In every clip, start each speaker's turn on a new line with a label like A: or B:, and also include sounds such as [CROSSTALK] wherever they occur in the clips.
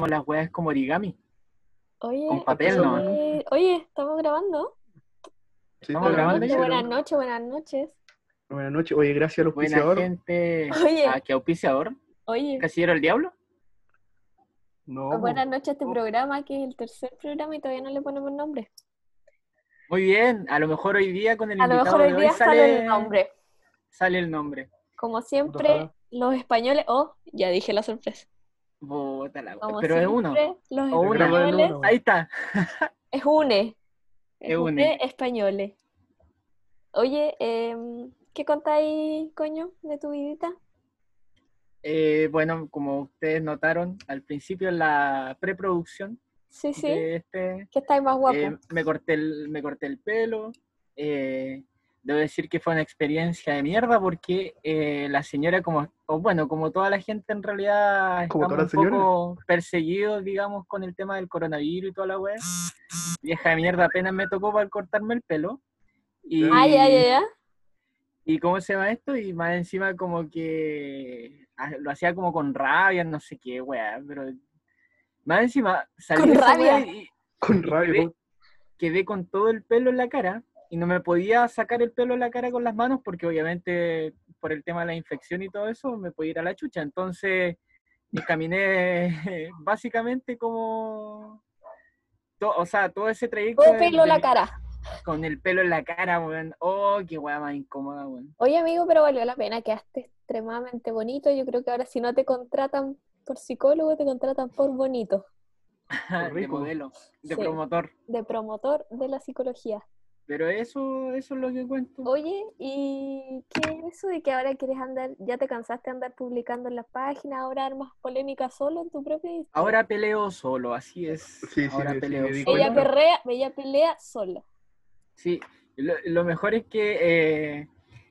A: como las weas como origami.
B: Oye,
A: Con papel, ¿no?
B: eh, oye, ¿estamos grabando?
C: Sí,
A: Estamos
C: está
A: grabando
C: bien.
A: ya.
B: Buenas noches, buenas noches.
C: Buenas noches. Oye, gracias a los
A: Buena
C: auspiciadores.
A: gente.
B: Oye.
A: ¿A qué auspiciador?
B: Oye,
A: ¿Casillero el Diablo? Ah,
C: No,
B: buenas noches a este
C: Oh.
B: programa, que es el tercer programa y todavía no le ponemos nombre.
A: Muy bien, a lo mejor hoy día con el
B: A lo
A: invitado
B: mejor hoy
A: de
B: día sale el nombre.
A: sale el nombre.
B: Como siempre,
C: Ojalá.
B: los españoles... Oh, ya dije la sorpresa.
A: Bota la wea,
B: Como
A: Pero es uno.
B: siempre, los
A: O una.
B: españoles...
A: Ahí está.
B: Es une.
A: Es
B: Es
A: une.
B: une. Españoles. Oye, em, ¿qué contáis, coño, de tu vidita?
A: Eh, bueno, como ustedes notaron al principio en la preproducción
B: Sí, sí,
A: de este,
B: que estáis más guapo.
A: eh, me, corté el, me corté el pelo. eh, debo decir que fue una experiencia de mierda porque eh, la señora, como, o bueno, como toda la gente en realidad,
C: Como
A: estamos un
C: todas las señoras.
A: poco perseguidos, digamos, con el tema del coronavirus y toda la wea. Vieja de mierda, apenas me tocó para cortarme el pelo. Y,
B: Ay, ay, ay, ay.
A: ¿Y cómo se llama esto? Y más encima como que ha- lo hacía como con rabia, no sé qué, weá, pero más encima salí
B: Con
A: de esa weá
B: rabia.
A: y
C: [LAUGHS] con rabia. ¿cómo?
A: quedé con todo el pelo en la cara y no me podía sacar el pelo en la cara con las manos porque obviamente por el tema de la infección y todo eso me podía ir a la chucha. Entonces me caminé [LAUGHS] básicamente como... to- o sea, todo ese trayecto...
B: Todo
A: de-
B: pelo
A: de
B: en la
A: mi-
B: cara.
A: Con el pelo en la cara, weón. Oh, qué weá más incómoda, weón. [LAUGHS]
B: Oye, amigo, pero valió la pena, quedaste extremadamente bonito. Yo creo que ahora si no te contratan por psicólogo, te contratan por bonito,
A: de
C: Rico.
A: modelo, de
B: Sí.
A: promotor.
B: de promotor de la psicología.
A: Pero eso, eso es lo que cuento.
B: Oye, ¿y qué es eso de que ahora quieres andar, ya te cansaste de andar publicando en las páginas, ahora armas polémicas solo en tu propia historia?
A: Ahora peleo solo, así es.
C: sí,
A: Ahora
C: sí, sí,
A: peleo
C: me di
A: solo.
B: Ella
C: cuenta. Cuéntame.
B: perrea, ella pelea sola.
A: Sí, lo, lo mejor es que, eh,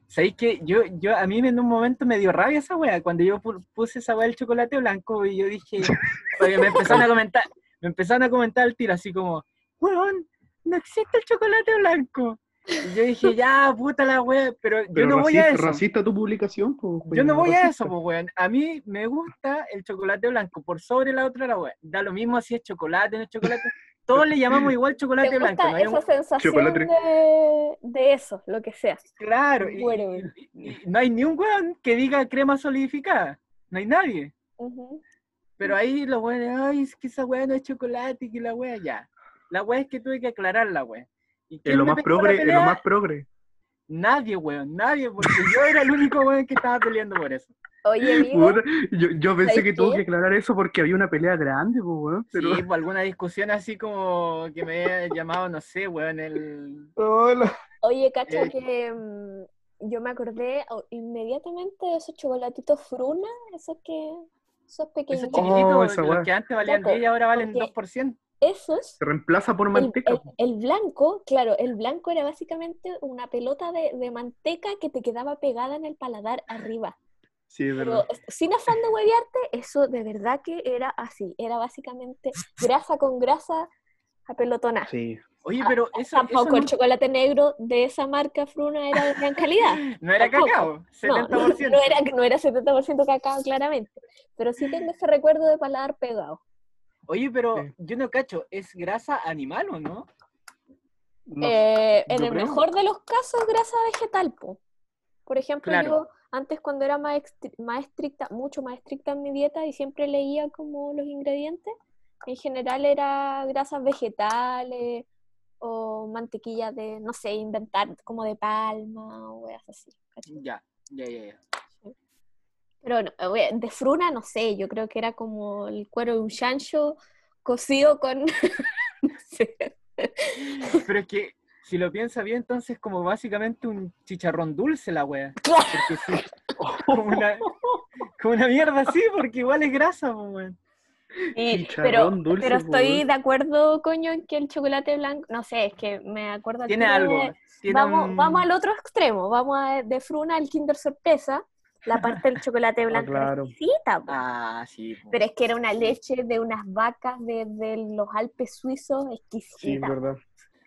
A: ¿sabéis que yo, yo, a mí en un momento me dio rabia esa wea, cuando yo pu- puse esa wea del chocolate blanco y yo
C: [LAUGHS]
A: dije, porque me empezaron a comentar, me empezaron a comentar el tiro así como, weón, no existe el chocolate blanco. Y yo dije, ya, puta la wea, pero yo
C: Pero
A: no voy
C: racista,
A: a eso.
C: racista tu publicación. po,
A: Yo no voy a
C: racista.
A: eso, pues, weón. A mí me gusta el chocolate blanco por sobre la otra, la weón. Da lo mismo si es chocolate o no es chocolate. Todos le llamamos igual chocolate
B: Te
A: blanco.
B: gusta
A: ¿no?
B: esa sensación
C: Chocolate.
B: de, de eso, lo que sea.
A: Claro. y-
B: Bueno,
A: y- y no hay ni un weón que diga crema solidificada. No hay nadie.
B: Ujú.
A: Pero ahí los weones, ay, es que esa weá no es chocolate, que la weá ya. La weá es que tuve que aclarar la weá. ¿Y
C: Es
A: quién
C: lo
A: me
C: más
A: pescó la
C: progre, es lo
A: pelea?
C: más progre.
A: Nadie, weón, nadie, porque yo era el único weón que estaba peleando por eso.
B: Oye, amigo,
C: Puta, Yo, yo pensé
B: ¿Sabes
C: que tuvo
B: qué?
C: que aclarar eso porque había una pelea grande, po, weón, [LAUGHS] pero...
A: Sí, pues, alguna discusión así como que me haya llamado, no sé, weón, el...
C: [LAUGHS] Hola.
B: oye, cacha
A: Eh.
B: que mm, yo me acordé oh, inmediatamente de esos chocolatitos fruna, esos que, esos
A: Esos
B: pequeñitos,
C: chiquititos.
A: chiquititos
C: Oh,
A: los
C: esa weá.
A: que antes valían
B: Loco,
A: 10 y ahora valen
B: porque-
A: 2%.
B: esos,
C: Se reemplaza por
B: el,
C: manteca.
B: el- el blanco, claro, el blanco era básicamente una pelota de, de manteca que te quedaba pegada en el paladar arriba.
C: Sí, es
B: Pero
C: verdad.
B: sin afán de huevearte, eso de verdad que era así, era básicamente grasa con grasa a
A: ah,
B: pelotona.
C: Sí.
A: Oye, pero eso, eso
B: Tampoco el
A: no,
B: chocolate negro de esa marca Fruna era de gran calidad.
A: no era
B: tampoco.
A: cacao, 70%.
B: No, no, no era, no era 70% cacao, claramente. Pero sí tengo ese recuerdo de paladar pegado.
A: Oye, pero
C: Sí.
A: yo no cacho, ¿es grasa animal o no?
C: No,
B: Eh,
C: yo
B: en el
C: creo.
B: mejor de los casos, grasa vegetal. po. Por ejemplo,
A: Claro.
B: yo antes cuando era más, extri- más estricta, mucho más estricta en mi dieta y siempre leía como los ingredientes, en general era grasas vegetales o mantequilla de, no sé, inventar como de palma o weas así. ¿cachai?
A: Ya, ya, ya, ya.
B: Pero no, we- de fruna, no sé, yo creo que era como el cuero de un chancho cocido con... [LAUGHS] no sé.
A: Pero es que, si lo piensa bien, entonces es como básicamente un chicharrón dulce la [LAUGHS] wea.
B: Claro.
A: Porque sí, como una, como una mierda así, porque igual es grasa, po, weón.
B: Sí, pero,
C: Chicharrón dulce,
B: pero
C: po,
B: estoy
C: weón.
B: de acuerdo, coño, en que el chocolate blanco, no sé, es que me acuerdo. al
A: Tiene
B: tiro
A: algo,
B: de-
A: tiene
B: vamos,
A: un-
B: vamos al otro extremo, vamos a- de fruna al Kinder Sorpresa, la parte del chocolate blanco era
C: claro.
B: exquisita, po.
A: Ah, sí. po.
B: pero es que era una leche de unas vacas de, de los Alpes suizos
C: Sí, es
B: exquisita,
C: verdad.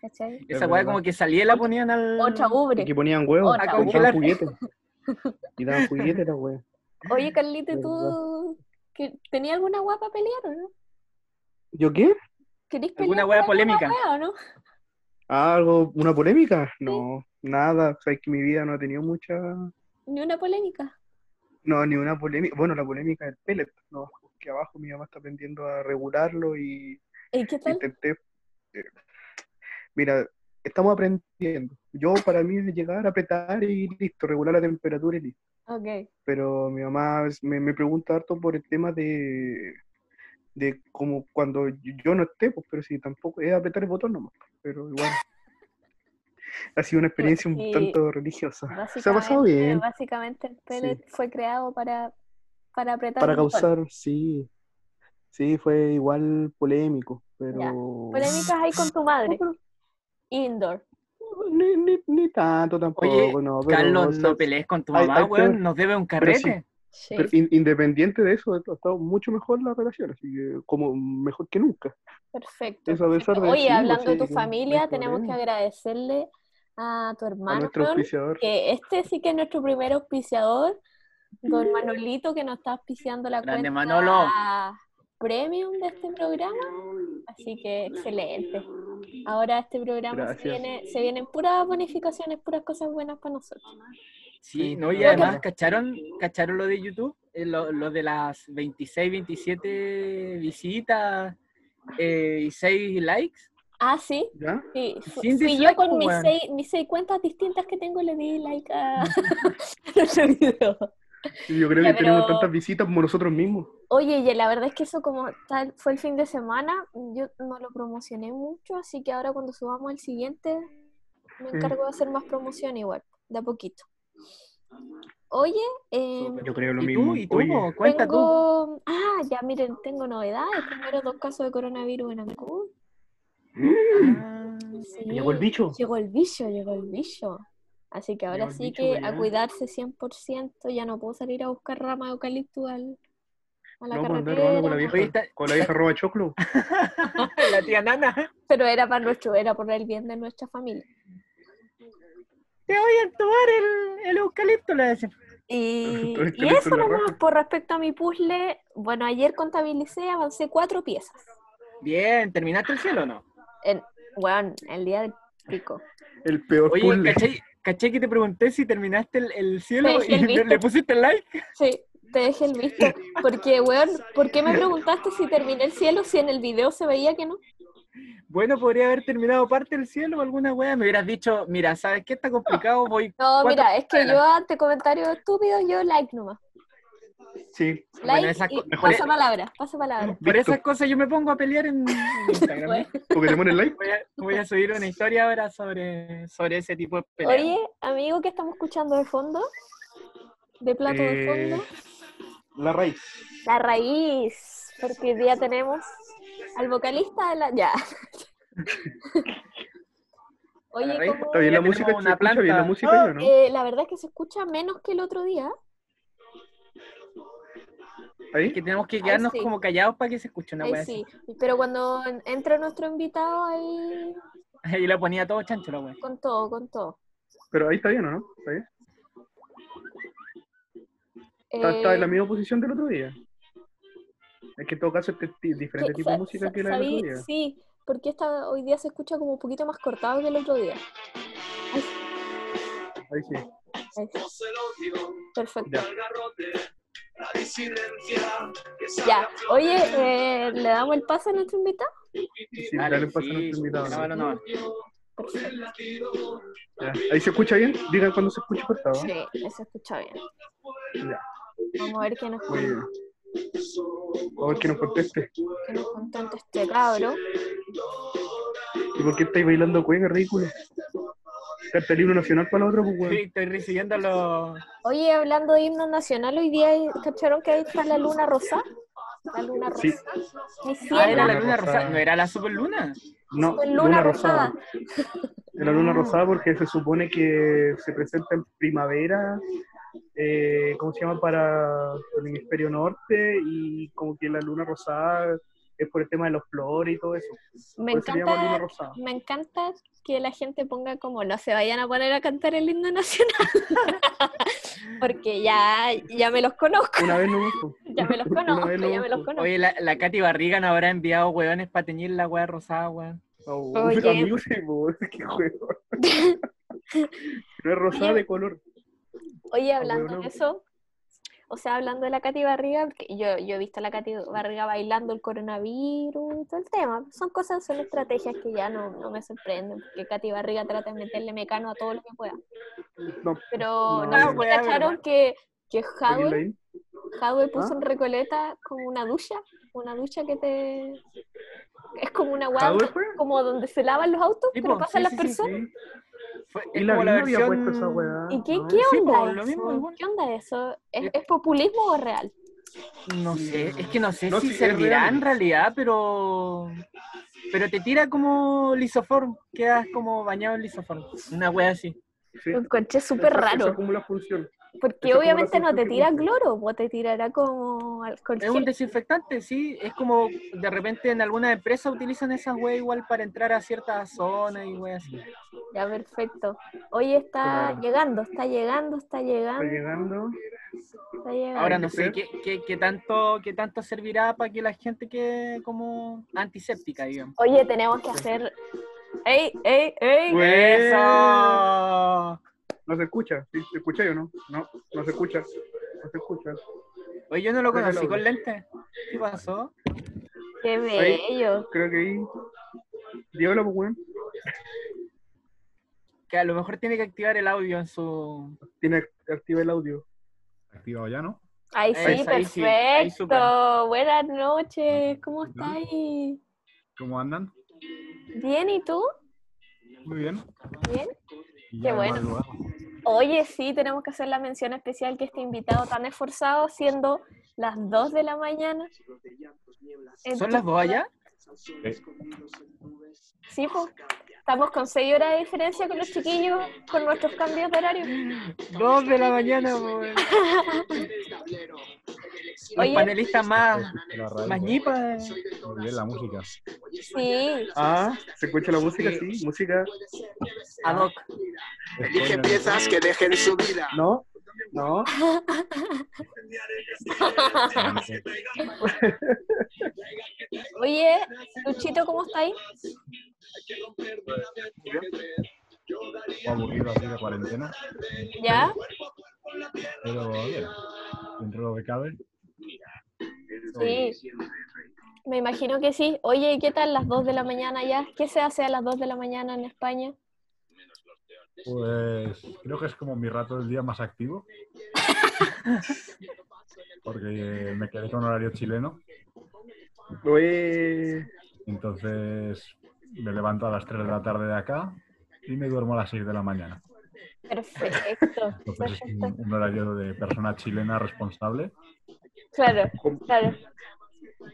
B: ¿cachai?
A: Esa
C: Es
A: weá
C: verdad.
A: como que salía y la ponían al...
B: Otra ubre.
C: Y que ponían huevos,
B: Otra,
C: y daban
A: congelar.
C: juguetes. Y
A: [LAUGHS]
C: daban juguetes las weas.
D: [LAUGHS]
B: Oye, Carlito,
C: Verdad.
B: ¿tú que, tenías alguna guapa pelear o no?
D: ¿Yo qué?
B: ¿Queréis
A: ¿Alguna
B: pelear
A: hueá
B: por alguna
A: polémica?
B: hueá o no?
D: Ah, ¿Algo, una polémica? No, nada. O sea, es que mi vida no ha tenido mucha...
B: Ni una polémica.
D: No, ni una polémica. Bueno, la polémica del pellet, no, que abajo mi mamá está aprendiendo a regularlo y
B: ¿Y qué tal?
D: intenté... eh, Mira, estamos aprendiendo. Yo para mí es llegar a apretar y listo, regular la temperatura y listo.
B: Ok.
D: pero mi mamá es- me, me pregunta harto por el tema de, de como cuando yo no esté, pues, pero si tampoco es apretar el botón nomás, pues, pero igual. Ha sido una experiencia un
B: sí.
D: tanto religiosa.
B: Básicamente,
D: Se ha pasado bien
B: Básicamente el pellet fue creado para, para apretar.
D: para
B: un botón.
D: causar, sí. Sí, fue igual polémico, pero...
B: Polémicas ahí con tu madre. Indoor.
D: [LAUGHS] Ni, ni, ni tanto tampoco, no, pero,
A: Carlos,
D: o sea,
A: no pelees con tu
D: hay-
A: mamá,
D: hay que
A: weón.
D: ver.
A: Nos debe un
D: Pero
A: carrete.
D: sí.
B: Sí.
D: pero in- independiente de eso, ha estado mucho mejor la relación, así que como mejor que nunca.
B: Perfecto.
D: Eso a pesar
B: perfecto.
D: de
B: Oye,
D: sí,
B: hablando
D: pues,
B: de tu
D: sí, no hay
B: familia, tenemos que
D: problema.
B: agradecerle a tu
D: a
B: hermano,
D: nuestro
B: weón,
D: auspiciador.
B: que este sí que es nuestro primer auspiciador, don Manolito, que nos está auspiciando la
A: Grande
B: cuenta
A: Manolo.
B: premium de este programa. Así que excelente. Ahora este programa se
D: Gracias.
B: viene, se vienen puras bonificaciones, puras cosas buenas para nosotros.
A: Sí,
D: Sí,
A: no, y
B: creo que-
A: además, ¿cacharon, ¿cacharon lo de YouTube? Eh, lo, lo de las 26, 27 visitas eh, y 6 likes.
B: Ah, sí.
D: ¿Ya?
B: Sí, fu-
A: Sin
B: fui yo
A: dislike,
B: con
A: pues,
B: mis
A: weón.
B: seis, mis seis cuentas distintas que tengo, le di like a [LAUGHS] nuestro video.
D: Yo creo
B: Ya,
D: que tenemos
B: pero-
D: tantas visitas como nosotros mismos.
B: Oye, y la verdad es que eso como tal fue el fin de semana, yo no lo promocioné mucho, así que ahora cuando subamos el siguiente me
D: Mm.
B: encargo de hacer más promoción igual, de a poquito. Oye, eh,
A: Súper.
D: Yo creo lo
A: ¿Y
D: mismo.
A: tú? ¿Y tú?
D: Oye,
A: po? Cuenta tú.
B: tengo... Ah, ya miren, tengo novedades. Primero dos casos de coronavirus en Ancud.
A: Ah,
D: ¿Mm? llegó el bicho.
B: Llegó el bicho, llegó el bicho. Así que ahora
D: Llegó el
B: sí
D: bicho
B: que
D: para
B: a
D: allá.
B: cuidarse 100%, ya no puedo salir a buscar ramas de eucalipto al, a la
D: No, por andar robando
B: carretera.
D: con la vieja.
A: Oye, está-
D: Con la vieja roba choclo.
A: [LAUGHS] la tía Nana.
B: Pero era para nuestro, era por el bien de nuestra familia.
A: Te voy a tomar el, el eucalipto, le decía. [LAUGHS]
B: Y,
D: Todo esto
B: y
D: le hizo
B: eso
D: la
B: nomás
D: raja.
B: por respecto a mi puzzle. Bueno, ayer contabilicé, avancé cuatro piezas.
A: Bien, ¿terminaste el cielo o no?
B: En, bueno, el día del pico.
D: El peor
A: Oye,
D: puzzle.
A: caché, caché que te pregunté si terminaste el, el cielo
B: Sí,
A: y [LAUGHS]
B: el
A: le,
B: visto.
A: le pusiste el like.
B: Sí, te dejé el visto. Porque, weón, ¿por qué me preguntaste si terminé el cielo si en el video se veía que no?
A: Bueno, podría haber terminado parte del cielo o alguna wea. Me hubieras dicho, mira, ¿sabes qué está complicado? Voy.
B: No,
A: cuatro
B: mira, es que
A: adelante".
B: yo ante comentarios estúpidos, yo like nomás.
D: Sí.
A: Bueno,
B: Like
A: esa co-
B: y
A: mejor-
B: pasa palabra, pasa palabra.
A: Por
D: Visto.
A: esas cosas yo me pongo a pelear en
B: [LAUGHS]
A: en Instagram.
B: Bueno.
D: Porque te ponen like.
A: Voy a, voy a subir una historia ahora sobre, sobre ese tipo de peleas.
B: Oye, amigo, ¿qué estamos escuchando de fondo? De plato de
D: Eh,
B: fondo.
D: La raíz.
B: La raíz, porque hoy día tenemos al vocalista de la... Ya.
D: [LAUGHS]
B: Oye,
A: La raíz,
B: como-
D: ¿Está bien la
A: tenemos
D: música? ¿Se
A: una
D: escucha
A: planta.
D: bien la música ya, no?
B: eh, la verdad es que se escucha menos que el otro día.
A: que
D: Ahí.
A: tenemos que quedarnos
B: sí.
A: como callados para que se escuche una
B: Ahí
A: wea así.
B: sí. Pero cuando en- entra nuestro invitado, ahí
A: [LAUGHS] Ahí la ponía todo chancho la wea.
B: con todo, con todo.
D: Pero ahí está bien, ¿o ¿no? Está bien. Está, está
B: Eh,
D: en la misma posición del otro día. Es que en todo caso es que es di-
B: que-
D: diferente este tipo
B: sa-
D: de música
B: sa-
D: que la del
B: sabí-
D: otro día.
B: Sí, porque esta, hoy día se escucha como un poquito más cortado que el otro día.
D: Ahí sí.
B: Ahí sí. Perfecto.
D: Ya.
B: Ya, oye, eh, le damos el pase a nuestro invitado.
D: Sí,
A: Dale,
D: dale paso a
A: sí,
D: nuestro invitado, ¿no?
A: no, no, no.
D: Ya. Ahí se escucha bien. Digan cuando se escucha cortado. ¿eh?
B: Sí, se escucha bien.
D: Ya.
B: Vamos a ver qué nos,
D: Muy bien. A ver que nos conteste.
B: qué nos contenta este cabro.
D: ¿Y por qué estáis bailando cueca, ridículo? Canta el himno nacional para la otra, pues,
A: Sí,
D: weón.
A: Estoy recibiendo los.
B: Oye, hablando de himno nacional, hoy día cacharon que ahí está la luna rosa. La luna rosa.
D: Sí.
A: Ah,
B: Mi
A: era
B: cielo.
A: la
D: Luna
A: luna rosada.
D: rosada.
A: No era la super luna.
D: No,
B: Con luna
D: luna
B: rosada.
D: rosada. De la
B: [LAUGHS]
D: luna rosada porque se supone que se presenta en primavera, eh, ¿cómo se llama? Para el hemisferio norte y como que la luna rosada es por el tema de los flores y todo eso.
B: Me
D: por eso se llama luna
B: encanta,
D: rosada.
B: [LAUGHS] me encanta que la gente ponga como no se vayan a poner a cantar el [LAUGHS] himno nacional. Porque ya, ya me los conozco.
D: Una vez no
B: Ya me los conozco,
D: vez lo
B: ya me los
D: busco.
B: conozco.
A: Oye, la, la Katy Barrigan habrá enviado hueones para teñir la hueá rosada, weón.
D: Oh,
B: Oye.
D: Amigo, sí, po, [LAUGHS] qué
B: [LAUGHS]
D: juego. No es rosada
B: Oye.
D: de color.
B: Oye,
D: Ah,
B: hablando
D: bueno.
B: de eso, o sea, hablando de la Katy Barriga, porque yo, yo he visto a la Katy Barriga bailando el coronavirus y todo el tema. Son cosas, son estrategias que ya no, no me sorprenden, porque Katy Barriga trata de meterle mecano a todo lo que pueda.
D: No,
B: Pero no,
D: No,
B: sé si
A: weá, ¿verdad?
B: cacharon que, que
D: Joaquín
B: Jadwe,
D: Lavín.
B: Jadwe puso
D: ¿Ah?
B: en Recoleta como una ducha, una ducha que te... Es como una guada,
D: ¿Jadwe fue?
B: como donde se lavan los autos,
A: Sí,
B: pero
A: po,
B: pasan
A: sí,
B: las
A: sí, sí,
B: personas.
D: Sí.
A: Fue-
D: Y
A: es
D: la
A: como la
D: había puesto esa
A: versión-
D: weá.
B: ¿Y qué,
D: ¿no?
B: qué
A: Ah, Sí,
B: onda
A: po, lo
B: eso?
A: mismo, igual.
B: ¿Qué onda eso? ¿Es,
A: Es-
B: es populismo o real?
A: No sé, es que no sé
D: No,
A: si
D: sí, es
A: servirá
D: real.
A: en realidad, pero pero te tira como lisoform, quedas como bañado en lisoform, una wea así.
D: Sí.
B: Lo encontré súper
D: Esa- esa
B: raro,
D: como la función.
B: porque
D: esa como la
B: obviamente no te
D: sensación que
B: tira
D: usa.
B: cloro, vos te tirará como alcohol
A: Es un
B: gel.
A: desinfectante, sí, es como de repente en alguna empresa utilizan esas weas igual para entrar a ciertas zonas y weas así.
B: Ya, perfecto. Hoy está
D: Claro.
B: llegando, está llegando, está
D: Está
B: llegando,
D: llegando.
B: está llegando.
A: Ahora no
D: que
A: sé
D: ser.
A: qué, qué, qué tanto qué tanto servirá para que la gente quede como antiséptica, digamos.
B: Oye, tenemos que hacer... ¡Ey, ey, ey!
D: Bueno.
A: ¡Eso!
D: No se escucha. ¿Sí? ¿Se escucha o no? No, no se escucha. No se escucha.
A: Oye, yo no lo
D: Déjalo,
A: conocí
D: güey.
A: con lentes. ¿Qué pasó?
B: ¡Qué bello!
D: Creo que ahí. Diablo, pues, weón.
A: Que a lo mejor tiene que activar el audio en su.
D: Tiene activa el audio.
E: Activado ya, ¿no?
B: Ahí sí,
A: Eso, ahí sí, ahí
B: perfecto. Buenas noches, ¿cómo estáis?
E: ¿Cómo andan?
B: ¿Bien y tú?
E: Muy bien.
B: ¿Bien?
E: Y
B: Qué
E: ya
B: bueno.
E: madrugamos.
B: Oye, sí, tenemos que hacer la mención especial que este invitado tan esforzado, siendo las 2 de la mañana.
A: ¿Son las dos allá?
B: Sí, po. Estamos con 6 horas de diferencia con los chiquillos, con nuestros cambios de horario.
A: Dos de la mañana, güey. Los
B: Oye.
A: panelistas
B: Ah.
A: más,
E: De la radio,
A: más
E: pues.
A: ñipas. eh.
E: Muy bien, la música.
B: Sí, [LAUGHS]
D: Ah, se escucha la música, sí. Música.
A: Ad hoc.
F: Dije piezas que dejen su vida.
D: No, no.
B: oye, Luchito, ¿cómo estáis?
E: aburrido así de cuarentena.
B: ¿Ya?
E: Pero bien, dentro de lo que cabe.
B: Sí. Me imagino que sí. Oye, ¿y ¿qué tal las 2 de la mañana ya? ¿Qué se hace a las 2 de la mañana en España?
E: Pues creo que es como mi rato del día más activo. Porque eh, me quedé con horario chileno.
D: Oye,
E: Entonces me levanto a las 3 de la tarde de acá y me duermo a las 6 de la mañana.
B: Perfecto.
E: Entonces es
B: perfecto.
E: un, un horario de persona chilena responsable.
B: Claro,
D: Como-
B: claro.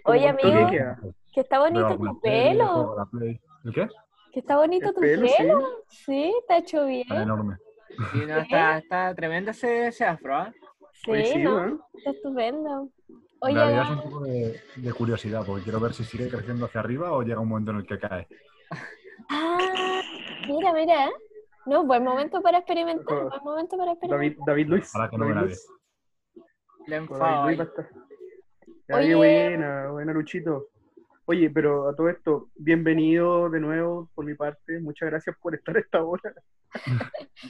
B: Oye,
D: como con
B: amigo,
D: Toque queda.
B: que está
E: Veo
B: bonito
E: alguna
B: tu
E: serie,
B: pelo.
E: juego a la Play. ¿El qué?
B: Que está bonito
D: El
B: tu
D: pelo,
B: pelo.
D: sí.
B: Sí, está hecho bien.
E: Tan enorme.
A: Sí, no, está, está tremendo ese, ese afro, ¿ah?
B: Sí,
D: Oye, pues sí,
B: ¿no?
D: weón.
B: Está estupendo.
E: En
B: Oye,
E: realidad es un poco de, de curiosidad, porque quiero ver si sigue creciendo hacia arriba o llega un momento en el que cae.
B: ah, mira, mira. No, buen momento para experimentar,
D: Ojo.
B: buen momento para experimentar.
D: David, David Luis.
E: Ahora que no
D: David
E: me la
D: Luis.
A: Le
D: Con
A: enfado
D: David Luis
A: ahí.
D: va a estar.
B: Oye.
D: Ya, qué buena, buena Luchito. Oye, pero a todo esto, bienvenido de nuevo por mi parte. Muchas gracias por estar a esta hora.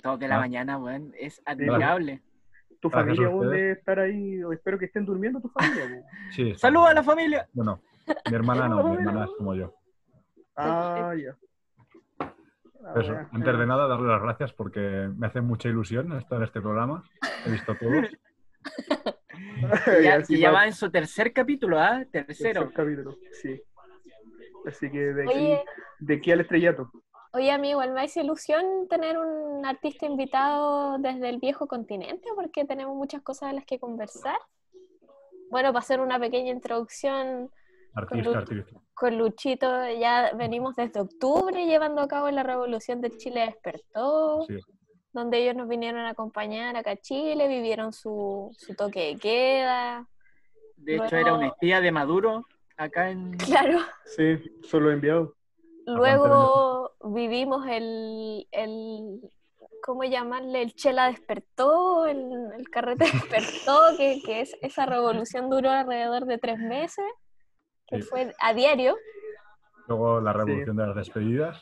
A: Dos de la
E: Ah.
A: mañana, weón. Es admirable.
D: Tu
E: Gracias
D: familia
E: a
D: vos
E: ustedes.
D: debe estar ahí. o Espero que estén durmiendo tu familia.
A: [LAUGHS]
D: vos.
E: Sí.
A: ¡Saludos a la familia!
E: Bueno, mi hermana no, mi hermana es como yo.
D: Ah, ya. Ah,
E: Eso,
D: ya. [LAUGHS]
E: antes de nada, darle las gracias porque me hace mucha ilusión estar en este programa. He visto todo.
A: Y ya,
D: así
A: y ya
D: va
A: va en su tercer capítulo, ¿ah?
D: el tercer
A: Tercero.
D: capítulo, sí. Así que de aquí,
B: Oye,
D: de aquí al estrellato.
B: oye, amigo, me hace ilusión tener un artista invitado desde el viejo continente porque tenemos muchas cosas de las que conversar. Bueno, para hacer una pequeña introducción
E: Artista, artista.
B: con Luchito, ya venimos desde octubre llevando a cabo la revolución del Chile despertó.
E: Sí.
B: donde ellos nos vinieron a acompañar acá a Chile, vivieron su, su toque de queda. [LAUGHS]
A: De hecho, era un espía de Maduro acá en.
B: Claro.
C: Ah,
D: Sí, solo enviado.
B: Luego vivimos el, el, ¿cómo llamarle? El chela despertó, el,
C: [LAUGHS]
B: el carrete despertó, que, que es, esa revolución duró alrededor de tres meses, que
E: Sí.
B: fue a diario.
E: Luego la revolución de las despedidas.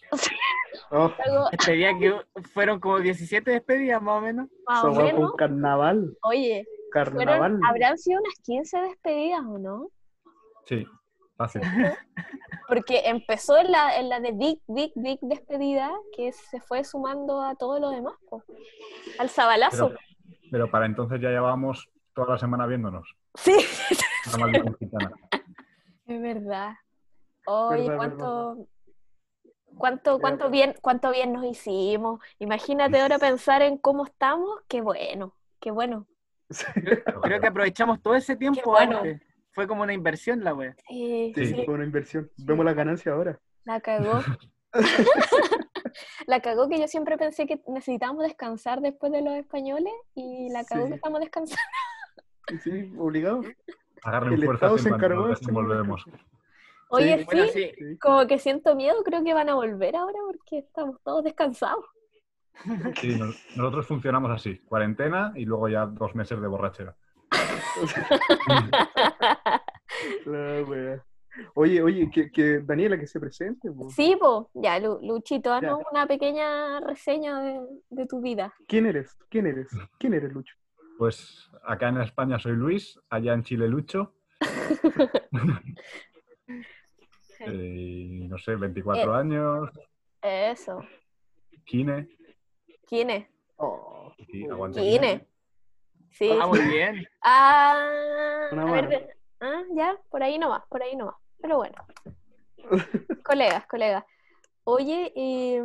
C: Oh,
B: Luego,
A: Despedida que fueron como 17 despedidas más o menos.
B: más
C: esa
B: o
C: hueá fue
B: menos,
C: un carnaval.
B: oye,
C: Carnaval.
B: fueron, habrán sido unas 15 despedidas o no?
E: Sí, fácil.
B: Porque empezó en la, en la de Big, Big, Big despedida, que se fue sumando a todo lo demás, po. al sabalazo.
E: Pero, pero para entonces ya llevábamos toda la semana viéndonos.
B: Sí,
E: La maldición gitana.
B: es verdad. Oye,
C: Verdad,
B: cuánto, cuánto,
C: Es
B: cuánto
C: verdad.
B: bien, cuánto bien nos hicimos. Imagínate ahora pensar en cómo estamos, qué bueno, qué bueno.
C: [LAUGHS]
A: Creo que aprovechamos todo ese tiempo
B: Qué bueno.
A: antes. Fue como una inversión la wea.
B: Sí,
C: Sí,
B: sí,
C: fue una inversión. Vemos la ganancia ahora. [LAUGHS]
B: la cagó. la cagó que yo siempre pensé que necesitábamos descansar después de los españoles y la cagó
C: Sí.
B: que estamos descansando.
C: Sí, obligado.
E: Agarren
C: El
E: fuerzas
C: Estado
E: en
C: se
E: cuanto
C: encargó de
E: nos
C: este
E: desenvolvemos.
B: Oye,
A: Sí, bueno,
B: sí,
A: sí,
C: Sí.
B: como que siento miedo, creo que van a volver ahora porque estamos todos descansados.
E: Sí, nos- nosotros funcionamos así, cuarentena y luego ya dos meses de borrachera.
C: La wea. Oye, oye, que, que Daniela que se presente. po.
B: Sí, pues, ya, Lu- Luchito, haznos
C: Ya.
B: una pequeña reseña de, de tu vida.
C: ¿Quién eres? ¿Quién eres? ¿Quién eres, Lucho?
E: Pues acá en España soy Luis, allá en Chile Lucho. Eh, no sé, 24 años,
B: Eso.
E: Kine.
B: ¿Quién es?
C: Oh,
E: Y aguanta
B: Kine. Sí.
A: Ah, muy bien.
B: Ah,
C: Una
B: a ver,
C: mano.
B: ve- ah, ya, por ahí nomás, por ahí nomás. Pero bueno.
C: [LAUGHS]
B: colegas, colegas. Oye, eh,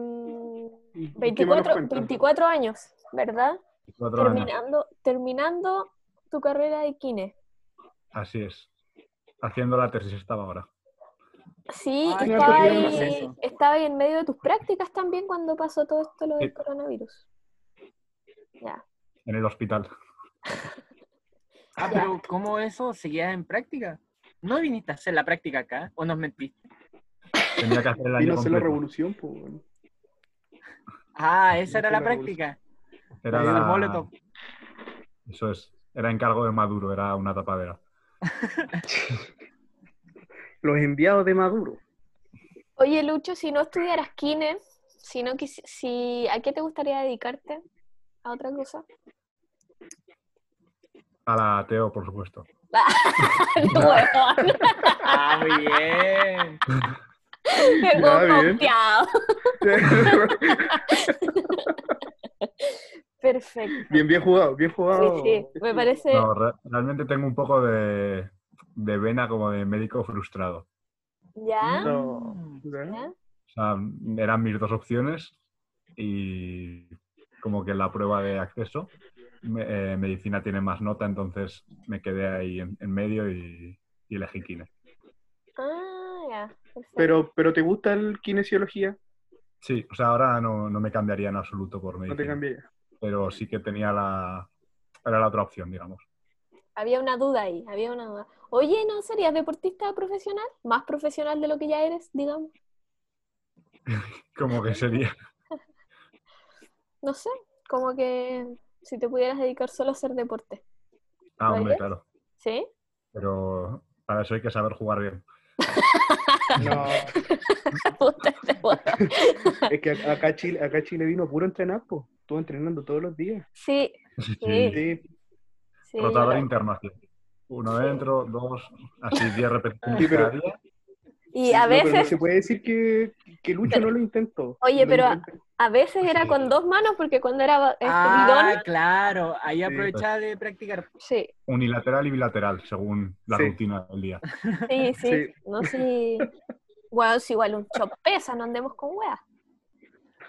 C: ¿y- y qué más nos
B: 24,
C: cuentas?
B: 24 años, ¿verdad?
E: 24 años.
B: Terminando, terminando tu carrera de kine.
E: Así es. Haciendo la tesis estaba ahora.
B: Sí,
A: Ah,
B: estaba,
A: qué bien,
B: ahí,
A: eso.
B: estaba ahí en medio de tus prácticas también cuando pasó todo esto lo del
E: Sí.
B: coronavirus. Ya.
E: En el hospital.
A: Ah, pero ¿cómo eso seguías en práctica? ¿No viniste a hacer la práctica acá? ¿O nos mentiste?
E: Tenía que hacer el
C: Vino
E: año
C: a hacer la
E: completo.
C: revolución, pues, po, weón.
A: Ah,
C: Viniste
A: esa era
C: a
A: la
C: la
A: práctica.
E: Era
A: Ahí en el
E: la-
A: Molotov.
E: Eso es. Era encargo de Maduro, era una tapadera.
C: Los enviados de [LAUGHS] Maduro.
B: Oye, Lucho, si no estudiaras kine, si no quisi- si, ¿a qué te gustaría dedicarte? ¿A otra cosa? [LAUGHS]
E: A la TEO, por supuesto.
B: No, weón.
A: Ah, muy bien.
B: Llegó
C: Ya, bien.
B: confiado. Perfecto.
C: bien, bien jugado, bien
B: Sí,
C: jugado.
B: sí, me parece.
E: No, re- realmente tengo un poco de, de vena como de médico frustrado.
B: ¿Ya?
A: Mm.
C: No. ¿Ya?
B: ¿Ya?
E: O sea, eran mis dos opciones y como que en la prueba de acceso, me- eh, medicina tiene más nota, entonces me quedé ahí en, en medio y, y elegí kine.
B: Ah, ya. perfecto.
C: Pero, pero ¿te gusta el kinesiología?
E: Sí, o sea, ahora no, no me cambiaría en absoluto por
C: No te
E: medicina,
C: cambié ya.
E: pero sí que tenía la... Era la otra opción, digamos.
B: Había una duda ahí, había una duda. Oye, ¿no serías deportista profesional? Más profesional de lo que ya eres, digamos.
E: Como que sería...
B: No sé, como que si te pudieras dedicar solo a hacer deporte.
E: Ah, hombre,
B: ¿Vale?
E: claro.
B: ¿Sí? [LAUGHS]
E: Pero para eso hay que saber jugar bien. [LAUGHS]
C: No,
B: Puta, te voy a-
C: [LAUGHS] es que acá Chile, acá Chile vino puro entrenar, po. Estuvo entrenando todos los días.
B: Sí, Sí.
C: Sí,
B: sí.
E: Rotador
B: yo-
E: internacional. Uno dentro, dos, así 10 repeticiones
C: Sí, pero-
E: cada día.
B: Y a
C: No, pero no
B: veces,
C: se puede decir que, que Lucho no lo intentó.
B: Oye,
C: Lo
B: pero-
C: intentó.
B: a veces era con dos manos porque cuando era este
A: Ah,
B: bidón,
A: claro. Ahí
C: Sí.
A: aprovechaba de practicar.
B: sí.
E: Unilateral y bilateral, según la
C: Sí.
E: rutina del día.
C: [LAUGHS]
B: Sí, sí.
C: Sí.
B: No sé. Weón, si igual un chop pesa, no andemos con weas.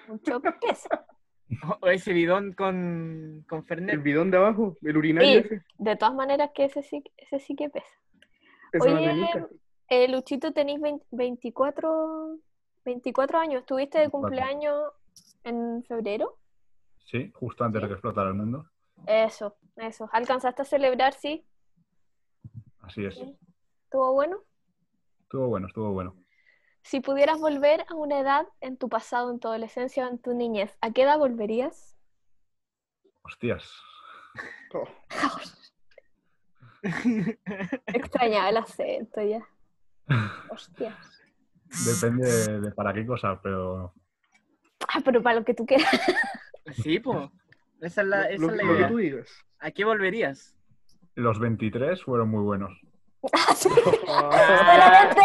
B: Un chop pesa.
A: O- O Oh, ese bidón con, con
C: El
A: Fernet.
C: bidón de abajo, el urinario
B: Sí.
C: ese,
B: De todas maneras, que ese sí, ese sí que pesa.
C: esa
B: Oye,
C: manuelita.
B: Eh, Luchito, tenéis 20 24, 24 años. ¿Estuviste de
E: 24.
B: cumpleaños en febrero?
E: Sí, justo antes de que explotara el mundo.
B: Eso, eso. ¿Alcanzaste a celebrar? Sí.
E: Así es.
B: Sí. ¿Estuvo bueno?
E: Estuvo bueno, estuvo bueno.
B: Si pudieras volver a una edad en tu pasado, en tu adolescencia o en tu niñez, ¿a qué edad volverías?
E: Hostias.
D: Oh,
B: Extrañaba el acento ya. Hostias.
E: Depende de para qué cosa, pero
B: Ah, pero para lo que tú quieras. [LAUGHS]
A: Sí, pues. Esa es la, esa
D: lo,
A: es la
D: lo que
A: idea.
C: [LAUGHS]
B: [LAUGHS]
D: tú digas.
A: ¿A qué volverías?
E: los 23 fueron muy buenos.
B: Solamente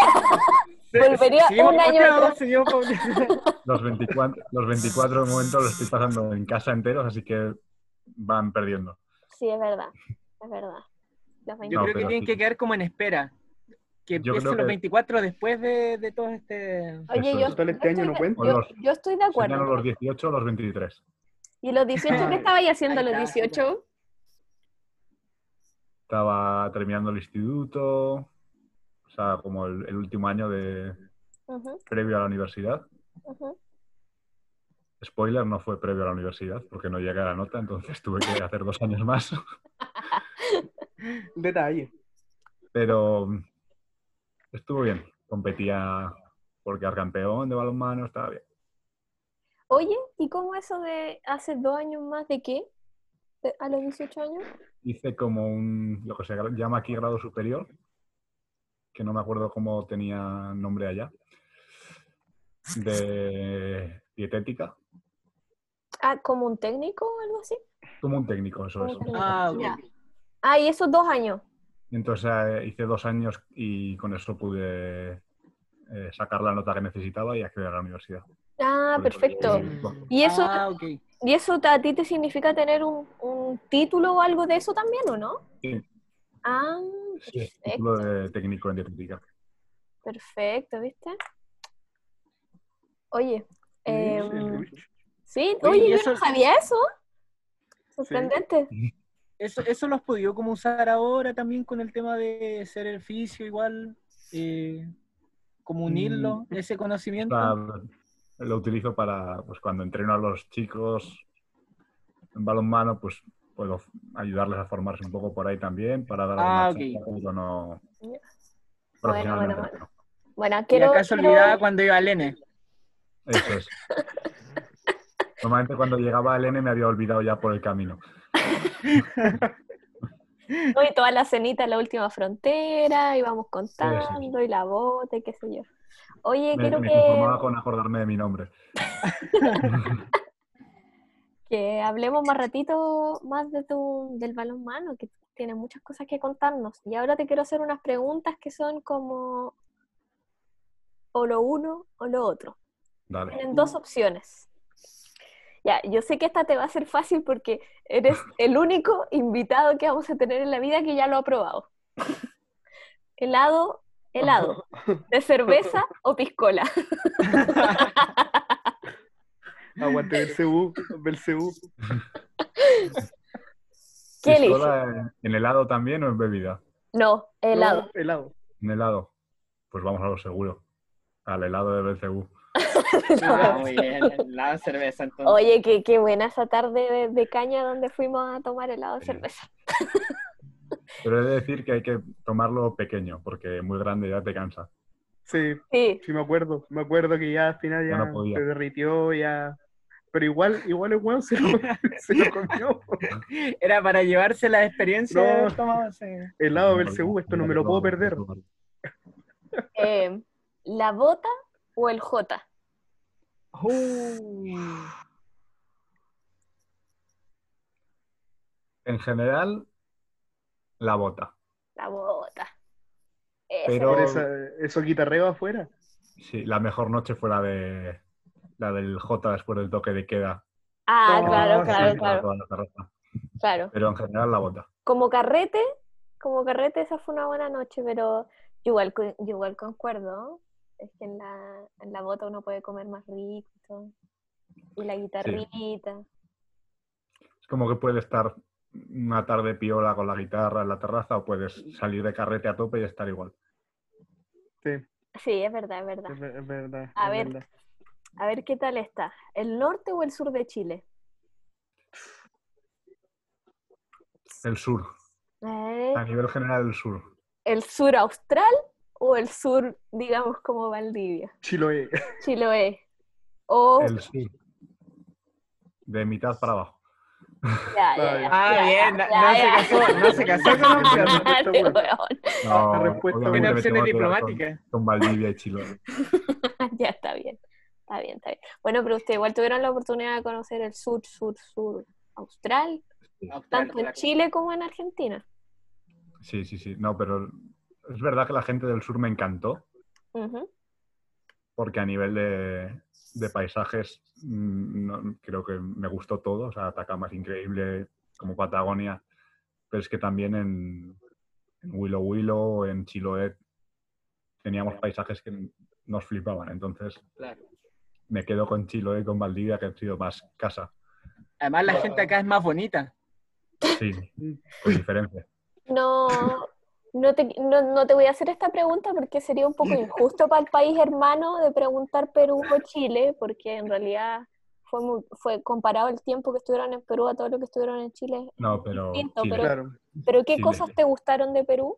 B: Volvería
A: Seguimos
B: un
A: por
B: año
A: otro lado,
B: atrás.
A: seguimos por
B: [LAUGHS]
A: otro lado.
E: Los 24, los 24 de momento los estoy pasando en casa enteros, así que van perdiendo.
B: Sí, es verdad. Es verdad. Los
A: [LAUGHS] Yo creo
B: 20.
E: No,
A: que
E: pero
A: tienen
E: sí.
A: que quedar como en espera. Que
E: Yo creo
A: empiecen los
E: que-
A: 24 después de, de todo este.
B: Oye,
E: eso
B: yo,
E: es.
D: Total, este
B: yo
D: año
B: estoy
D: no
B: de-
D: cuenta.
B: yo-
E: Los-
B: yo estoy de acuerdo.
E: Serían los 18 o los 23.
B: ¿Y los 18 qué estabais haciendo los 18?
E: Estaba terminando el instituto, o sea, como el, el último año de
B: Ujú,
E: previo a la universidad.
B: ujú.
E: Spoiler, no fue previo a la universidad, porque no llegué a la nota, entonces tuve que hacer dos años más. [LAUGHS]
D: Detalle.
E: Pero mm, estuvo bien. Competía por quedar campeón de balonmano, estaba bien.
B: Oye, ¿y cómo eso de hace dos años más de qué? ¿De- ¿A los 18 años?
E: hice como un, lo que se gra- llama aquí grado superior, que no me acuerdo cómo tenía nombre allá, de dietética,
B: Ah, ¿como un técnico o algo así?
E: como un técnico, eso
B: Como
E: es.
B: un técnico.
A: Ah, ok.
B: Ya. Ah, y esos dos años.
E: Entonces eh, hice dos años y con eso pude eh, sacar la nota que necesitaba y acceder a la universidad.
B: Ah,
E: Por eso
B: perfecto.
E: que- bueno,
B: ¿Y eso,
A: Ah, ok.
B: ¿Y eso a ti te significa tener un, un título o algo de eso también, o no?
E: Sí.
B: Ah,
E: sí, es título
B: perfecto,
E: de técnico en dietética.
B: perfecto, ¿viste? Oye,
D: Sí,
B: em,
D: Luis.
B: sí,
A: Oye,
B: oye,
A: y
B: yo
A: eso-
B: no sabía eso. Sorprendente.
A: Eso, eso lo has podido como usar ahora también con el tema de ser el fisio igual, eh, como unirlo, ese
E: O
A: conocimiento.
E: sea, lo utilizo para pues, cuando entreno a los chicos en balonmano, pues puedo ayudarles a formarse un poco por ahí también para dar
A: Ah,
E: alguna
A: ok.
E: charla, pero no
B: Bueno,
E: profesionalmente.
B: bueno,
E: no.
B: Bueno,
A: Y
B: quiero...
A: acá se
B: quiero-
A: olvidaba cuando iba al
B: [LAUGHS]
A: N.
E: Eso es. Normalmente cuando llegaba el N me había olvidado ya por el camino.
B: Oye, toda la cenita en la última frontera, íbamos contando, y la bota, y qué sé yo. Oye,
E: Me,
B: quiero
E: me
B: Eh, que,
E: conformaba con acordarme de mi nombre.
B: que hablemos más ratito más de tu, del balonmano, que tiene muchas cosas que contarnos. Y ahora te quiero hacer unas preguntas que son como o lo uno o lo otro.
E: Dale.
B: Tienen dos opciones. Ya, yo sé que esta te va a ser fácil porque eres el único invitado que vamos a tener en la vida que ya lo ha probado. Helado, helado, de cerveza o piscola.
D: Aguante Belcebú. Belcebú.
B: ¿Qué eliges?
E: ¿Pistola en- en helado también o en bebida?
B: No, [LAUGHS] helado.
D: No, helado.
E: En helado. Pues vamos a lo seguro. Al helado de BCU.
B: [LAUGHS]
A: Ah, muy bien, la cerveza entonces.
B: Oye, qué, qué buena esa tarde de, de caña donde fuimos a tomar helado de
E: Sí.
B: cerveza. [LAUGHS]
E: Pero he de decir que hay que tomarlo pequeño, porque muy grande ya te cansa.
D: Sí,
B: Sí,
D: sí me acuerdo. Me acuerdo que ya al final ya
E: Ya no podía.
D: se derritió, ya. Pero igual, igual el weón se lo, [LAUGHS]
B: [LAUGHS]
D: se lo comió.
A: Era para llevarse la experiencia de haber
D: No.
A: tomado ese-
D: Helado Belcebú, esto no me lo puedo perder.
B: eh, la bota o el jota.
A: Uh.
E: En general, la bota.
B: La bota. Esa
E: Pero-
D: Por esa, eso guitarreo afuera.
E: Sí, la mejor noche fue la de la del J después del toque de queda.
B: Ah,
D: Ah,
B: claro,
D: sí,
B: claro,
E: Sí,
B: claro,
E: toda la terraza.
B: claro.
E: Pero en general la bota.
B: Como carrete, como carrete, esa fue una buena noche, pero yo igual, co- yo igual concuerdo. Es que en la, en la bota uno puede comer más rico. Y la guitarrita.
E: Es como que puedes estar una tarde piola con la guitarra en la terraza o puedes salir de carrete a tope y estar igual.
D: Sí,
B: Sí, es verdad, es verdad.
D: es, ver- es verdad.
B: A
D: es
B: ver.
D: verdad.
B: A ver qué tal está. ¿El norte o el sur de Chile?
E: El sur,
B: Eh,
E: a nivel general el sur.
B: ¿El sur austral o el sur, digamos, como Valdivia?
D: Chiloé. [LAUGHS]
B: Chiloé. Oh, O
E: El sur. De mitad para abajo.
B: Ya, ya, ya,
A: Ah,
B: ya,
A: bien, no,
B: ya,
A: no se
B: ya. [LAUGHS]
A: casó, no se [LAUGHS] casó con un peón.
B: Este
D: Bueno.
B: weón.
E: No,
D: La respuesta-
E: obviamente
A: Buena
E: me
A: opción
E: tengo
A: es
E: que quedar con-
A: diplomática.
E: Con Valdivia y Chile.
B: [LAUGHS] Ya está bien, está bien, está bien. Bueno, pero ustedes igual tuvieron la oportunidad de conocer el sur, sur, sur austral, tanto en Chile como en Argentina.
E: Sí, sí, sí. No, pero es verdad que la gente del sur me encantó,
B: Ujú.
E: porque a nivel de, de paisajes mm, no- creo que me gustó todo. O sea, Atacama es increíble, como Patagonia. Pero es que también en, en Willow Willow, en Chiloé, teníamos paisajes que nos flipaban. Entonces
A: Claro.
E: me quedo con Chiloé, con Valdivia, que han sido más
B: [LAUGHS]
E: casa.
A: Además, la gente acá es más bonita.
E: Sí, con diferencia.
B: No, no, te, no, no te voy a hacer esta pregunta porque sería un poco injusto para el país hermano de preguntar Perú o Chile, porque en realidad fue, muy- fue comparado el tiempo que estuvieron en Perú a todo lo que estuvieron en Chile.
E: No, pero
B: Distinto,
E: Chile.
B: pero-
D: Claro.
B: Pero ¿qué
E: Chile.
B: cosas te gustaron de
D: [LAUGHS]
B: Perú?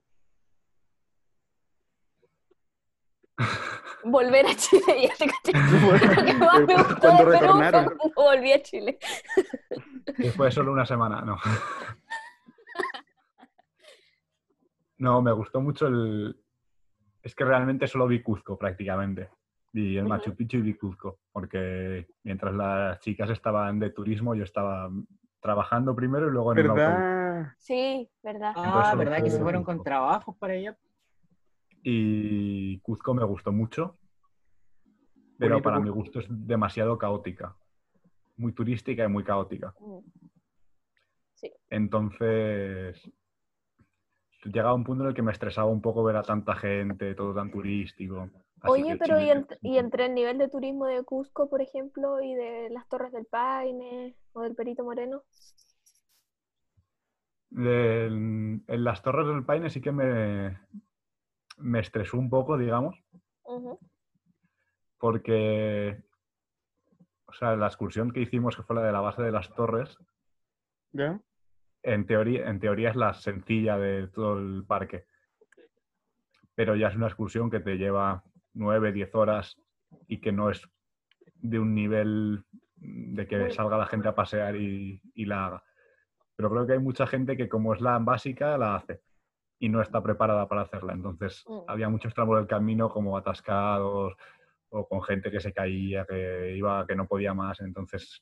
B: Volver a Chile, ya te caché. Lo que más me gustó de
D: Cuando
B: Perú fue
D: retornaron.
B: cuando volví a Chile.
E: Que fue solo una semana, no. No, me gustó mucho el... Es que realmente solo vi Cuzco prácticamente. Y el
B: Ujú.
E: Machu Picchu y vi Cuzco. Porque mientras las chicas estaban de turismo, yo estaba trabajando primero y luego en el autobús.
D: ¿Verdad?
B: Sí, verdad.
A: Ah, ¿verdad que se
E: Entonces,
A: fueron con trabajos para allá?
E: Y Cuzco me gustó mucho. Pero
D: Bonito
E: para mi
D: Cuzco.
E: gusto es demasiado caótica. Muy turística y muy caótica.
B: Mm.
E: Entonces, llegaba un punto en el que me estresaba un poco ver a tanta gente, todo tan turístico. Así
B: Oye,
E: que
B: pero
E: Chile-
B: y, ent- y entre el nivel de turismo de Cusco, por ejemplo, y de las Torres del Paine o del Perito Moreno?
E: De- en, en las Torres del Paine sí que me, me estresó un poco, digamos,
B: Ujú.
E: porque, o sea, la excursión que hicimos, que fue la de la base de las Torres,
D: ¿Ya?
E: en teoría, en teoría es la sencilla de todo el parque. Pero ya es una excursión que te lleva nueve, diez horas y que no es de un nivel de que
B: Muy-
E: salga la gente a pasear y, y la haga. Pero creo que hay mucha gente que como es la básica, la hace y no está preparada para hacerla. Entonces
B: Mm.
E: había muchos tramos del camino como atascados o con gente que se caía, que iba, que no podía más. Entonces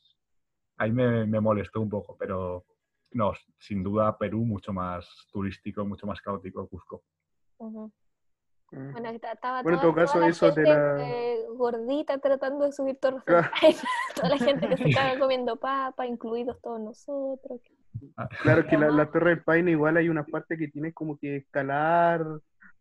E: ahí me, me molestó un poco, pero no, sin duda Perú mucho más turístico, mucho más caótico Cusco.
B: Ujú.
D: Mm.
B: Bueno, esta- estaba
D: Bueno, en
B: toda-
D: todo caso,
B: toda la
D: eso de
B: gente,
D: la-
B: eh, gordita tratando de subir Torres del
D: Claro.
B: Paine, [LAUGHS] toda la gente que
D: [LAUGHS]
B: se estaba comiendo papa, incluidos todos nosotros.
D: Claro que la, la Torre del Paine igual hay una parte que tiene como que escalar,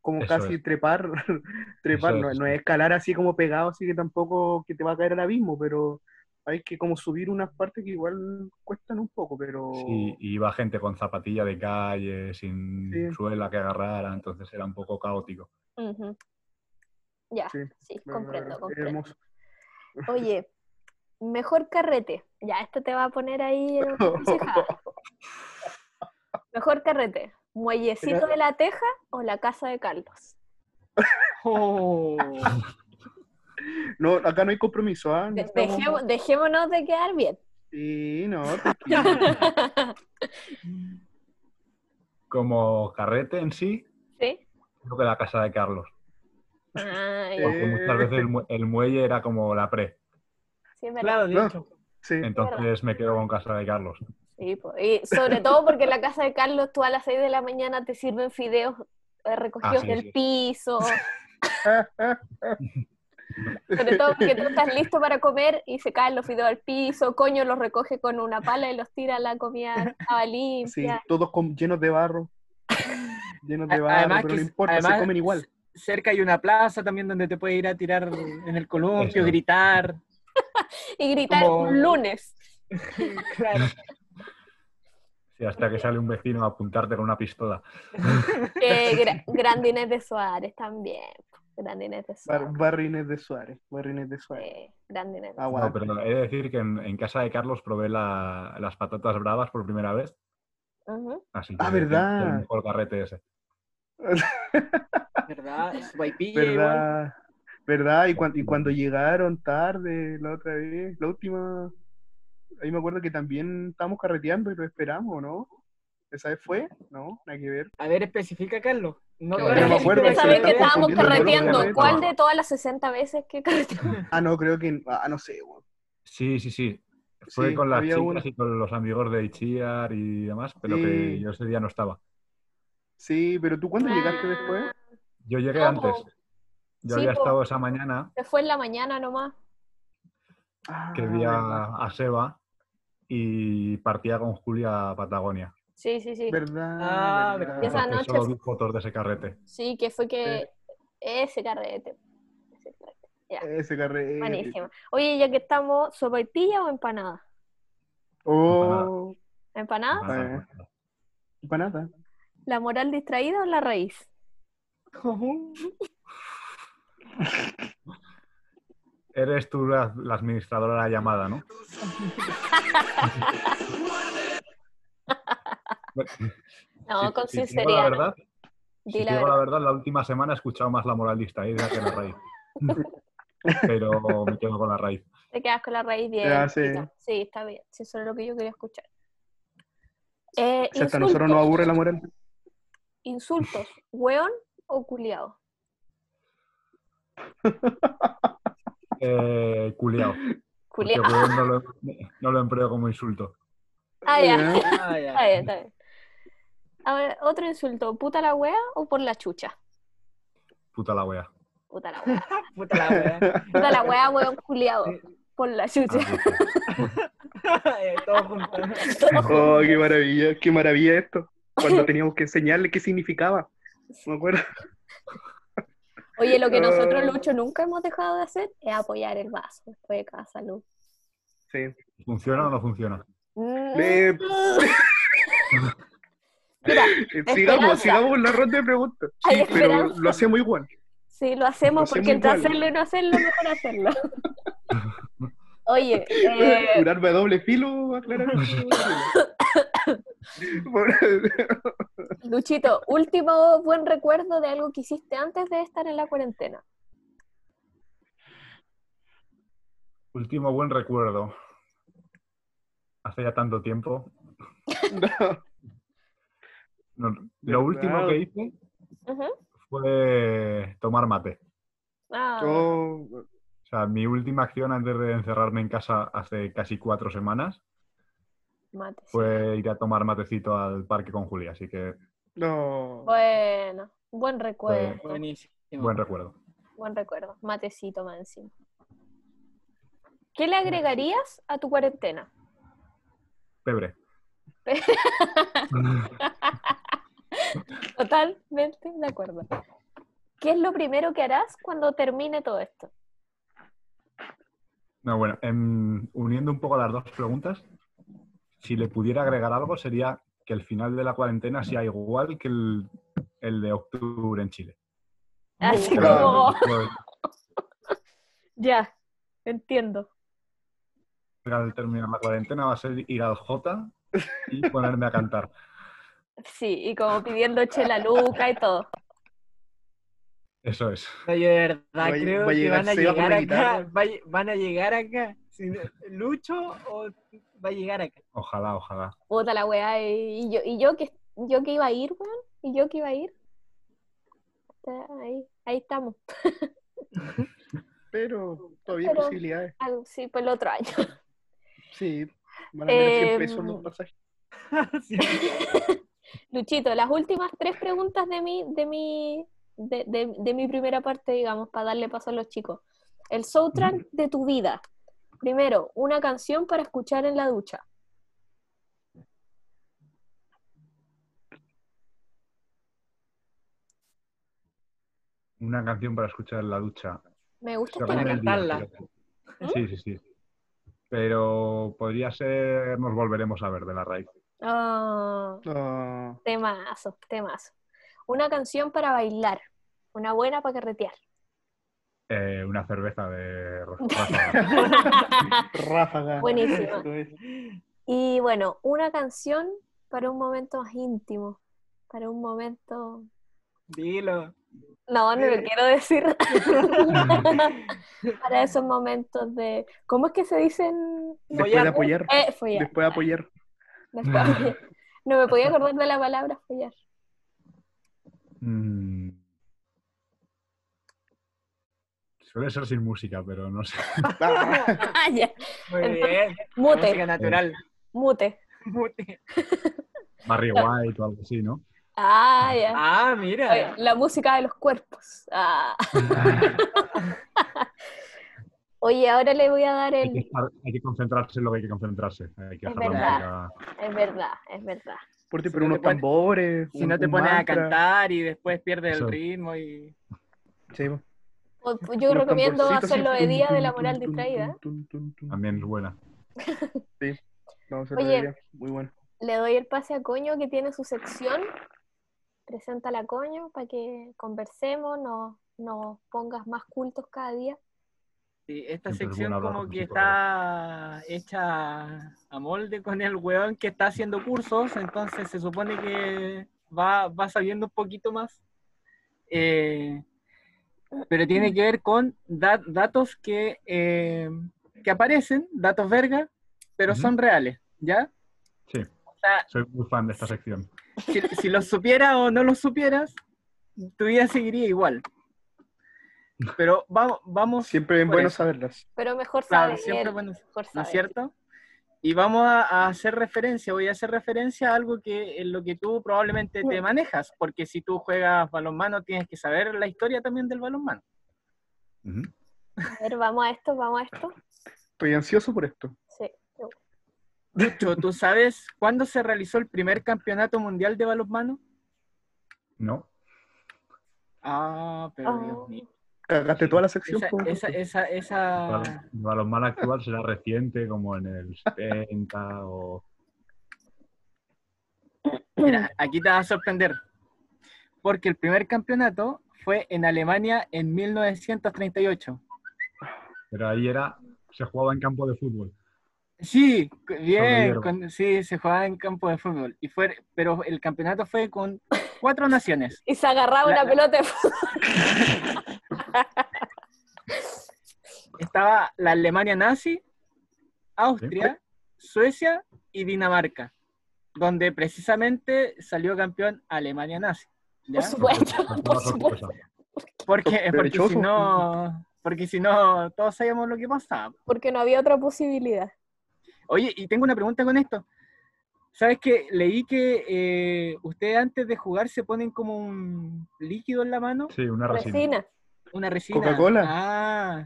D: como
E: Eso
D: casi
E: es.
D: trepar, [LAUGHS] trepar,
E: Eso
D: no,
E: es.
D: no es escalar así como pegado, así que tampoco que te va a caer al abismo, pero hay que como subir unas partes que igual cuestan un poco, pero
E: Sí, y iba gente con zapatilla de calle, sin
D: Oh. Sí.
E: suela que agarrara, entonces era un poco caótico.
B: Ujú. Ya,
D: Sí,
B: sí,
D: bueno,
B: comprendo,
D: es
B: comprendo.
D: hermoso.
B: Oye, mejor carrete. Ya, esto te va a poner ahí en una encrucijada. Mejor carrete. ¿Muellecito de la Teja o la casa de Carlos?
A: Oh. [LAUGHS]
D: No, acá no hay compromiso, ¿ah? No
B: De-
D: estamos-
B: dejemo- dejémonos de quedar bien. [LAUGHS]
D: Sí, no, tranquilo.
E: Como carrete en sí,
B: ¿Sí?
E: creo que la casa de Carlos.
B: Ay,
D: Eh.
E: Porque muchas veces el, mue- el muelle era como la pre.
B: sí, es verdad.
A: Claro,
D: Ah,
A: de hecho.
D: Sí.
E: Entonces me quedo con casa de Carlos.
B: Sí, po. y sobre todo porque en la casa de Carlos tú a las 6 de la mañana te sirven fideos eh, recogidos
E: Ah, sí,
B: del
E: sí.
B: piso. Sobre todo porque tú estás listo para comer y se caen los fideos al piso, coño los recoge con una pala y los tira a la comida estaba
D: Sí,
B: limpia.
D: todos con- llenos de barro. Llenos de barro,
A: Además,
D: pero
A: que-
D: no importa,
A: además-
D: se comen igual.
A: Cerca hay una plaza también donde te puedes ir a tirar en el columpio,
E: Eso.
A: gritar.
B: Y gritar
A: Como-
B: un lunes.
A: [LAUGHS] Claro.
E: Sí, hasta que sale un vecino a apuntarte con una pistola.
B: Eh, gra- gran Inés de Suárez también. Gran Inés de Suárez.
D: Bar- barrines de Suárez, barrines de Suárez.
B: eh, gran Inés de
E: No,
D: Aguanta.
E: pero he de decir que en, en casa de Carlos probé la- las patatas bravas por primera vez.
B: Suárez. Ujú.
E: Así que
D: Ah, ¿verdad?
E: el mejor carrete ese.
A: ¿Verdad? Su vaipilla igual.
D: ¿Verdad? ¿Verdad? Y, cuan- y cuando llegaron tarde, la otra vez, la última, ahí me acuerdo que también estábamos carreteando y lo esperamos, ¿no? ¿Esa vez fue? No, nada que ver.
A: A ver, especifica, Carlos. No,
E: Qué
A: todas
E: bueno.
A: las
E: No me
D: acuerdo,
A: veces
B: Esa vez que
A: carreteas.
B: estábamos
D: confundiendo el número de
B: carreteando,
D: veces.
B: ¿cuál de todas las 60 veces que carreteamos?
D: Ah, no, creo que. Ah, no sé, weón.
E: Sí, sí, sí. Fue
D: Sí,
E: con las
D: había
E: chicas
D: una.
E: y con los amigos de Ichiar y demás, pero
D: Sí.
E: que yo ese día no estaba.
D: Sí, pero tú cuándo llegaste después?
E: Yo llegué
B: Ah,
E: antes. Yo
B: Sí,
E: había
B: po.
E: estado esa mañana
B: Se fue en la mañana nomás.
D: Ah,
E: que vi a,
D: verdad.
E: a Seba y partía con Julia a Patagonia.
B: Sí, sí, sí.
D: Verdad.
A: Ah,
D: verdad.
B: Esa
E: Entonces
B: noche-
E: Solo vi fotos de ese carrete.
B: Sí, que fue que ese carrete. Ese carrete.
D: Ese carrete.
B: Buenísimo. Oye, ya que estamos, ¿sopaipilla o empanada?
D: Oh,
B: ¿Empanada?
E: Nada,
D: Eh. empanada.
B: ¿La moral distraída o la raíz?
A: ¿Cómo?
E: Eres tú la, la administradora de la llamada, ¿no?
B: No,
E: Si-
B: con
E: si te digo
B: sinceridad.
E: la verdad,
B: Di
E: si
B: la
E: te digo
B: verdad.
E: la verdad, la última semana he escuchado más la moralista ahí que la raíz. Pero me quedo con la raíz.
B: Te quedas con la raíz bien.
D: Ya, sí.
B: chiquito. Sí, está bien. Sí, eso es lo que yo quería escuchar. Eh,
D: Si hasta
B: insultos,
D: nosotros nos aburre la moral.
B: insultos, ¿Hueón o culiao?
E: Eh, culiao. Porque
B: Culiao.
E: hueón no lo, no lo empleo como insulto.
B: Ah, ya. [LAUGHS]
D: Eh,
A: Ah, ya.
B: Está bien, está bien. A ver, otro insulto, ¿puta la wea o por la chucha?
E: Puta la wea.
B: Puta la wea.
A: Puta la
D: [LAUGHS]
A: wea.
B: Puta la wea, hueón culiao.
A: Sí.
B: Por la chucha.
E: Ah, sí.
A: Eh, Todo junto.
D: Oh, qué maravilla, qué maravilla esto. Cuando teníamos que enseñarle qué significaba. Me acuerdo.
B: [LAUGHS] Oye, lo que nosotros,
D: Ah.
B: Lucho, nunca hemos dejado de hacer es apoyar el vaso después de cada salud.
D: Sí.
E: ¿Funciona o no funciona?
B: Mm.
D: Eh,
B: [LAUGHS] Mira,
D: sigamos,
B: esperanza.
D: sigamos la ronda de preguntas.
B: Hay
D: Sí, pero
B: esperanza.
D: lo hacemos igual.
B: Sí, lo
D: Lo
B: hacemos
D: hacemos
B: porque entre
D: igual.
B: hacerlo y no hacerlo, mejor
D: [LAUGHS]
B: hacerlo. Oye, eh,
D: Un arma de doble
B: [COUGHS]
D: filo, aclarar.
B: Luchito, último buen recuerdo de algo que hiciste antes de estar en la cuarentena.
E: Último buen recuerdo. Hace ya tanto tiempo.
D: [LAUGHS] No.
E: No, lo último
D: ¿Verdad?
E: que hice
B: Ujú.
E: fue tomar mate.
B: Ah,
D: Oh,
E: O sea, mi última acción antes de encerrarme en casa hace casi cuatro semanas
B: mate. sí.
E: fue ir a tomar matecito al parque con Julia. Así que
D: no.
B: Bueno, buen recuerdo.
A: Buenísimo.
E: buen recuerdo.
B: Buen recuerdo. Matecito más encima. ¿Qué le agregarías a tu cuarentena?
A: [LAUGHS]
E: Pebre. [LAUGHS]
B: Totalmente de acuerdo. ¿Qué es lo primero que harás cuando termine todo esto?
E: No, bueno, em, uniendo un poco las dos preguntas, si le pudiera agregar algo sería que el final de la cuarentena sea igual que el, el de octubre en Chile.
B: Así
E: Que
D: Claro.
A: Oh.
B: como,
E: la-
B: ya, entiendo.
E: que Al terminar la cuarentena va a ser ir al J y ponerme a cantar.
B: Sí, y como pidiendo chela luca y todo.
E: Eso es.
A: No, yo de verdad
D: Va a lle-
A: creo
D: va a
A: que
D: llegar
A: van a
D: Seba con
A: llegar
D: la
A: acá.
D: guitarra.
A: va a- van a llegar acá. Si no- ¿Lucho o va a llegar acá? [LAUGHS]
E: Ojalá, ojalá.
B: Puta la weá, y yo, y yo que yo que iba a ir, weón, y yo que iba a ir. Está Ahí, ahí estamos.
D: Pero todavía hay
B: Pero-
D: posibilidades.
B: Algo- Sí, pues el otro año.
D: Sí. Van a tener
B: Em,
D: siempre esos los pasajes.
A: Sí.
B: Luchito, las últimas tres preguntas de mi, de mi, de, de- de mi primera parte, digamos, para darle paso a los chicos. El soundtrack de tu vida. Primero, una canción para escuchar en la ducha.
E: Una canción para escuchar en la ducha.
B: Me gusta
E: Según
B: este
A: Pues Para
E: el
B: nombre.
E: día,
A: cantarla. ¿Eh?
E: creo. Sí, sí, sí. Pero podría ser Nos volveremos a ver de la raíz.
B: Ah, [LAUGHS]
D: No.
B: temazo, temazo. Una canción para bailar. Una buena para carretear. [LAUGHS]
E: Eh, una cerveza de Rafa.
D: Ráfaga.
B: Buenísima.
D: Eso es.
B: Y bueno, una canción para un momento más íntimo. Para un momento
A: Dilo.
B: No, no lo quiero decir. [LAUGHS] Para esos momentos de. ¿Cómo es que se dicen?
D: Después de apoyar.
B: Eh, follar.
D: Después
B: [LAUGHS]
D: de apoyar.
B: Después- no me podía acordar de la palabra follar.
E: Mm. Suele ser sin música, pero no sé.
D: Ah,
B: [LAUGHS] Ah, ya.
A: Muy bien.
B: Mute,
A: Música natural.
D: Eh.
B: mute.
A: Mute.
E: Barry White o algo
B: [LAUGHS]
E: así, ¿no?
B: Ah, ya.
A: Ah, mira.
B: Oye, la música de los cuerpos. Ah. Oye, ahora le voy a dar
E: Hay que,
B: el.
E: estar- hay que concentrarse en lo que hay que concentrarse. Hay que
B: Es
E: hacer la
B: verdad.
E: música.
B: Es verdad, es verdad.
D: Porque,
A: Si no
D: pero
A: te
D: unos
A: pones-
D: tambores.
A: Si
D: un-
A: no te
D: un
A: pones a
D: mantra.
A: cantar y después pierdes el
E: Eso.
A: ritmo y.
D: Sí, pues. po.
B: [LAUGHS] O- Yo
D: Los
B: recomiendo
D: tamborcitos,
B: hacerlo
D: sí.
B: de día
D: Tum,
B: de la
D: tum,
B: moral
D: tum, tum,
B: distraída. Ah.
D: tum, tum, tum, tum.
E: También es buena.
D: Vamos a hacerlo
B: Oye.
D: de día. Muy bueno.
B: Le doy el pase a Coño que tiene su sección. Preséntala a Coño para que conversemos, nos, nos pongas más cultos cada día.
A: Sí, esta
E: Siempre es
A: sección
E: bueno hablar
A: como
E: con
A: que
E: psicólogos.
A: está hecha a molde con el weón que está haciendo cursos, entonces se supone que va, va sabiendo un poquito más. Eh, pero tiene que ver con da- datos que, eh, que aparecen, datos verga, pero
E: Ujú.
A: son reales, ¿ya?
E: Sí.
A: O sea,
E: Soy muy fan de esta sección.
A: si, si los supieras o no los supieras, tu vida seguiría igual. Pero vamos, vamos
D: Siempre es
A: Por
D: bueno
A: eso.
D: saberlas.
B: Pero mejor
A: claro,
B: saber.
A: siempre bueno,
B: mejor
A: ¿no es
B: saber.
A: cierto? Y vamos a, a hacer referencia, voy a hacer referencia a algo que en lo que tú probablemente te manejas, porque si tú juegas balonmano tienes que saber la historia también del balonmano.
E: Ujú.
B: A ver, vamos a esto, vamos a esto.
D: Estoy ansioso por esto.
B: Sí.
A: Lucho, ¿tú sabes cuándo se realizó el primer campeonato mundial de balonmano?
E: ¿No?
A: Ah, pero
B: Oh.
A: Dios mío.
D: Cagaste toda la sección.
A: Esa,
D: po.
A: esa, esa,
B: Ah.
A: esa-
E: El balonmano actual será reciente, como en el 70 o...
A: Mira, aquí te vas a sorprender, porque el primer campeonato fue en Alemania en 1938.
E: Pero ahí era... Se jugaba en campo de fútbol.
A: Sí, cu- bien,
E: hierba.
A: con- sí, se jugaba en campo de fútbol. Y fue, pero el campeonato fue con cuatro naciones.
B: Y se agarraba
A: La-
B: una pelota.
A: Estaba la Alemania nazi, Austria, Suecia y Dinamarca, donde precisamente salió campeón Alemania nazi. ¿ya?
B: Por supuesto,
E: Nos daba
B: [LAUGHS] por supuesto.
E: sorpresa.
A: Porque, eh, porque si
D: Sospechoso.
A: no, porque si no, todos sabíamos lo que pasaba.
B: Porque no había otra posibilidad.
A: Oye, y tengo una pregunta con esto. ¿Sabes qué? Leí que eh, ustedes antes de jugar se ponen como un líquido en la mano,
E: Sí, una resina.
B: Resina.
A: una resina.
D: Coca-Cola.
A: Ah.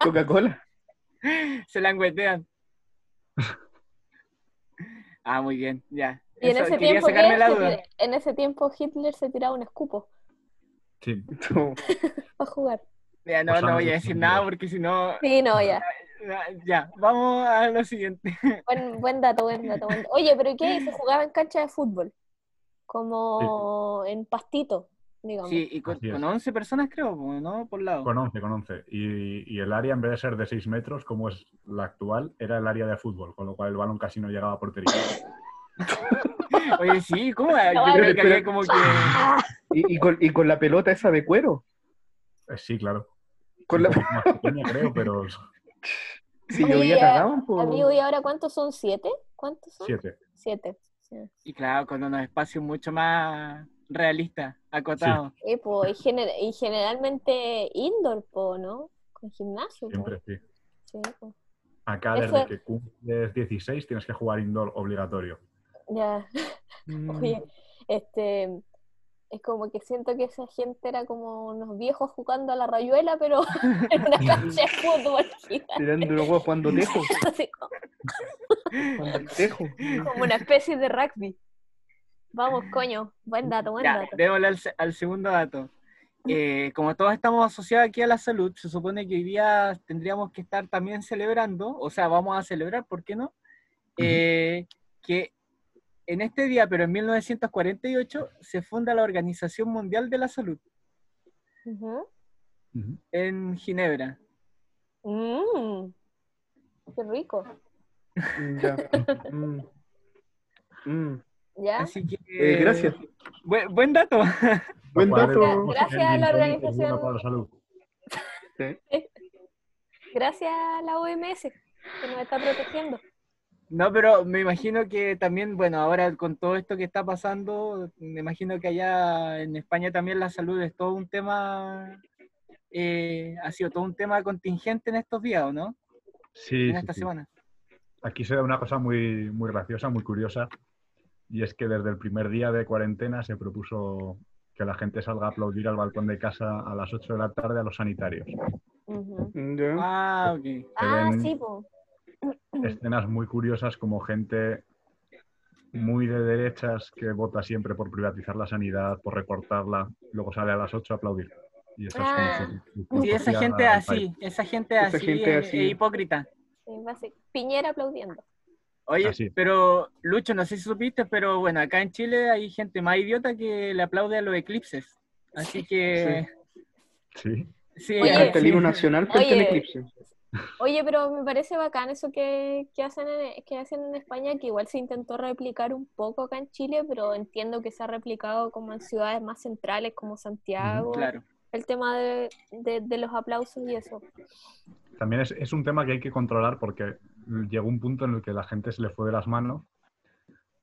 D: Coca-Cola. [LAUGHS]
A: Se languetean. Ah, muy bien, ya.
B: Y en
A: Eso,
B: ese
A: quería
B: tiempo,
A: sacarme
B: ¿qué?
A: la
B: Se
A: duda.
B: tira- en ese tiempo Hitler se tiraba un escupo
E: Sí,
D: No.
B: para jugar.
A: Ya, no,
E: Pues
A: no
E: son
A: voy a
E: los
A: decir
E: dos.
A: nada porque si no.
B: Sí, no, ya.
A: Ya, vamos a lo siguiente.
B: Buen, buen dato, buen dato, buen dato. Oye, pero ¿qué? Se jugaba en cancha de fútbol. Como en pastito, digamos.
A: Sí, y con,
E: Así es.
A: con 11 personas creo, ¿no? Por lado.
E: con 11, con 11. Y, y el área, en vez de ser de 6 metros, como es la actual, era el área de fútbol, con lo cual el balón casi no llegaba a portería.
A: Oye, sí,
B: [LAUGHS]
A: ¿cómo? Yo
B: vale.
A: creo que había como que.
B: Ah,
D: Y, y con, y con la pelota esa de cuero.
E: Eh, Sí, claro.
D: Con la... [LAUGHS]
E: Un poco más pequeña, creo, pero
D: Si
B: Oye,
D: llovía,
B: eh,
D: cagaban. po.
B: amigo, ¿y ahora cuántos son? ¿Siete? ¿Cuántos son?
E: 7.
B: Siete.
A: Y claro, con unos espacios mucho más realistas, acotados.
B: Eh, po, y, gener- y generalmente indoor, po, ¿no? Con gimnasio. po.
E: Siempre, sí.
B: Sí, po.
E: Acá,
B: Eso-
E: desde que cumples 16, tienes que jugar indoor obligatorio.
B: Ya. [LAUGHS]
A: Mm.
B: Oye, este, es como que siento que esa gente era como unos viejos jugando a la rayuela, pero [LAUGHS] en una cancha de fútbol
A: [LAUGHS]
B: gigante,
D: Tirando los huevos cuando tejo.
B: así como, [LAUGHS]
D: Cuando tejo.
B: como una especie de rugby. Vamos, coño, buen dato, buen
A: Ya,
B: dato.
A: démosle al, se- al segundo dato. Eh, como todos estamos asociados aquí a la salud, se supone que hoy día tendríamos que estar también celebrando, o sea, vamos a celebrar, ¿por qué no? Eh, que en este día, pero en 1948, se funda la Organización Mundial de la Salud
B: Ujú.
A: en Ginebra.
B: Mm, qué rico.
D: Mm, Ya. Mm. Mm.
B: ¿Ya?
A: Así que...
D: Eh, gracias.
A: bu- Buen, dato.
D: Buen
E: Lo cual
D: dato.
E: es-
D: Gra-
B: gracias a la
E: es bueno
B: organización.
E: para la salud.
B: Gracias a la OMS que nos está protegiendo.
A: No, pero me imagino que también, bueno, ahora con todo esto que está pasando, me imagino que allá en España también la salud es todo un tema, eh, ha sido todo un tema contingente en estos días, ¿o no?
E: Sí,
A: en
E: sí,
A: esta
E: sí.
A: semana.
E: Aquí se da una cosa muy, muy graciosa, muy curiosa, y es que desde el primer día de cuarentena se propuso que la gente salga a aplaudir al balcón de casa a las 8 de la tarde a los sanitarios.
B: Ujú.
D: Ya.
A: Ah, ok.
B: Ah,
E: ven-
B: sí, po.
E: Escenas muy curiosas como gente muy de derechas que vota siempre por privatizar la sanidad, por recortarla, luego sale a las 8 a aplaudir. Y eso es como
B: Ah.
E: su- su
A: Sí, esa
E: propia
A: gente es
E: país.
A: así, esa gente es
D: Esa
A: así,
D: gente
A: es,
D: así.
A: es hipócrita.
B: Sí, va a ser- Piñera aplaudiendo.
A: Oye,
E: Así.
A: pero Lucho, no sé si supiste, pero bueno, acá en Chile hay gente más idiota que le aplaude a los eclipses. Así que...
E: Sí,
A: Sí,
B: Oye.
A: así-
D: Canta el himno nacional, pero
B: Oye.
D: en eclipse.
B: Oye, pero me parece bacán eso que, que hacen en, que hacen en España, que igual se intentó replicar un poco acá en Chile, pero entiendo que se ha replicado como en ciudades más centrales como Santiago,
A: Claro.
B: el tema de, de- de los aplausos y eso.
E: también es, es un tema que hay que controlar porque llegó un punto en el que la gente se le fue de las manos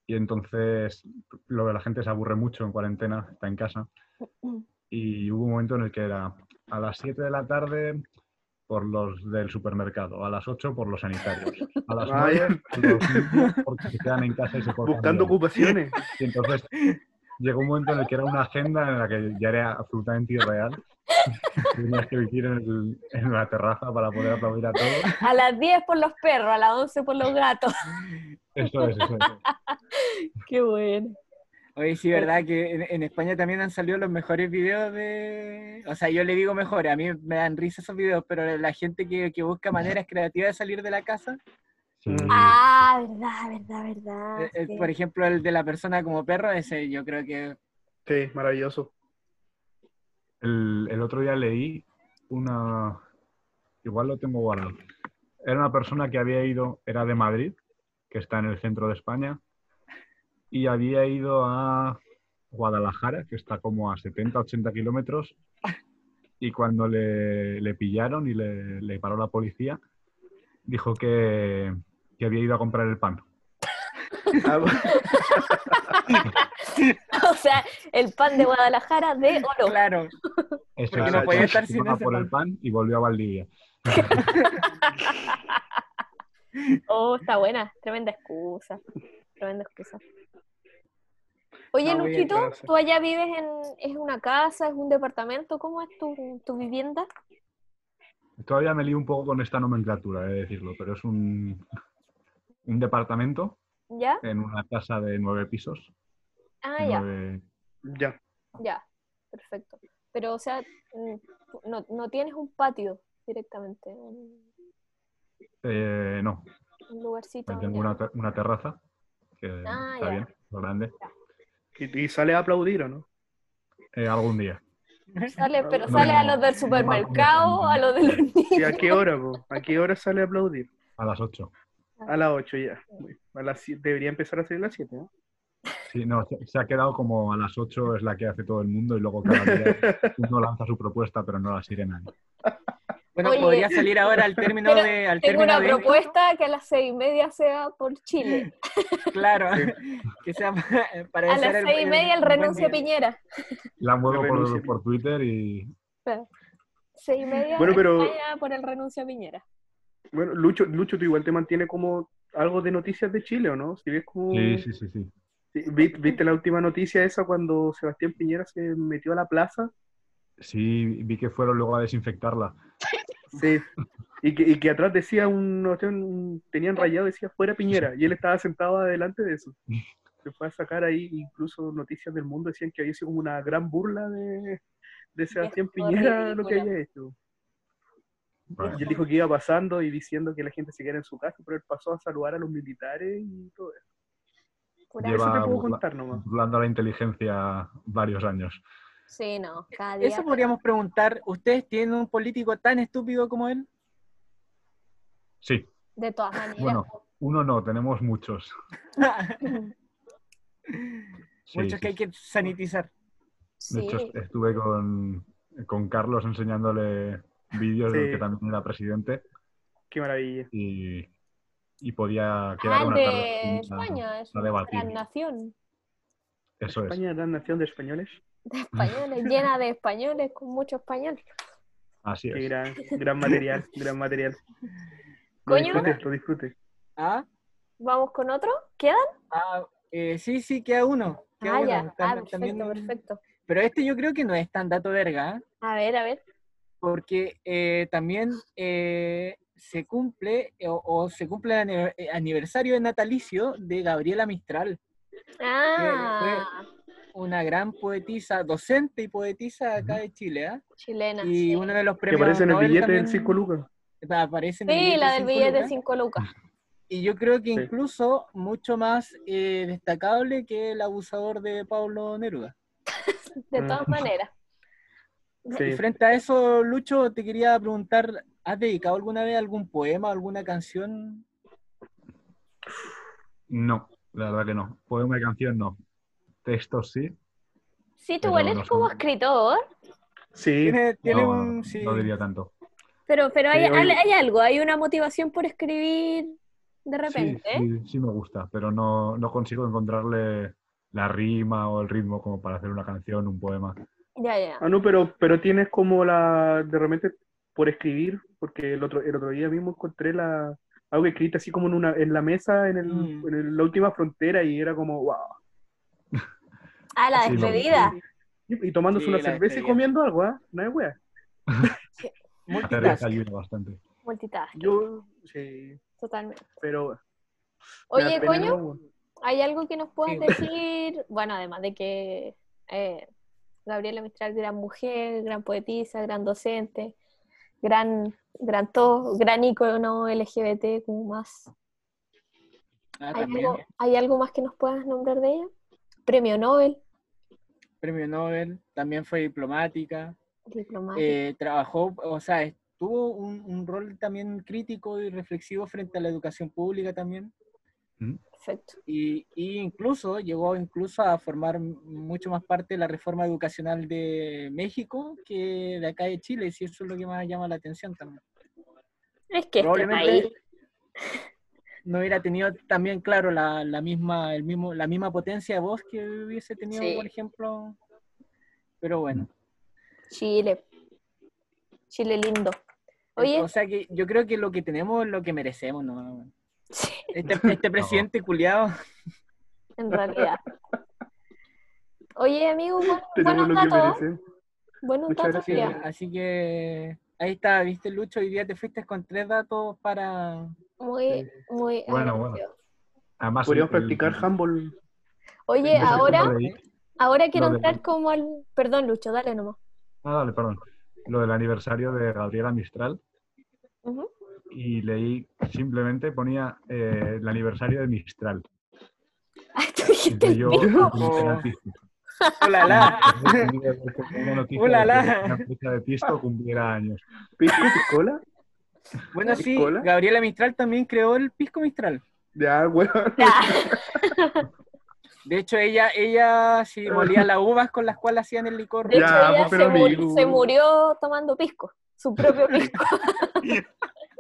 E: y entonces lo de la gente se aburre mucho en cuarentena, está en casa. Y hubo un momento en el que era a las 7 de la tarde por los del supermercado, a las 8 por los sanitarios, a las
D: Vaya.
E: 9 por los niños porque se quedan en casa y se portan
D: Buscando
E: bien.
D: ocupaciones.
E: Y entonces llegó un momento en el que era una agenda en la que ya era absolutamente irreal. [LAUGHS] Tenías que vivir en, el- en la terraza para poder aplaudir a todos.
B: A las 10 por los perros, a las 11 por los gatos.
E: Eso es, eso es.
B: [LAUGHS] Qué bueno.
A: Oye, sí, verdad que en, en España también han salido los mejores videos de... O sea, yo le digo mejores, a mí me dan risa esos videos, pero la gente que, que busca maneras creativas de salir de la casa,
E: Sí.
B: Ah, verdad, verdad, verdad.
A: eh, eh,
B: Ah, sí.
A: por ejemplo, el de la persona como perro, ese yo creo que...
D: Sí, maravilloso.
E: El, el otro día leí una... Igual lo tengo guardado. Era una persona que había ido, era de Madrid, que está en el centro de España, y había ido a Guadalajara, que está como a 70, 80 kilómetros, y cuando le, le pillaron y le, le paró la policía, dijo que, que había ido a comprar el pan.
D: Ah, [LAUGHS] bueno.
B: [LAUGHS] O sea, el pan de Guadalajara de oro.
A: Claro,
E: Ese
A: Porque
E: día
A: no podía
E: se
A: estar sin
E: iba
A: ese
E: por el pan y volvió a Valdivia.
B: Oh, está buena, tremenda excusa, tremenda excusa. Oye,
A: No, muy bien,
B: Luquito,
D: Franza.
B: ¿tú allá vives en es una casa, es un departamento? ¿Cómo es tu, tu vivienda?
E: Todavía me lío un poco con esta nomenclatura, he de decirlo, pero es un, un departamento
B: ¿Ya?
E: en una casa de nueve pisos.
B: Ah, ya,
E: nueve-
D: Ya.
B: ya, perfecto. Pero, o sea, mm, no, no tienes un patio directamente, un,
E: eh, no,
B: un lugarcito.
E: tengo
B: ya.
E: una, ter- una terraza que
B: Ah,
E: está
B: ya.
E: bien, lo grande.
D: Y, y sale a aplaudir, ¿o no?
E: Eh, algún día.
B: Sale, pero
E: No,
B: sale a
E: no,
B: los del
E: no,
B: supermercado,
E: no,
B: a los de los niños.
D: ¿Y a qué hora, po? ¿A qué hora sale a aplaudir?
E: A las ocho.
D: A las 8 ya. Muy- A las siete- Debería empezar a salir a las 7, ¿no?
E: Sí, no, se, se ha quedado como a las ocho es la que hace todo el mundo y luego cada día uno lanza su propuesta, pero no la sigue nadie.
A: bueno,
B: Oye.
A: podría salir ahora al término
B: Pero
A: de... Al
B: Tengo
A: término
B: una
A: de esto,
B: propuesta que a las seis y media sea por Chile.
A: Claro, [LAUGHS] que sea para... [LAUGHS] para
B: A las
A: desear el-
B: seis y media el
A: un buen
B: renuncio a
A: día.
B: Piñera.
E: La muevo
D: Renuncio.
E: por, por Twitter y
B: Seis y media
D: Bueno, pero-
B: España por el renuncio a Piñera.
D: Bueno, Lucho, Lucho, tú igual te mantiene como algo de noticias de Chile, ¿o no? Si ves como...
E: sí, sí, sí, sí.
D: Sí, vi- ¿Viste la última noticia esa cuando Sebastián Piñera se metió a la plaza?
E: Sí, vi que fueron luego a desinfectarla.
D: Sí. Y que, y que atrás decía un, un- Tenían rayado, decía fuera Piñera. Y él estaba sentado adelante de eso. Se fue a sacar ahí, incluso noticias del mundo decían que había sido como una gran burla de, de Sebastián
B: Viejo
D: Piñera lo que
B: ridículo.
D: había hecho.
E: Bueno.
D: Y él dijo que iba pasando y diciendo que la gente se quedara en su casa, pero él pasó a saludar a los militares y todo eso.
B: Pura-
E: Lleva-
D: Eso te puedo
E: burla-
D: contar nomás.
E: burlando la inteligencia varios años.
B: Sí, no, cada día.
A: Eso podríamos preguntar, ¿ustedes tienen un político tan estúpido como él? [LAUGHS]
E: Sí,
B: De todas maneras. [CLEARS THROAT]
E: Bueno. uno no, tenemos muchos. Sí,
A: Muchos que
E: sí,
A: hay que sanitizar.
E: De
B: Sí,
E: hecho, est- estuve con, con Carlos enseñándole vídeos
D: Sí.
E: del que también era presidente
D: Qué maravilla.
E: y, y podía quedar
B: ah,
E: una
B: de
E: tarde sin-
B: España, es
E: a
B: una
E: debatir.
B: gran nación
E: [LAUGHS] Eso es.
D: España es la nación de españoles.
B: de españoles, llena de españoles, con mucho español.
E: Así
D: Qué
E: es.
D: gran, gran
E: [LAUGHS]
D: material, gran material. Lo
B: Coño.
D: disfrutes, lo disfrutes.
A: ¿Ah?
B: ¿Vamos con otro? ¿Quedan?
A: ah, eh, sí, sí, queda uno. queda
B: Ah,
A: uno.
B: ya.
A: Están-
B: Ah,
A: están viendo-
B: perfecto, perfecto.
A: Pero este yo creo que no es tan dato verga, ¿eh?
B: A ver, a ver.
A: porque eh, también eh, se cumple eh, o, o se cumple el aniver- eh, aniversario de natalicio de Gabriela Mistral,
B: Ah,
A: una gran poetisa, docente y poetisa acá de Chile, ¿ah?
B: chilena.
A: Y
B: sí.
A: uno de los
D: Que
A: premios
D: aparece en el
A: Nobel
D: billete
A: también- Ah,
D: del 5 lucas.
A: Aparece en el
B: Sí,
A: billete
B: la
A: de
B: del
A: cinco
B: billete de
A: lucas.
B: 5 lucas.
A: Y yo creo que
D: Sí.
A: incluso mucho más eh, destacable que el abusador de Pablo Neruda.
B: De
E: Mm.
B: todas
E: [LAUGHS]
B: maneras.
A: Y
D: Sí.
A: frente a eso, Lucho, te quería preguntar, ¿has dedicado alguna vez algún poema, alguna canción?
E: No, la verdad que no. Poema y canción no. Textos sí.
B: Sí, tú
E: Pero
B: igual eres
E: no
B: como
E: son-
B: escritor,
D: Sí,
A: Tiene, tiene
E: no,
A: un...
E: no,
A: sí.
E: no diría tanto.
B: pero, pero hay,
D: Sí, oye.
B: hay- hay algo, hay una motivación por escribir de repente.
E: Sí, sí, sí me gusta, pero no, no consigo encontrarle la rima o el ritmo como para hacer una canción, un poema.
B: Ya, ya.
D: Ah, no, pero, pero tienes como la, de repente, por escribir, porque el otro, el otro día mismo encontré la, algo que escribiste así como en, una, en la mesa, en, el,
A: Mm.
D: en el- la última frontera, y era como, wow.
B: Ah, la
E: Sí, me gusta.
B: despedida.
D: Y, y tomándose
A: Sí,
D: una
A: la
D: cerveza y
A: despedida.
D: comiendo algo, ¿ah? No es wea.
E: Hacer
A: Multitask.
E: esa ayuda bastante.
B: Multitask,
D: Yo, sí,
B: totalmente.
D: pero... me da
B: Oye,
D: pena,
B: coño,
D: ¿no?
B: ¿hay algo que nos puedas
A: Sí.
B: decir? Bueno, además de que eh, Gabriela Mistral, gran mujer, gran poetisa, gran docente, gran, gran todo, gran ícono LGBT, como más.
A: Ah,
B: ¿Hay
A: también,
B: algo,
A: eh,
B: ¿Hay algo más que nos puedas nombrar de ella? Premio Nobel,
A: Premio Nobel, también fue diplomática.
B: diplomático.
A: eh, trabajó, o sea, es- tuvo un, un rol también crítico y reflexivo frente a la educación pública también.
B: Perfecto.
A: Y, y incluso llegó incluso a formar m- mucho más parte de la reforma educacional de México que de acá de Chile, si eso es lo que más llama la atención también.
B: Es que este país,
A: Probablemente no hubiera tenido también, claro, la, la misma, el mismo, la misma potencia de voz que hubiese tenido,
B: Sí.
A: por ejemplo. Pero bueno.
B: Chile. Chile lindo. Oye,
A: eh, O sea que yo creo que lo que tenemos es lo que merecemos, ¿no?
B: [LAUGHS] Sí.
A: Este, este presidente culiado.
B: en realidad. Oye, amigo, bu-
D: [LAUGHS]
B: buenos
D: Tenemos lo que
B: datos.
D: merecen.
B: Buenos
D: Muchas
B: datos,
D: gracias.
B: ya.
A: Así que ahí está, viste Lucho, hoy día te fuiste con tres datos para...
B: Muy, muy.
E: Bueno, bueno.
B: agradecido.
E: Además,
D: Podríamos
E: Ah, el-
D: practicar handball.
B: Oye,
E: el-
B: ahora,
E: lo de-
B: ahora quiero
E: lo de-
B: entrar como al. Perdón, Lucho, dale nomás.
E: ah, dale, perdón. Lo del aniversario de Gabriela Mistral
B: Ujú. [LAUGHS]
E: y leí simplemente ponía eh, el aniversario de Mistral.
B: Ay, tú dijiste
E: Y
B: el
E: yo [LAUGHS]
B: pico.
E: encontré la pista.
A: ¡Hola,
E: [LAUGHS]
A: la!
E: Una noticia
A: Hola,
E: de
A: la.
E: que una fecha de Pisco cumpliera años.
D: ¿Pisco piscola?
A: Bueno, sí,
D: ¿Piscola?
A: Gabriela Mistral también creó el Pisco Mistral.
D: Ya, weón. [LAUGHS]
B: Ya.
A: De hecho, ella, ella sí molía las uvas con las cuales hacían el licor.
B: De hecho,
D: Ya,
B: ella
D: pues, pero
B: se, mu-
D: amigo.
B: se murió tomando pisco. Su
D: [LAUGHS]
B: propio pisco.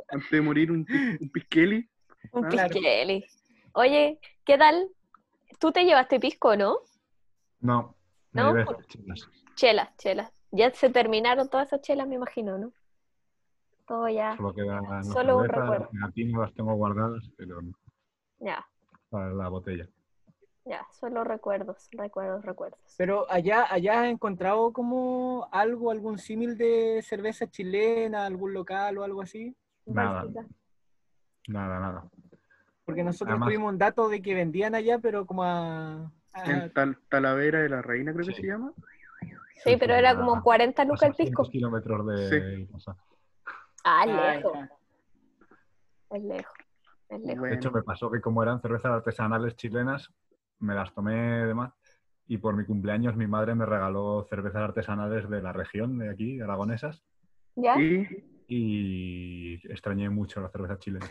D: Antes de morir un, pis- un pisqueli.
B: Un
D: Ah,
A: claro.
B: pisqueli. Oye, ¿qué tal? ¿Tú te llevaste pisco, no?
E: No, me
B: No,
E: llevé
B: por-
E: esas chelas.
B: Chelas, chelas. Ya se terminaron todas esas chelas, me imagino, ¿no? Todo ya,
E: Solo quedan las
B: Solo un
E: cervezas,
B: recuerdo.
E: las pegatinas las tengo guardadas, pero no,
B: ya,
E: para la botella.
B: ya, solo recuerdos, recuerdos, recuerdos.
A: Pero allá, allá has encontrado como algo, algún símil de cerveza chilena, algún local o algo así.
E: Nada.
B: Básica.
E: Nada, nada.
A: Porque nosotros
E: Además-
A: tuvimos un dato de que vendían allá, pero como a... a-
D: En Tal- Talavera de la Reina, creo que
E: Sí.
D: se llama.
B: Sí, pero era como
E: a-
B: 40
E: a
B: lucas el
E: 600
B: pisco.
E: kilómetros de casa.
B: Ah,
A: Ahí
B: lejos,
A: está.
B: es lejos, es lejos.
E: De hecho, me pasó que como eran cervezas artesanales chilenas, me las tomé de más. Y por mi cumpleaños mi madre me regaló cervezas artesanales de la región de aquí, aragonesas,
B: ¿Ya?
D: Y
E: y extrañé mucho las cervezas chilenas.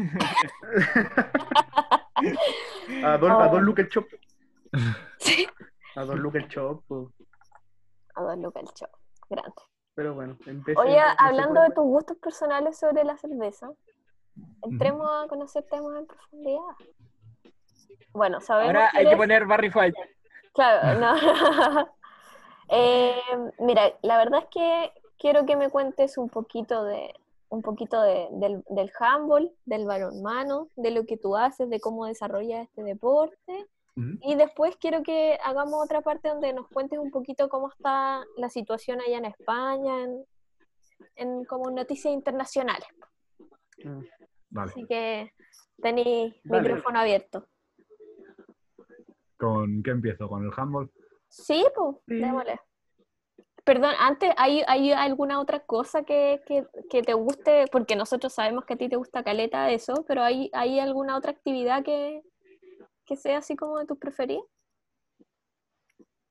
D: a Don, a
B: Oh.
D: don Luke el Chop.
B: [LAUGHS] Sí.
D: A Don Luke el Chop. po.
B: A dos lucas el show. Grande.
D: Pero bueno, empecé.
B: Oye, hablando de tus gustos personales sobre la cerveza, entremos a conocer temas en profundidad. Bueno, sabemos
A: Ahora
B: que
A: hay que
B: eres-
A: poner Barry White.
B: Claro, no. [LAUGHS] Eh, mira, la verdad es que quiero que me cuentes un poquito de un poquito de- del, del handball, del balonmano, de lo que tú haces, de cómo desarrollas este deporte.
E: Ujú.
B: Y después quiero que hagamos otra parte donde nos cuentes un poquito cómo está la situación allá en España, en, en como noticias internacionales.
E: Vale.
B: Así que tenéis
D: Dale.
B: micrófono abierto.
E: ¿Con qué empiezo? ¿Con el handball?
B: Sí, pues, démosle. Perdón, antes, ¿hay, hay alguna otra cosa que, que- que te guste? Porque nosotros sabemos que a ti te gusta caleta eso, pero ¿hay, hay alguna otra actividad que, que sea así como de tus preferidas?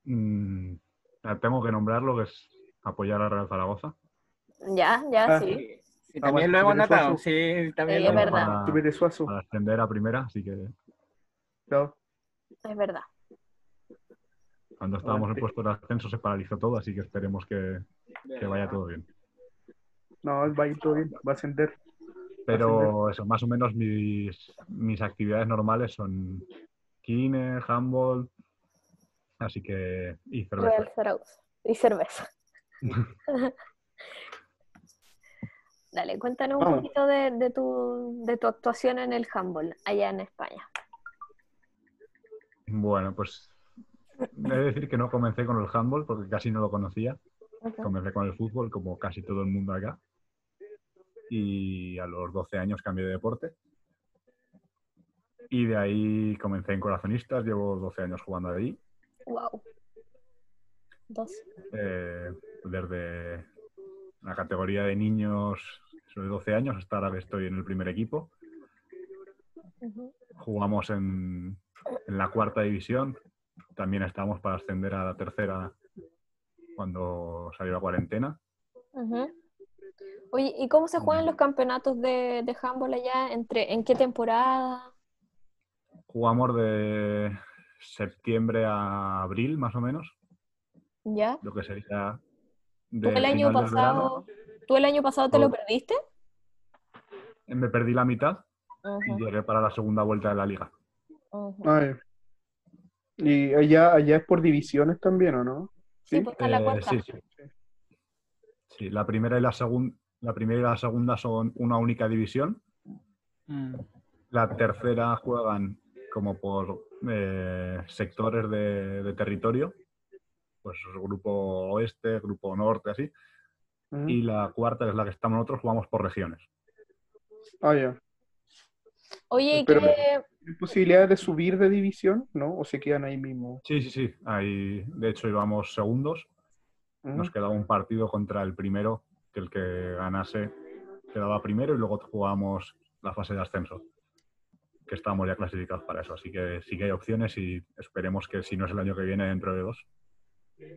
E: Mm, ah, tengo que nombrarlo, que es apoyar a Real Zaragoza.
B: Ya, ya,
D: Ah,
B: sí.
A: Sí, también lo
D: Aguante,
A: hemos notado.
D: Pérez Suazo.
A: Sí, también
B: Sí,
A: lo
B: es
A: hemos
B: verdad.
A: notado.
E: Para,
D: Tuve de suazo.
E: para ascender a primera, así que
D: Chao.
B: Es verdad.
E: cuando estábamos en
D: Aguante.
E: puesto de ascenso se paralizó todo, así que esperemos que, que vaya todo bien.
D: No, va a ir todo bien, va a ascender.
E: Pero eso, más o menos mis, mis actividades normales son kine, handball, así que. y cerveza.
B: Real Zaragoza. Y cerveza. Dale, cuéntanos un
D: Vamos.
B: poquito de, de tu, de tu actuación en el handball allá en España.
E: Bueno, pues he de decir que no comencé con el handball porque casi no lo conocía. Comencé con el fútbol, como casi todo el mundo acá. Y a los 12 años cambié de deporte. Y de ahí comencé en Corazonistas, llevo 12 años jugando ahí.
B: Wow. Dos.
E: eh, desde la categoría de niños sobre 12 años hasta ahora que estoy en el primer equipo.
B: Ujú.
E: Jugamos en, en la cuarta división, también estamos para ascender a la tercera cuando salió la cuarentena.
B: Ujú. Oye, ¿y cómo se juegan
E: Ujú.
B: los campeonatos de, de handball allá? ¿Entre, ¿En qué temporada?
E: Jugamos de septiembre a abril, más o menos,
B: ¿Ya?
E: lo que sería...
B: ¿Tú
E: del
B: el año
E: final del verano.
B: pasado, ¿tú el año pasado te lo
E: Oh.
B: perdiste?
E: Me perdí la mitad y
B: Ujú,
E: llegué para la segunda vuelta de la liga.
B: ujú.
D: Ay. Y allá, allá es por divisiones también, ¿o no?
B: Sí, pues está en la
E: Eh,
B: cuarta.
E: sí, sí. Sí, la primera y la segunda, la primera y la segunda son una única división.
A: Mm.
E: La tercera juegan como por eh, sectores de, de territorio, pues grupo oeste, grupo norte, así.
D: Ujú.
E: Y la cuarta, que es la que estamos nosotros, jugamos por regiones.
D: Ah, ya.
B: Oye, ¿y
D: Pero-
B: qué-
D: ¿Hay posibilidades de subir de división, no? ¿O se quedan ahí mismo?
E: Sí, sí, sí. Ahí, de hecho, íbamos segundos.
D: Ujú.
E: Nos quedaba un partido contra el primero, que el que ganase quedaba primero y luego jugamos la fase de ascenso, que estábamos ya clasificados para eso. Así que sí que hay opciones y esperemos que si no es el año que viene, dentro de dos.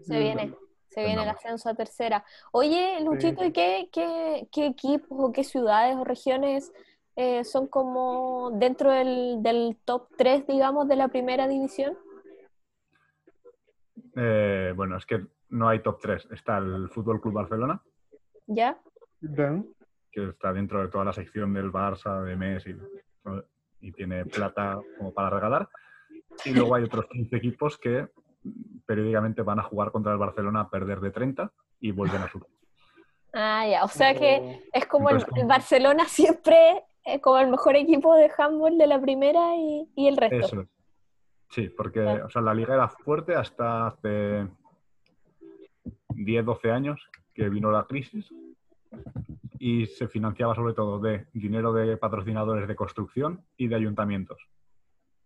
B: Se viene, se viene el
E: Vamos.
B: ascenso a tercera. Oye, Luchito, ¿y qué, qué, qué equipos o qué ciudades o regiones eh, son como dentro del, del top 3, digamos, de la primera división?
E: Eh, bueno, es que no hay top 3. Está el Fútbol Club Barcelona,
B: ¿Ya?
D: Ya.
E: que está dentro de toda la sección del Barça, de Messi, y tiene plata como para regalar. Y luego hay otros 15 equipos que periódicamente van a jugar contra el Barcelona a perder de 30 y vuelven a subir.
B: Ah, ya. O sea que Es como el,
E: Entonces,
B: el
E: como-
B: Barcelona siempre es como el mejor equipo de handball de la primera y, y el resto.
E: Eso es. Sí, porque
B: Ya.
E: o sea, la liga era fuerte hasta hace 10, 12 años que vino la crisis y se financiaba sobre todo de dinero de patrocinadores de construcción y de ayuntamientos.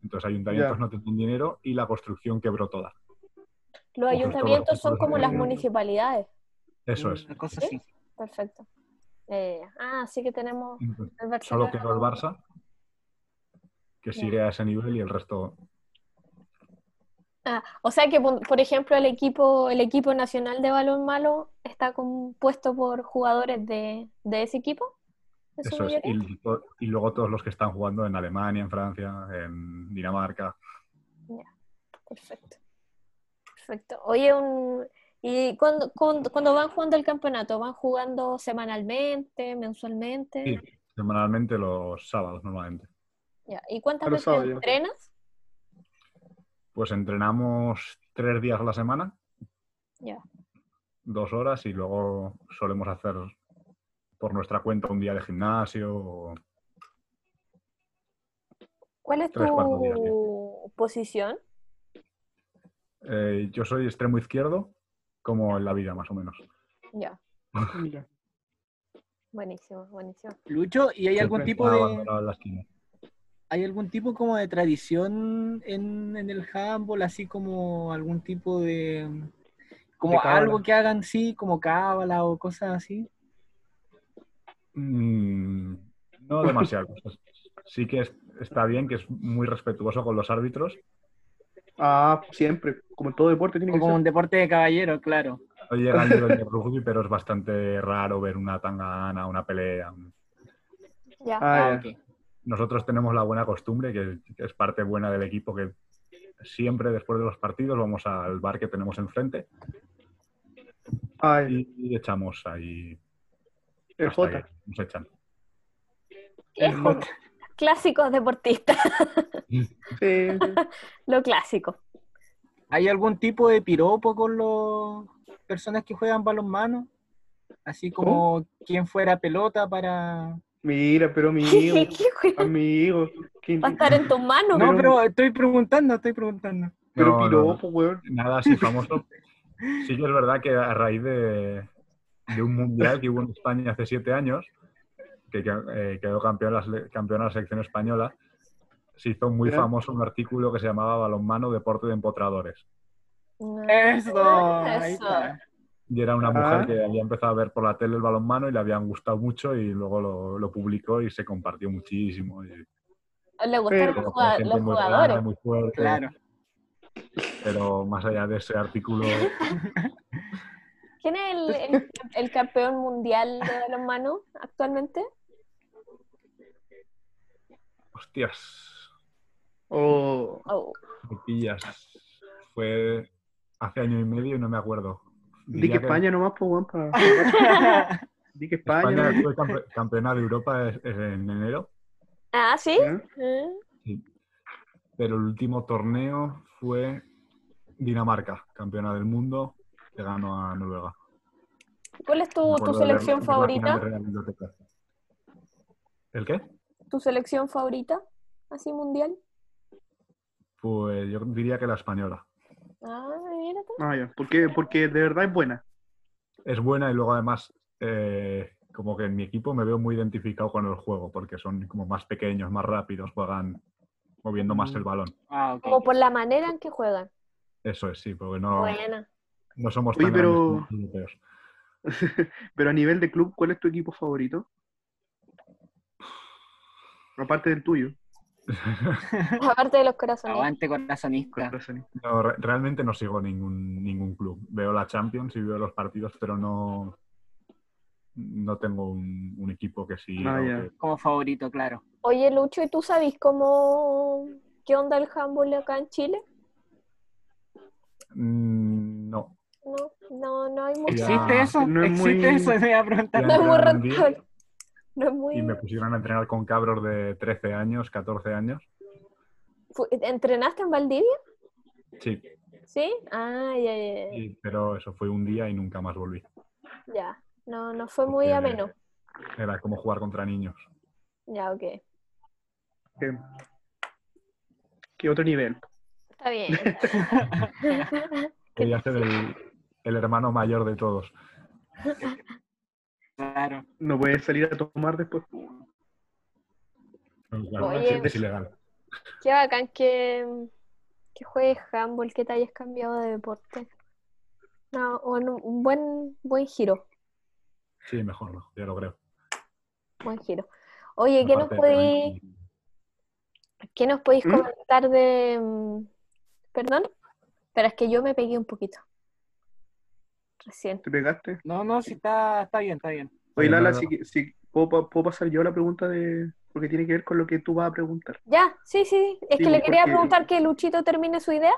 E: Entonces ayuntamientos
D: Ya.
E: no tenían dinero y la construcción quebró toda.
B: Los
E: Justo
B: ayuntamientos
E: los
B: son como las
E: ayuntamientos.
B: municipalidades.
E: Eso es.
A: Una cosa así.
B: Perfecto. Eh, ah, sí que tenemos
E: Entonces,
B: el Barcelona.
E: Solo quedó el Barça, que
B: Ya.
E: sigue a ese nivel y el resto
B: Ah, o sea que, por por ejemplo, el equipo, el equipo nacional de balonmano está compuesto por jugadores de, de ese equipo. en su
E: Eso es.
B: mayoría.
E: Y, to- y luego todos los que están jugando en Alemania, en Francia, en Dinamarca.
B: Perfecto. Perfecto. Oye, un, ¿Y cuando, cuando, cuando van jugando el campeonato? ¿Van jugando semanalmente, mensualmente?
E: Sí, semanalmente los sábados normalmente.
B: Ya. ¿Y cuántas
D: Pero
B: veces
D: sábado ya.
B: entrenas?
E: Pues entrenamos tres días a la semana,
B: Ya.
E: dos horas, y luego solemos hacer por nuestra cuenta un día de gimnasio. o-
B: ¿Cuál es
E: Tres, cuatro días,
B: tu posición?
E: Eh, yo soy extremo izquierdo, como en la vida más o menos.
B: Ya,
D: Oh. Mira.
B: buenísimo, buenísimo.
A: Lucho, ¿y hay algún
E: Siempre
A: tipo
E: está
A: de,
E: abandonado en la esquina.
A: hay algún tipo como de tradición en, en el handball, así como algún tipo de como
D: De cábala.
A: algo que hagan sí, como cábala o cosas así?
E: Mm,
A: [LAUGHS]
E: no demasiado. Sí que es- está bien que es muy respetuoso con los árbitros.
D: Ah, siempre. Como en todo deporte tiene
A: O
D: que
A: como un
D: ser.
A: deporte de caballero, claro.
E: No llega al nivel de rugby, pero es bastante raro ver una tangana, una pelea.
B: Ya.
A: Ah,
D: Ah, ya.
A: ok.
E: Nosotros tenemos la buena costumbre, que que es parte buena del equipo, que siempre después de los partidos vamos al bar que tenemos enfrente
D: Ah, ya.
E: y, y echamos ahí.
D: el
E: hasta
D: J.
E: que Nos echan.
B: Es
D: el
B: como
D: J.
B: clásicos deportistas, [LAUGHS]
D: Sí,
B: lo
D: sí.
E: [LAUGHS]
B: clásico.
A: ¿Hay algún tipo de piropo con las personas que juegan balonmano? Así como quien fuera pelota para...
D: Mira, pero
B: ¿Qué,
D: amigo,
B: [LAUGHS] juego
D: amigo. qué-
B: va a estar en tus manos?
A: No,
D: pero-
A: pero estoy preguntando, estoy preguntando.
D: Pero
E: No, no, no.
D: piropo, weón.
E: nada así famoso. Sí que es verdad que a raíz de, de un mundial que hubo en España hace siete años, que ca- eh, quedó campeón la, sele- campeona la selección española, se hizo muy
D: Ya.
E: famoso un artículo que se llamaba Balonmano, deporte de empotradores.
A: Eso, ahí
B: Eso.
A: está.
E: Y era una
D: Ah.
E: mujer que había empezado a ver por la tele el balonmano y le habían gustado mucho y luego lo, lo publicó y se compartió muchísimo. Y,
B: Le gustaron
D: Pero
B: los,
E: la
B: jugad-
E: gente
B: los
E: muy
B: jugadores.
E: rara, muy fuerte,
A: Claro.
E: pero más allá de
B: [LAUGHS]
E: ese artículo,
B: ¿Quién es el, el- el campeón mundial de balonmano actualmente?
E: hostias,
D: Oh,
B: Oh,
E: Me pillas. Fue hace año y medio y no me acuerdo.
D: di que
E: Diría
D: España nomás, pues, weón. pa- Di que España.
E: España
D: nomás,
E: fue campe- campeona de Europa es- es en enero,
B: Ah, ¿sí?
D: ¿eh?
B: Mm.
E: pero el último torneo fue Dinamarca, campeona del mundo, que ganó a Noruega.
B: ¿Cuál es
E: Me
B: tu, tu
E: acuerdo de
B: selección
E: verlo- verlo al final
B: favorita?
E: de la biblioteca. ¿El qué?
B: ¿Tu selección favorita? ¿Así mundial?
E: Pues yo diría que la española.
B: Ah, mira tú.
D: Ah, ya. Porque, porque de verdad es buena.
E: Es buena y luego además eh, como que en mi equipo me veo muy identificado con el juego porque son como más pequeños, más rápidos, juegan moviendo más
D: Mm.
E: el balón.
A: Ah, ok.
B: Como por la manera en que juegan.
E: Eso es, sí, porque no,
B: [LAUGHS] Buena.
E: no somos
D: Oye,
E: tan
D: pero-
E: grandes como los europeos.
D: Pero a nivel de club, ¿cuál es tu equipo favorito? Aparte del tuyo.
B: Aparte de los corazones.
A: Aguante corazonista.
D: Corazón.
E: No, re- realmente no sigo ningún, ningún club. Veo la Champions y veo los partidos, pero no, no tengo un, un equipo que sí.
D: Ah, ya.
A: Como favorito, claro.
B: Oye, Lucho, ¿y tú sabes cómo... ¿Qué onda el handball acá en Chile?
E: Mm, No.
B: No, no, no hay mucho.
E: Ya.
A: ¿Existe eso?
D: No es muy-
A: ¿Existe eso? [LAUGHS] Me voy a preguntar.
B: [LAUGHS] No es muy
E: entraron un día
B: rentable. No es muy...
E: Y me pusieron a entrenar con cabros de 13 años, 14 años.
B: Fu- ¿Entrenaste en Valdivia?
E: Sí,
B: ¿Sí? Ah, ya, ya, ya.
E: y- pero eso fue un día y nunca más volví.
B: ya. No, no fue muy
E: Porque
B: ameno.
E: Era como jugar contra niños.
B: Ya, ok.
D: ¿Qué, qué otro nivel?
B: Está
E: [LAUGHS]
B: bien. Qué
E: Quería ser el, el hermano mayor de todos.
A: Claro.
D: No puedes salir a tomar después.
E: Claro,
B: Oye.
E: es ilegal.
B: Qué bacán que, que juegues handball, que te hayas cambiado de deporte. No, un, un buen, buen giro,
E: Sí, mejor, mejor, yo lo creo.
B: buen giro. Oye, ¿qué nos
E: Aparte,
B: podéis,
E: también-
B: qué nos podéis
D: ¿Mm?
B: comentar de... mm, Perdón, pero es que yo me pegué un poquito. Recién.
D: ¿Te pegaste?
A: No, no, sí está, está bien, está bien.
D: Oye,
E: Oye,
D: Lala,
E: Lala.
D: si, si- ¿puedo, pa- puedo pasar yo la pregunta de... Porque tiene que ver con lo que tú vas a preguntar.
B: Ya, sí, sí, es
D: Sí,
B: que le quería
D: porque-
B: preguntar que Luchito termine su idea.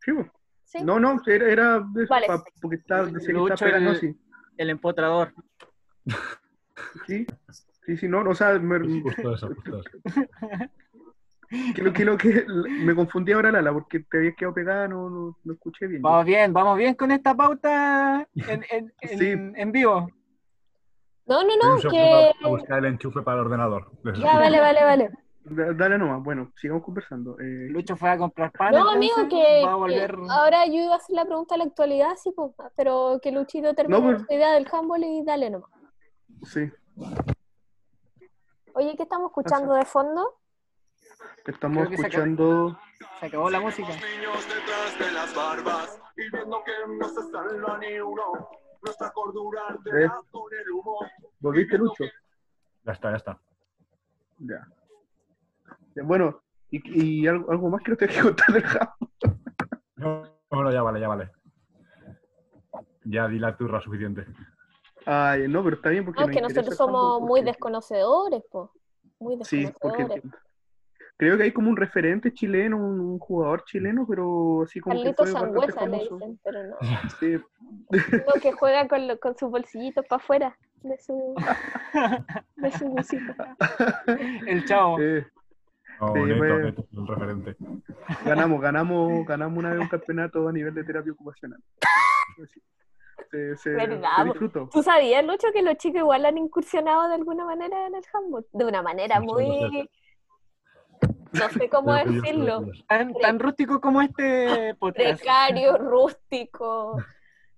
D: Sí, bo.
B: ¿Sí?
D: No, no, era, era de-
B: Vale.
D: pa- porque está, decía que
A: Lucho,
D: está pegando
A: el-
D: así.
A: El empotrador.
D: Sí, sí, sí, no, o sea, me,
E: Justo eso, justo eso.
D: que lo, que lo que [LAUGHS] me confundí ahora, Lala, porque te habías quedado pegada, no, no, no escuché bien.
A: Vamos bien, vamos bien con esta pauta en, en- en-
D: [LAUGHS] Sí.
A: en vivo.
B: No, no,
E: Hay
B: no,
E: un segundo
B: que...
E: para buscar el enchufe para el ordenador.
B: Ya, vale, vale, vale.
D: Da- Dale nomás, bueno, sigamos conversando. Eh,
A: Lucho fue a comprar pan.
B: No,
A: entonces,
B: amigo, que,
A: Ah, Va a volver.
B: que ah. ahora yo iba a hacer la pregunta a la actualidad, sí, pues, pero que Luchito termine
D: No, pues-
B: su idea del handball y dale nomás.
D: sí,
B: Oye, ¿qué estamos escuchando de fondo?
D: te estamos
A: Creo que se acaba-
D: escuchando.
A: Se acabó la música.
G: Niños detrás de las barbas y viendo que no se salva ni uno. Nuestra cordura arderá con el humo.
D: ¿Volviste, Lucho?
E: Ya está, ya está.
D: Ya. Ya, Bueno, y, y algo, algo más que no te dejé [LAUGHS] contar del handball.
E: No, bueno, ya vale, ya vale. Ya di la turra suficiente. [LAUGHS]
D: Ay, no, pero está bien porque.
B: Ah, es
D: nos
B: que
D: interesa
B: nosotros
D: el handball
B: somos muy
D: porque-
B: desconocedores, pues. Muy
D: Sí, porque
B: desconocedores.
D: creo que hay como un referente chileno, un, un jugador chileno, pero así como que
B: Carlitos
D: fue bastante
B: Sangüesa le
D: famoso.
B: dicen, pero no.
D: Sí,
B: Uno que juega con, lo- con sus bolsillitos para afuera de su, de su busito.
A: El chavo.
D: eh,
E: No,
D: Sí,
E: neto,
D: pues.
E: neto, el referente.
D: ganamos, ganamos, ganamos una vez un campeonato a nivel de terapia ocupacional. Sí, Se, se-
B: Verdad,
D: se
B: bo.
D: disfrutó.
B: ¿Tú sabías, Lucho, que los chicos igual han incursionado de alguna manera en el handball? De una manera
E: Sí,
B: muy... No sé cómo
E: Pero que yo-
B: decirlo.
A: Tan, tan rústico como este podcast.
B: precario, rústico,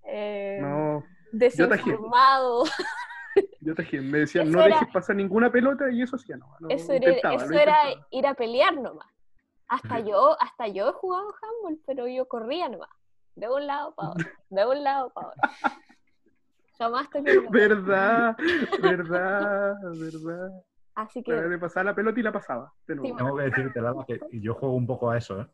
B: eh,
D: No,
B: desinformado.
D: yo te me decían,
B: Eso
D: no
B: era-
D: dejes pasar ninguna pelota y eso hacía, no. no,
B: Eso era,
D: intentaba, lo
B: eso era
D: intentaba.
B: ir a pelear nomás. Hasta yo, hasta yo he jugado handball, pero yo corría nomás. De un lado para otro, de un lado para otro. Jamás toqué la pelota.
D: [LAUGHS]
B: [LAUGHS]
D: Verdad, verdad, verdad.
B: Así [LAUGHS]
D: Era
B: que
D: de pasar la pelota y la pasaba. de nuevo.
B: Sí.
E: Tengo que decirte, Lala, que yo juego un poco a eso, ¿eh?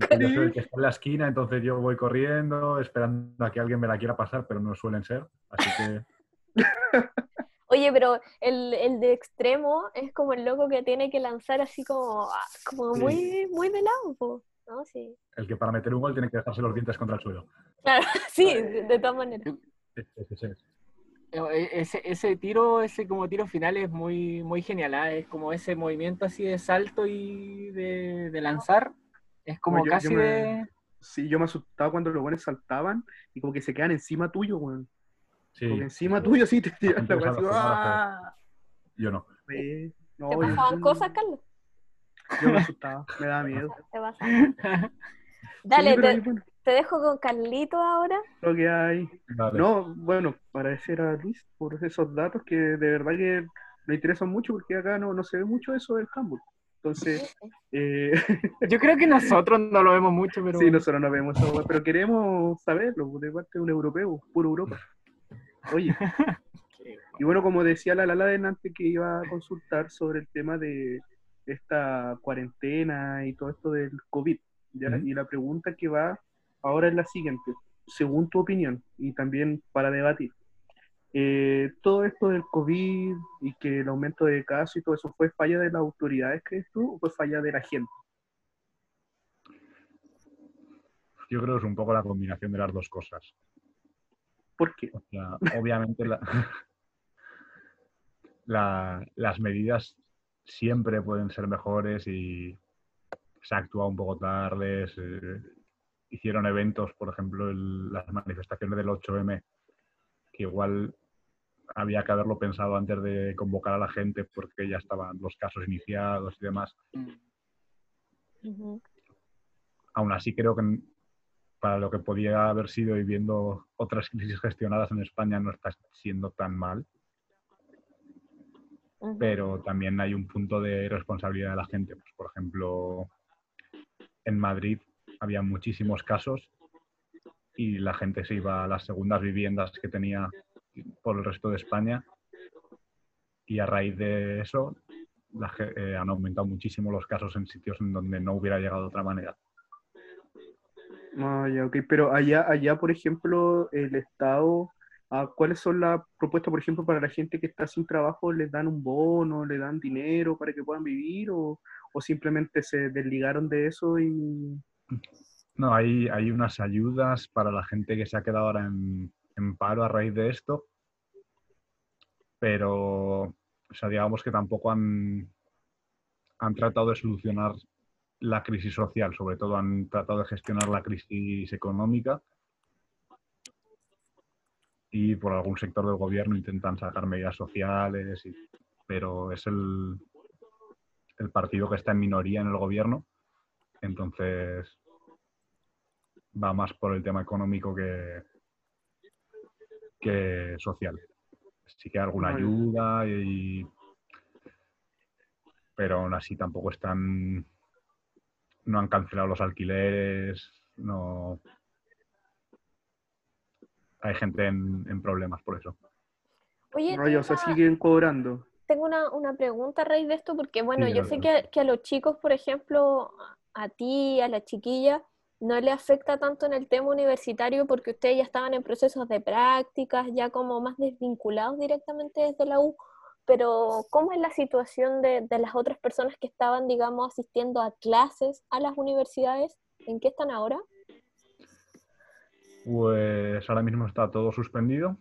E: Porque Yo soy el que está en la esquina, entonces yo voy corriendo, esperando a que alguien me la quiera pasar, pero no suelen ser. Así que
B: Oye, pero el, el de extremo es como el loco que tiene que lanzar así como, ah, como
D: Sí.
B: muy, muy de lado, po, ¿no? Sí,
E: el que para meter un gol tiene que dejarse los dientes contra el suelo.
B: sí de, de todas maneras.
E: Sí, sí, sí.
A: Eh, Ese, ese tiro, ese como tiro final es muy, muy genial. ¿ah? Es como ese movimiento así de salto y de, de lanzar. Es como
D: Oye, yo
A: casi
D: me-
A: de. [LAUGHS]
D: Sí, yo me asustaba cuando los buenos saltaban y como que se quedan encima tuyo, weón.
E: Sí.
D: Como que encima tuyo sí te tiran la
E: Empieza
D: weá,
E: a
D: así,
E: bajar, bajar.
D: ¡ah!
E: Yo no.
D: Sí, no,
B: ¿Te
D: yo-
B: pasaban
D: yo-
B: cosas, Carlos?
D: Yo me asustaba, me daba miedo.
B: Te pasaban. Dale,
D: Sí, pero
B: te,
D: ahí, bueno,
B: te dejo con Carlito ahora.
D: lo que hay.
E: Vale.
D: No, bueno, agradecer a Luis por esos datos que de verdad que me interesan mucho porque acá no, no se ve mucho eso del handball. Entonces, eh,
A: Yo creo que nosotros no lo vemos mucho, pero.
D: sí, nosotros no vemos esa weá, pero queremos saberlo pues, de parte de un europeo, puro Europa. Oye, Y bueno, como decía la Lala delante que iba a consultar sobre el tema de esta cuarentena y todo esto del COVID, ¿ya?
E: Ujú.
D: y la pregunta que va ahora es la siguiente, según tu opinión y también para debatir, eh, todo esto del COVID y que el aumento de casos y todo eso, ¿fue falla de las autoridades, crees tú, o fue falla de la gente?
E: Yo creo que es un poco la combinación de las dos cosas.
D: ¿Por qué?
E: O sea, obviamente la- [LAUGHS] la- las medidas siempre pueden ser mejores y se ha actuado un poco tarde. se- hicieron eventos, por ejemplo, el- las manifestaciones del 8M, que igual había que haberlo pensado antes de convocar a la gente porque ya estaban los casos iniciados y demás. Aún así creo que para lo que podía haber sido y viendo otras crisis gestionadas en España no está siendo tan mal.
B: Ujú.
E: pero también hay un punto de responsabilidad de la gente. Pues, por ejemplo, en Madrid había muchísimos casos y la gente se iba a las segundas viviendas que tenía por el resto de España y a raíz de eso la ge- eh, han aumentado muchísimo los casos en sitios en donde no hubiera llegado de otra manera.
D: Ah, ya, ok. Pero allá, allá, por ejemplo, el Estado, ah, ¿cuáles son las propuestas, por ejemplo, para la gente que está sin trabajo? ¿Les dan un bono, le dan dinero para que puedan vivir o, o simplemente se desligaron de eso y
E: No, hay, hay unas ayudas para la gente que se ha quedado ahora en, en paro a raíz de esto, pero o sea, digamos que tampoco han, han tratado de solucionar la crisis social, sobre todo han tratado de gestionar la crisis económica y por algún sector del gobierno intentan sacar medidas sociales, y- pero es el, el partido que está en minoría en el gobierno, entonces va más por el tema económico que, que social. Sí que hay alguna
D: Vale.
E: ayuda y pero aún así tampoco están no han cancelado los alquileres, no hay gente en, en problemas por eso.
B: Oye,
D: Rollo,
B: tengo
D: o sea,
B: una-
D: siguen cobrando.
B: tengo una, una pregunta a raíz de esto, porque bueno,
E: Sí,
B: yo
E: dale,
B: sé que
E: dale.
B: a, que a los chicos, por ejemplo, a ti, a la chiquilla, no le afecta tanto en el tema universitario porque ustedes ya estaban en procesos de prácticas, ya como más desvinculados directamente desde la U, pero ¿cómo es la situación de, de las otras personas que estaban, digamos, asistiendo a clases a las universidades? ¿En qué están ahora?
E: Pues ahora mismo está todo suspendido.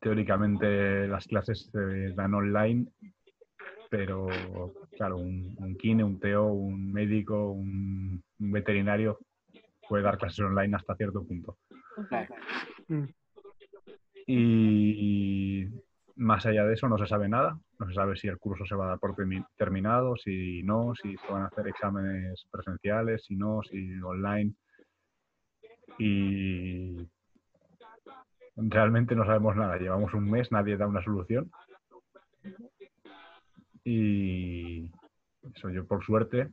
E: Teóricamente las clases se dan online, pero claro, un, un kine, un teo, un médico, un, un veterinario puede dar clases online hasta cierto punto.
A: Claro.
D: Mm.
E: Y, y más allá de eso no se sabe nada, no se sabe si el curso se va a dar por termi- terminado, si no, si se van a hacer exámenes presenciales, si no, si online. Y realmente no sabemos nada, llevamos un mes, nadie da una solución. Y eso yo por suerte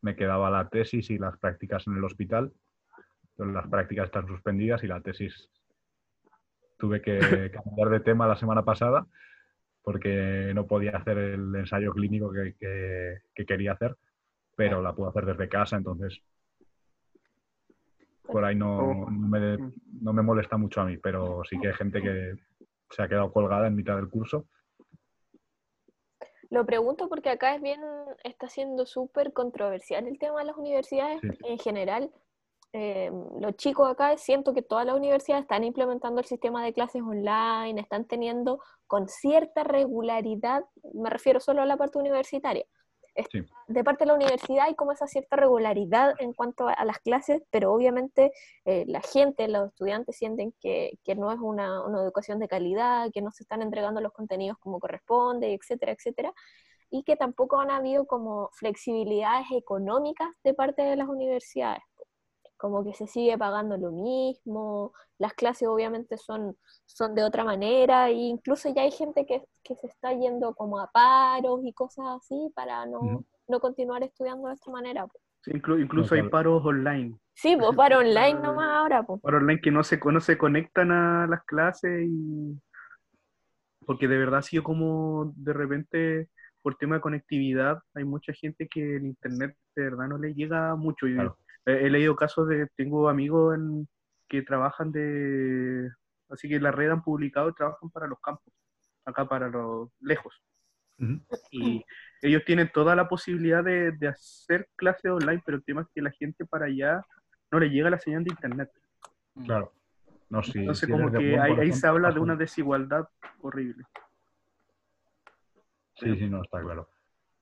E: me quedaba la tesis y las prácticas en el hospital. Pero las prácticas están suspendidas y la tesis tuve que cambiar de tema la semana pasada porque no podía hacer el ensayo clínico que, que- que quería hacer, pero la puedo hacer desde casa, entonces por ahí no,
D: Oh.
E: no me, no me molesta mucho a mí, pero sí que hay gente que se ha quedado colgada en mitad del curso.
B: Lo pregunto porque acá es bien, está siendo súper controversial el tema de las universidades
E: Sí.
B: en general. Eh, los chicos acá siento que todas las universidades están implementando el sistema de clases online, están teniendo con cierta regularidad, me refiero solo a la parte universitaria, es-
E: Sí.
B: de parte de la universidad hay como esa cierta regularidad en cuanto a, a las clases, pero obviamente eh, la gente, los estudiantes sienten que, que no es una, una educación de calidad, que no se están entregando los contenidos como corresponde, etcétera, etcétera, y que tampoco han habido como flexibilidades económicas de parte de las universidades como que se sigue pagando lo mismo, las clases obviamente son, son de otra manera, e incluso ya hay gente que, que se está yendo como a paros y cosas así para no,
E: Ujú.
B: no continuar estudiando de esta manera. po.
D: Sí, inclu- incluso
E: No,
D: hay
E: claro.
D: paros online.
B: Sí, pues paro online
D: Ah.
B: nomás ahora, po.
D: Paros online que no se, no se conectan a las clases y... Porque de verdad ha sido como de repente por tema de conectividad hay mucha gente que el internet de verdad no le llega mucho. Yo
E: Claro.
D: he, he leído casos de, tengo amigos en- que trabajan de, así que en la red han publicado y trabajan para los campos, acá para los lejos. y ellos tienen toda la posibilidad de, de hacer clases online, pero el tema es que la gente para allá no le llega la señal de internet.
E: Claro. No, sí,
D: Entonces,
E: sí,
D: como
E: desde
D: que
E: Wuhan,
D: ahí,
E: por
D: ahí se
E: ejemplo,
D: habla de
E: hacen-
D: una desigualdad horrible.
E: [LAUGHS] Sí, sí, no, está claro.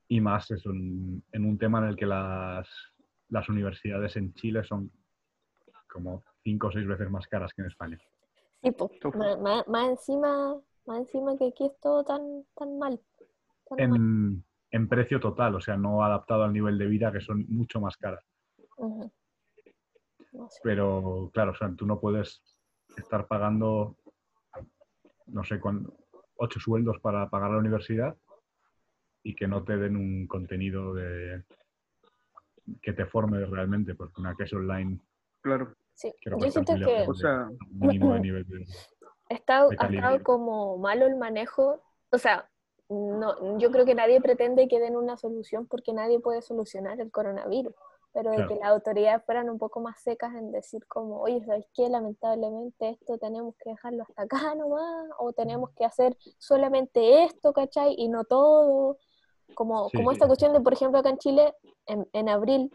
E: Y más es un- en un tema en el que las, las universidades en Chile son como cinco o seis veces más caras que en España.
B: Sí, po.
D: Topo.
B: Más, más- más encima, más encima que aquí es todo tan, tan mal. tan mal.
E: En, en precio total, o sea, no adaptado al nivel de vida, que son mucho más caras.
B: Ujú. No sé.
E: Pero claro, o sea, tú no puedes estar pagando, no sé, cuán- ocho sueldos para pagar la universidad y que no te den un contenido de, que te forme realmente, porque una clase online
D: Claro.
B: Sí,
E: Creo que
B: Yo
E: está
B: siento
E: muy
B: que
E: lejos.
D: O sea,
E: mínimo de nivel de...
B: Está,
E: de
B: ha
E: calidad.
B: estado como malo el manejo, o sea, no, yo creo que nadie pretende que den una solución porque nadie puede solucionar el coronavirus, pero de
E: Claro.
B: que las autoridades fueran un poco más secas en decir como, oye, ¿sabes qué? Lamentablemente esto tenemos que dejarlo hasta acá nomás, o tenemos que hacer solamente esto, ¿cachai? Y no todo, como,
E: Sí,
B: como
E: sí.
B: esta cuestión de, por ejemplo, acá en Chile, en, en abril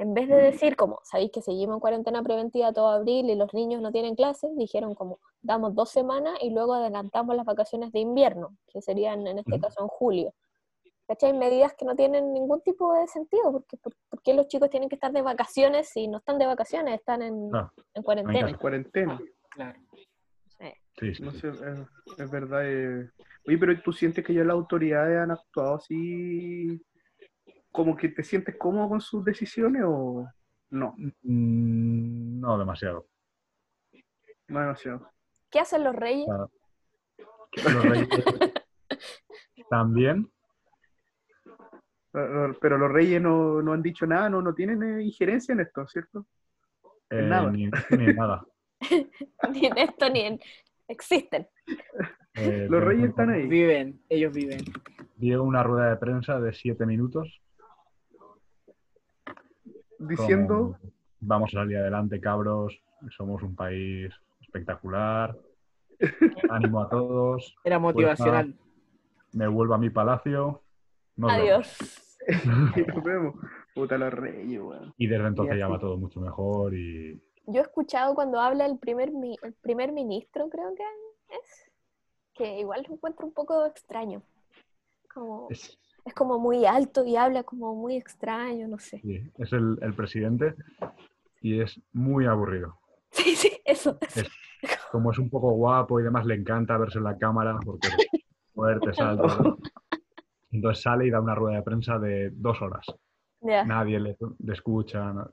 B: En vez de decir como, sabéis que seguimos en cuarentena preventiva todo abril y los niños no tienen clases, dijeron como, damos dos semanas y luego adelantamos las vacaciones de invierno, que serían en este
E: Ujú.
B: caso en julio. ¿Cachai? Medidas que no tienen ningún tipo de sentido, porque ¿por, por qué los chicos tienen que estar de vacaciones si no están de vacaciones, están en,
E: Claro,
B: en cuarentena?
E: en
D: En cuarentena.
A: Claro.
E: Sí, sí,
D: No
E: sí.
D: sé, es, es verdad. eh. Oye, pero ¿tú sientes que ya las autoridades han actuado así? ¿Como que te sientes cómodo con sus decisiones o no?
E: Mm, No demasiado.
D: [LAUGHS] No demasiado.
B: ¿Qué hacen los reyes?
E: Claro. Los reyes también.
D: Pero pero los reyes no, no han dicho nada, no, no tienen eh, injerencia en esto, ¿cierto?
E: eh,
D: Nada.
E: Ni, ni
D: [LAUGHS]
E: nada.
B: [LAUGHS] ni en esto ni en... Existen.
E: Eh,
D: Los
E: de-
D: reyes están ahí.
A: Viven, ellos viven.
E: Dio una rueda de prensa de siete minutos. con,
D: diciendo
E: Vamos a salir adelante, cabros. Somos un país espectacular.
D: [LAUGHS]
E: Ánimo a todos.
D: Pues, ah,
A: Era motivacional.
E: Me vuelvo a mi palacio. Nos vemos".
B: Adiós.
D: [LAUGHS] y nos vemos. Puta los reyes, weón.
E: Y desde entonces
D: Y
E: ya
D: así.
E: va todo mucho mejor y
B: Yo he escuchado cuando habla el primer, mi- el primer ministro, creo que es, que igual lo encuentro un poco extraño. Como,
E: es,
B: es como muy alto y habla como muy extraño, no sé.
E: sí, es el, el presidente y es muy aburrido.
B: Sí, sí, eso. eso.
E: Como es un poco guapo y demás, le encanta verse en la cámara porque poder te salta.
D: [LAUGHS]
E: Entonces sale y da una rueda de prensa de dos horas.
B: [LAUGHS] Ya.
E: Nadie le, le escucha, na-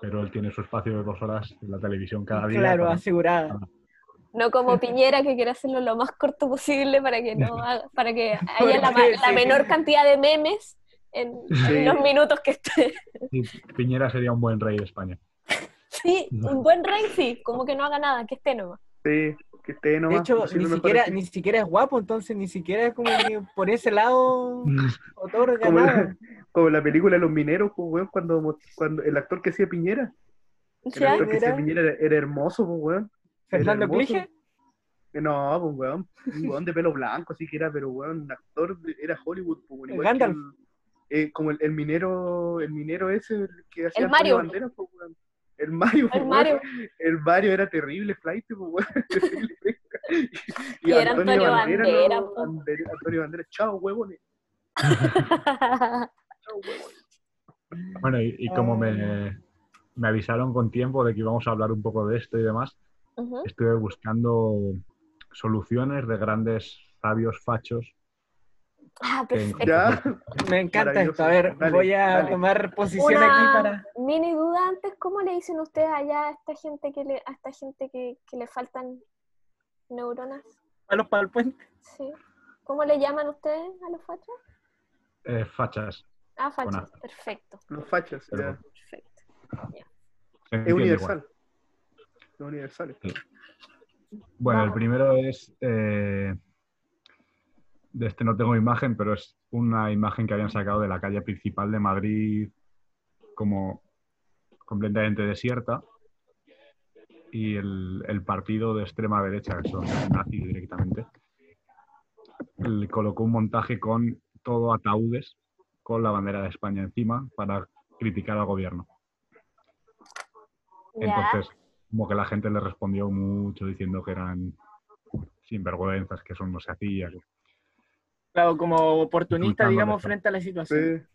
E: pero él tiene su espacio de dos horas en la televisión cada día.
A: claro,
E: para-
A: asegurada.
B: No como Piñera que quiere hacerlo lo más corto posible para que no haga- para que haya la, ma-
A: Sí,
B: la
A: sí.
B: menor cantidad de memes en, en
D: Sí.
B: los minutos que esté.
E: Sí, Piñera sería un buen rey de España.
B: Sí, un buen rey sí, como que no haga nada, que esté nomás.
D: Sí, que esté
A: De
D: nomás. pues,
A: hecho,
D: si
A: ni
D: no me
A: siquiera,
D: parece-
A: ni siquiera es guapo, entonces ni siquiera es como que por ese [LAUGHS] lado otorga
D: [LAUGHS] como,
A: nada.
D: la, como la película Los Mineros, pues, weón, cuando, mo- cuando el actor que hacía Piñera. El
B: Ya.
D: actor que hacía
A: Mira.
D: Piñera era, era hermoso, pues, weón.
A: Fernando
D: hermoso.
A: Clige,
D: Eh, No, pues, weón. Un weón de pelo blanco, así que era, pero, weón, un actor, de- era Hollywood, pues, weón. igual que
A: Gandalf.
D: el- eh, como el, el minero, el minero ese el que hacía
B: El
D: Antonio
B: Mario.
D: Banderas, pues, weón. El Mario, pues,
B: El
D: weón.
B: Mario.
D: El Mario era terrible, flight, pues, weón. [LAUGHS] terrible.
B: Y era Antonio Bandera,
D: no,
B: pues.
D: Bandera- Antonio Bandera, chao, huevones. Chao, huevones.
E: Bueno, y, y como me, me avisaron con tiempo de que íbamos a hablar un poco de esto y demás,
B: [LAUGHS] Ujú.
E: estuve buscando soluciones de grandes sabios fachos.
B: Ah,
E: que
B: perfecto.
D: Ya,
A: me encanta esto.
D: Maravilloso.
A: A ver,
D: Dale,
A: voy a
D: dale.
A: tomar posición aquí
B: Una
A: para.
B: mini duda antes, ¿cómo le dicen ustedes allá a esta gente que le, a esta gente que, que le faltan neuronas?
A: Palos para el puente.
B: Sí. ¿Cómo le llaman ustedes a los fachos?
E: eh, fachas.
B: Ah, fachos.
E: Buena.
B: Perfecto,
D: los fachas. ya.
E: Pero-
B: perfecto.
E: se
D: Es
E: entiende
D: universal. Es universal.
E: igual. Bueno,
B: Vamos.
E: el primero es. eh, de este no tengo imagen, pero es una imagen que habían sacado de la calle principal de Madrid, como completamente desierta. Y el, el partido de extrema derecha, que son nazis directamente, le colocó un montaje con todo ataúdes con la bandera de España encima para criticar al gobierno.
B: Ya.
E: Entonces, como que la gente le respondió mucho diciendo que eran sinvergüenzas, que eso no se hacía.
A: Claro, como oportunista,
E: Insultando
A: digamos,
E: mejor.
A: frente a la situación.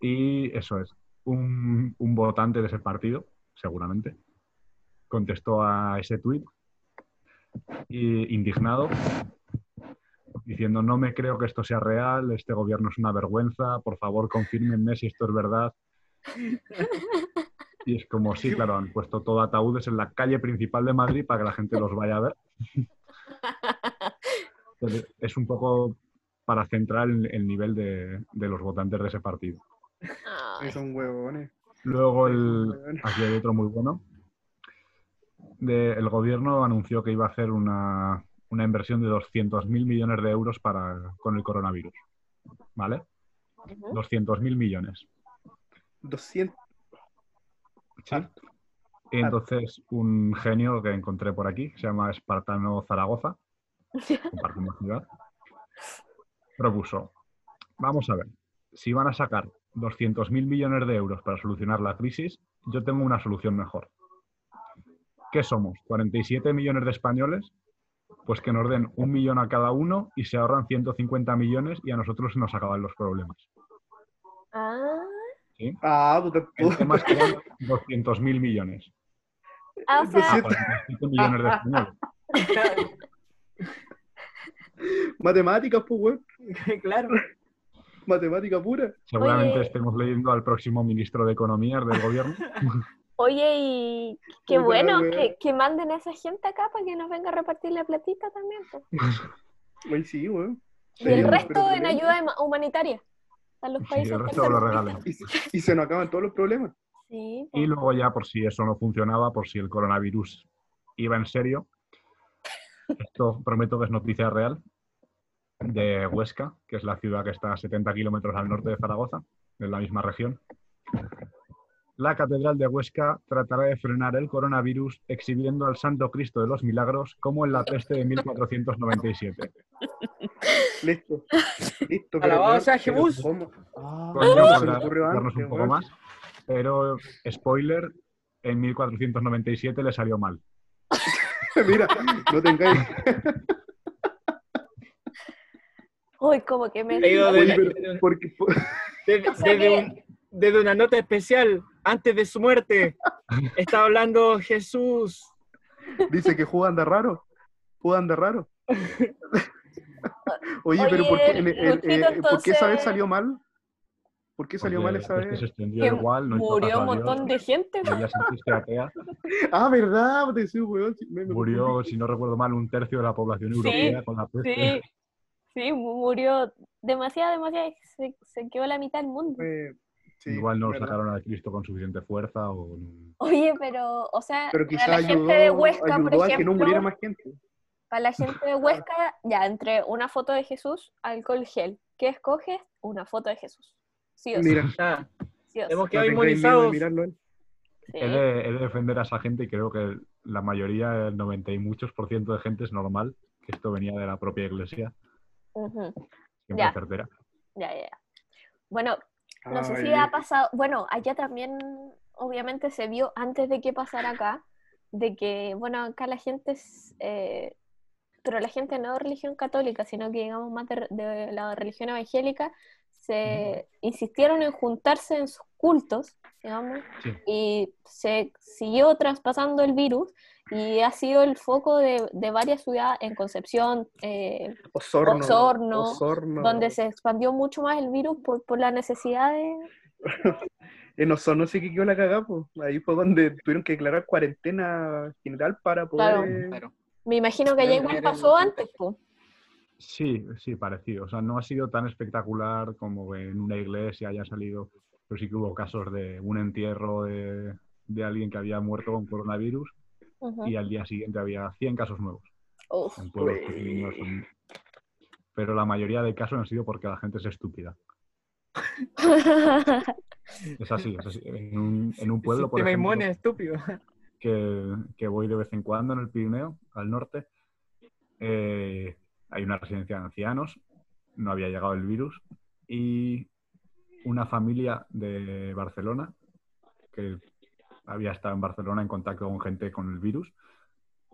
D: Sí.
E: Y eso es, un, un votante de ese partido, seguramente, contestó a ese tuit y indignado, diciendo, no me creo que esto sea real, este gobierno es una vergüenza, por favor confírmenme si esto es verdad. Y es como, sí, claro, han puesto todo ataúdes en la calle principal de Madrid para que la gente los vaya a ver. Entonces, es un poco para centrar el, el nivel de- de los votantes de ese partido.
B: Ay,
D: Son huevones.
E: Luego el,
D: Bueno.
E: aquí hay otro muy bueno. De- el gobierno anunció que iba a hacer una, una inversión de 200.000 millones de euros para, con el coronavirus. ¿Vale?
B: Ah, ujú.
E: 200.000 millones.
D: 200.
E: ¿sí? Y entonces un genio que encontré por aquí, que se llama Espartano Zaragoza, compartimos ciudad, propuso, vamos a ver, si iban a sacar 200.000 millones de euros para solucionar la crisis, yo tengo una solución mejor. ¿Qué somos? ¿47 millones de españoles? Pues que nos den un millón a cada uno y se ahorran 150 millones y a nosotros se nos acaban los problemas.
B: [LAUGHS] Ah,
E: ¿sí?
D: Ah, tú te-
E: El tema es que dan 200.000 millones.
B: ah, o
E: a
B: sea,
E: 47 millones de españoles.
A: [LAUGHS]
D: Matemáticas, pues, weón.
A: [LAUGHS] claro.
D: Matemática pura.
E: Seguramente
B: Oye.
E: estemos leyendo al próximo ministro de Economía del gobierno.
B: oye, y qué
D: Puta
B: bueno
D: la wea.
B: que, que manden a esa gente acá para que nos venga a repartir la platita también. po.
D: Güey, sí, weón.
B: Y el
D: Sí,
B: resto
D: pero
B: en
D: tremendo.
B: ayuda huma- humanitaria a los
E: Sí,
B: países
E: el resto lo
B: tercermundistas.
E: regalan.
D: Y, se- y se nos acaban todos los problemas.
B: Sí, po.
E: Y luego ya, por si eso no funcionaba, por si el coronavirus iba en serio, esto prometo que es noticia real, de Huesca, que es la ciudad que está a 70 kilómetros al norte de Zaragoza, de la misma región. La Catedral de Huesca tratará de frenar el coronavirus exhibiendo al Santo Cristo de los Milagros como en la peste de 1497.
D: Listo. Listo.
A: Alabado
D: weón,
A: sea Jebús.
D: pero ¿cómo? Ah,
E: Coño,
D: se me
E: para
D: ocurrió
E: darnos
D: antes,
E: un poco
D: weón.
E: más, pero spoiler, en 1497 le salió mal.
D: [LAUGHS] Mira,
A: [LAUGHS]
D: no tengáis.
B: Uy, como que me...
A: He ido de-
D: Oye, pero, porque, por-
A: Desde,
B: O sea
A: desde
B: que-
A: un- desde una nota especial, antes de su [LAUGHS] muerte, está hablando Jesús.
D: dice que juega anda raro. Juega anda raro. Oye, pero
B: Oye,
D: ¿por qué, en- en-
B: Luchito,
D: eh, ¿por qué esa vez
B: entonces-
D: salió mal? ¿Por qué salió
E: Porque
D: mal esa
E: la peste
D: vez?
E: Se extendió
B: que
E: igual, no hizo
B: murió
E: caso
B: un
E: a Dios, [LAUGHS]
B: montón de gente.
D: [LAUGHS]
B: po.
E: ella se hiciste atea.
D: Ah, ¿verdad? Te decía, weón, sí, me- me
E: Murió, si no recuerdo mal, un tercio de la población europea con la peste.
B: Sí, sí, mu- murió demasiado, demasiado. Se, se quedó la mitad del mundo.
D: confundí. Sí,
E: Igual no
D: verdad.
E: sacaron a Cristo con suficiente fuerza. O... no-
B: Oye, pero, o sea,
D: Pero
B: para
D: quizás
B: la
D: ayudó,
B: gente de Huesca, por
D: ayudó a que no muriera
B: ejemplo,
D: más gente.
B: para la gente de Huesca, ya entre una foto de Jesús, alcohol gel. ¿Qué escoges? Una foto de Jesús. Sí o sí.
D: Mira,
A: Ah,
B: sí o sí,
A: hemos
D: no
A: quedado
D: tengáis miedo de
A: inmunizados.
D: mirarlo a él.
B: sí.
E: He, de, he de defender a esa gente y creo que la mayoría, el 90 y muchos por ciento de gente es normal, que esto venía de la propia iglesia,
B: Ujú,
E: siempre
B: Ya.
E: certera.
B: Ya, ya, ya. Bueno, no sé
D: Ay,
B: si ha pasado, bueno, allá también obviamente se vio antes de que pasara acá, de que, bueno, acá la gente es, eh, pero la gente no de religión católica, sino que digamos más de, de la religión evangélica, se insistieron en juntarse en sus cultos, digamos,
E: Sí.
B: y se siguió traspasando el virus y ha sido el foco de, de varias ciudades en Concepción, eh,
D: Osorno.
B: Osorno,
D: Osorno.
B: donde se expandió mucho más el virus por, por la necesidad de...
D: En Osorno sí que quedó la cagada, pues. Ahí fue donde tuvieron que declarar cuarentena general para poder...
A: Claro.
B: Me imagino que allá
A: Pero
B: igual
A: era
B: pasó
A: un-
B: antes, po.
E: Sí, sí, parecido. O sea, no ha sido tan espectacular como en una iglesia haya salido, pero sí que hubo casos de un entierro de, de alguien que había muerto con coronavirus
B: Ujú.
E: y al día siguiente había 100 casos nuevos.
B: Uf. [LAUGHS]
E: en pueblos pequeños, en- Pero la mayoría de casos han sido porque la gente es estúpida. Es así, es así. En un, en un pueblo, por
A: Sistema
E: ejemplo,
A: inmune, estúpido.
E: que, que voy de vez en cuando en el Pirineo, al norte, eh, hay una residencia de ancianos, no había llegado el virus, y una familia de Barcelona, que había estado en Barcelona en contacto con gente con el virus,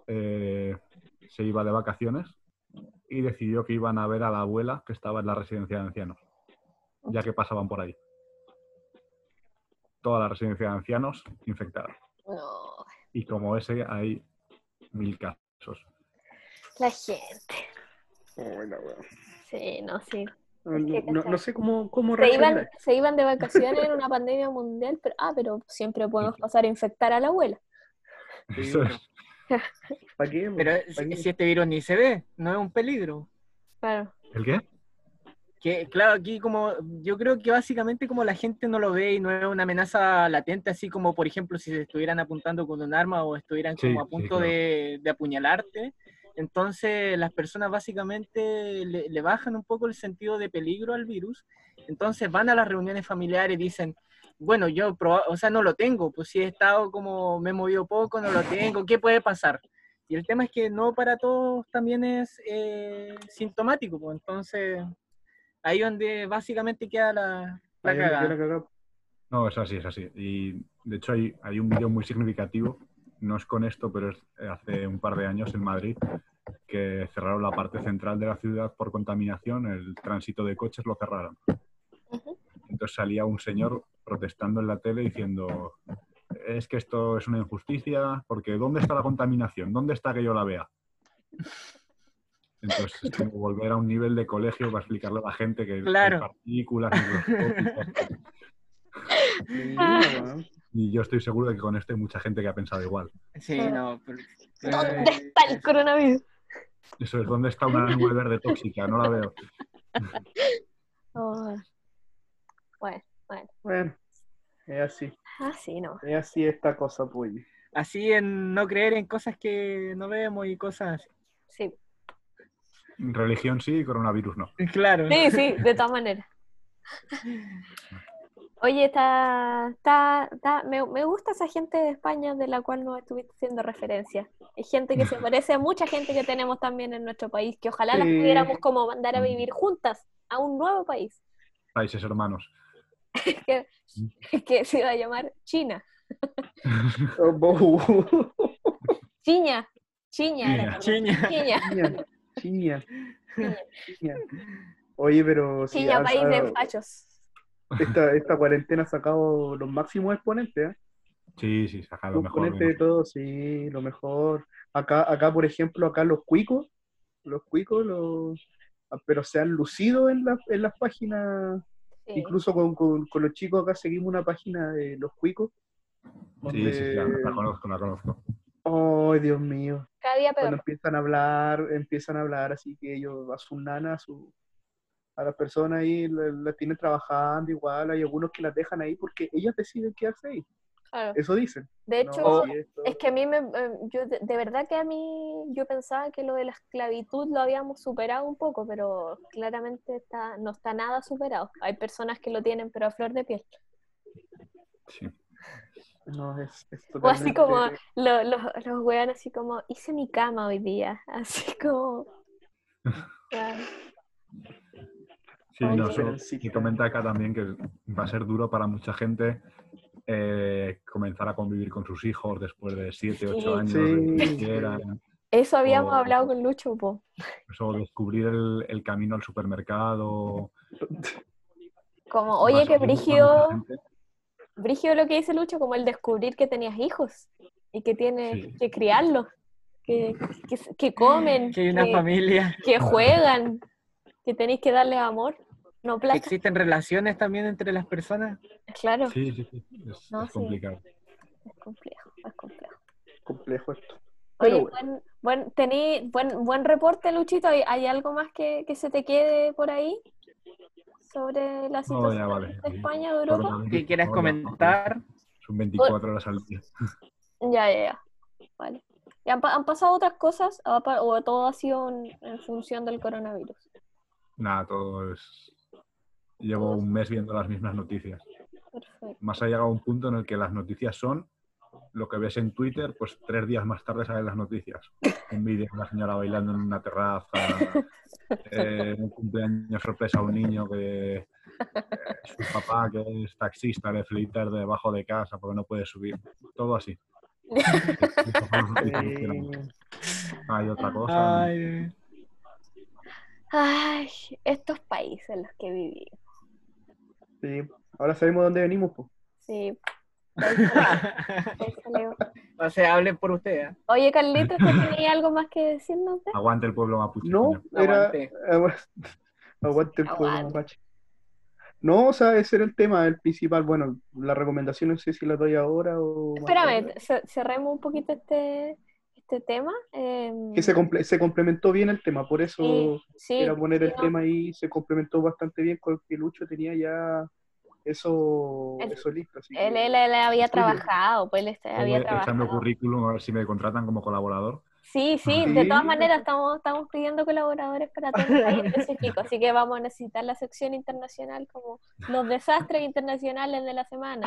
E: eh, se iba de vacaciones y decidió que iban a ver a la abuela que estaba en la residencia de ancianos, ya que pasaban por ahí. Toda la residencia de ancianos infectada.
B: No,
E: Y como ese hay mil casos.
B: la gente.
D: Oh, la wea.
B: Sí, no, sí.
D: No, no- no sé cómo, cómo
B: Se iban,
D: reaccionar.
B: se iban de vacaciones en una pandemia mundial, pero, ah, pero siempre podemos pasar a infectar a la abuela.
D: Sí,
E: Eso es.
D: ¿Para qué?
A: Pero
D: ¿Pa' qué?
A: si, si este virus ni se ve, no es un peligro.
B: Claro.
E: ¿El qué?
A: Que, claro, aquí como yo creo que básicamente como la gente no lo ve y no es una amenaza latente, así como por ejemplo si se estuvieran apuntando con un arma o estuvieran
E: Sí,
A: como a
E: sí,
A: punto
E: claro.
A: de, de apuñalarte, entonces las personas básicamente le, le bajan un poco el sentido de peligro al virus, entonces van a las reuniones familiares y dicen, bueno, yo, proba- o sea, no lo tengo, pues si he estado como, me he movido poco, no lo tengo, ¿qué puede pasar? Y el tema es que no para todos también es eh, sintomático, pues entonces... Ahí donde básicamente queda la, la
D: Ahí donde queda
A: cagada.
D: la cagada.
E: No, es así, es así. Y de hecho hay, hay un vídeo muy significativo, no es con esto, pero es hace un par de años en Madrid, que cerraron la parte central de la ciudad por contaminación, el tránsito de coches lo cerraron.
B: Ujú.
E: Entonces salía un señor protestando en la tele diciendo, es que esto es una injusticia, porque ¿dónde está la contaminación? ¿Dónde está que yo la vea? Entonces, es como volver a un nivel de colegio para explicarle a la gente que hay
A: Claro.
E: partículas microscópicas,
D: Sí, weón.
E: Y yo estoy seguro de que con esto hay mucha gente que ha pensado igual.
A: Sí, no. pero-
B: ¿Dónde está el coronavirus?
E: Eso es donde está una nube verde tóxica, no la veo.
B: Oh,
D: Bueno, es así.
B: ah, sí, no.
D: Es así esta cosa, pues.
A: Así en no creer en cosas que no vemos y cosas
B: Sí,
E: Religión sí, coronavirus no.
A: así. [LAUGHS] Claro.
B: sí, sí, de todas maneras. Oye, está, está, está- me, me gusta esa gente de España de la cual no estuviste haciendo referencia. Es gente que se parece a mucha gente que tenemos también en nuestro país, que ojalá las
D: Sí.
B: pudiéramos como mandar a vivir juntas a un nuevo país, [LAUGHS]
E: Países hermanos.
B: que se va a llamar China.
D: Oh, bo- [LAUGHS]
B: Chiña, Chiña. era, ¿no?
A: Chiña.
B: Chiña.
D: Chiña, chiña, chiña. Oye, pero [LAUGHS] sí,
B: Chiña,
D: ha-
B: país
D: ha-
B: de fachos.
D: esta, esta cuarentena ha sacado los máximos exponentes, ¿eh?
E: Sí, sí, saca lo
D: Los
E: mejor.
D: exponentes de todo, sí, lo mejor. Acá, acá, por ejemplo, acá los cuicos, los cuicos, los, ah, pero se han lucido en, las- en las páginas,
B: Sí.
D: incluso con, con- con los chicos acá seguimos una página de los cuicos.
E: Sí, sí, sí, la,
D: donde-
E: la conozco, la conozco.
D: Oh, Dios mío.
B: Cada día
D: cuando
B: peor.
D: empiezan a hablar, empiezan a hablar así que ellos a sus nanas, a, su- a las personas ahí la- la tienen trabajando igual, hay algunos que las dejan ahí porque ellas deciden quedarse ahí,
B: claro.
D: eso dicen.
B: De hecho,
D: No, sí, esto-
B: Es que a mí me, eh, yo de, de verdad que a mí yo pensaba que lo de la esclavitud lo habíamos superado un poco, pero claramente está, no está nada superado. Hay personas que lo tienen pero a flor de piel.
E: Sí.
D: no, es- es
B: O así
D: totalmente-
B: como lo- los- los weón así como hice mi cama hoy día, [LAUGHS] así como Weón,
E: Sí,
B: Oye.
E: no, eso-
D: Sí,
E: y comenta acá también que va a ser duro para mucha gente eh, comenzar a convivir con sus hijos después de 7, 8 años,
D: Sí.
E: de que quieran.
B: eso habíamos
E: Oh.
B: hablado con Lucho, po.
E: Eso, descubrir el, el camino al supermercado.
B: Como,
E: Va
B: oye,
E: a
B: que
E: ser duro para
B: brígido,
E: mucha gente.
B: brígido lo que dice Lucho, como el descubrir que tenías hijos y que tienes
E: Sí.
B: que criarlos, que, que- que comen,
A: Que hay una
B: que-
A: familia.
B: que juegan, que tenéis que darles amor, no
A: Que
B: plata.
A: existen relaciones también entre las personas.
B: Claro,
E: Sí, sí, sí. Es,
B: No,
E: es
B: sí.
E: complicado.
B: es complejo, es complejo.
D: complejo esto. Pero
B: Oye, buen, buen, tení buen, buen reporte, Luchito. ¿Hay, hay algo más que, que se te quede por ahí sobre la
E: No,
B: situación
E: ya vale.
B: de España, de Europa?
A: Que quieras comentar.
E: Son 24 horas al día.
B: Ya, ya, ya. Vale. ¿Y han, pa- han pasado otras cosas o ha pa- o todo ha sido en, en función del coronavirus?
E: Nada, todo es. Llevo un mes viendo las mismas noticias.
B: Perfecto.
E: Más ha llegado un punto en el que las noticias son lo que ves en Twitter, pues tres días más tarde salen las noticias. Un vídeo de una señora bailando en una terraza, eh, un cumpleaños sorpresa a un niño que eh, su papá, que es taxista, le felicita desde debajo de casa porque no puede subir. Todo así.
D: Eh,
E: Hay otra cosa.
A: Ay, [LAUGHS]
B: Ay, estos países en los que vivimos.
D: sí, ahora sabemos dónde venimos, pues.
B: Sí. pues,
A: o sea, hablen por ustedes. ¿eh?
B: Oye, Carlitos,
E: [LAUGHS]
B: ¿tú tenías algo más que decirnos de
E: Aguante el pueblo mapuche.
D: No,
E: coño.
D: era.
A: Aguante.
D: agu- [LAUGHS] Aguante el pueblo
B: Aguante.
D: mapache. No, o sea, ese era el tema, el principal. Bueno, la recomendación no sé si la doy ahora o. más tarde.
B: Espérame, ce- cerremos un poquito este, este tema. em,
D: Que se, comple- se complementó bien el tema, por eso
B: sí, sí,
D: era poner el
B: sí, no,
D: tema ahí, se complementó bastante bien con que Lucho tenía ya eso,
B: El-
D: eso listo. Así que-
B: Él, él- él había
D: Estudio.
B: trabajado, pues él este-
E: Tengo
B: había
E: que echarme el
B: trabajado.
E: currículum a ver si me contratan como colaborador.
B: Sí, sí, de todas
D: Ah, Sí.
B: maneras estamos, estamos pidiendo colaboradores para todo el país específico, así que vamos a necesitar la sección internacional como los desastres internacionales de la semana.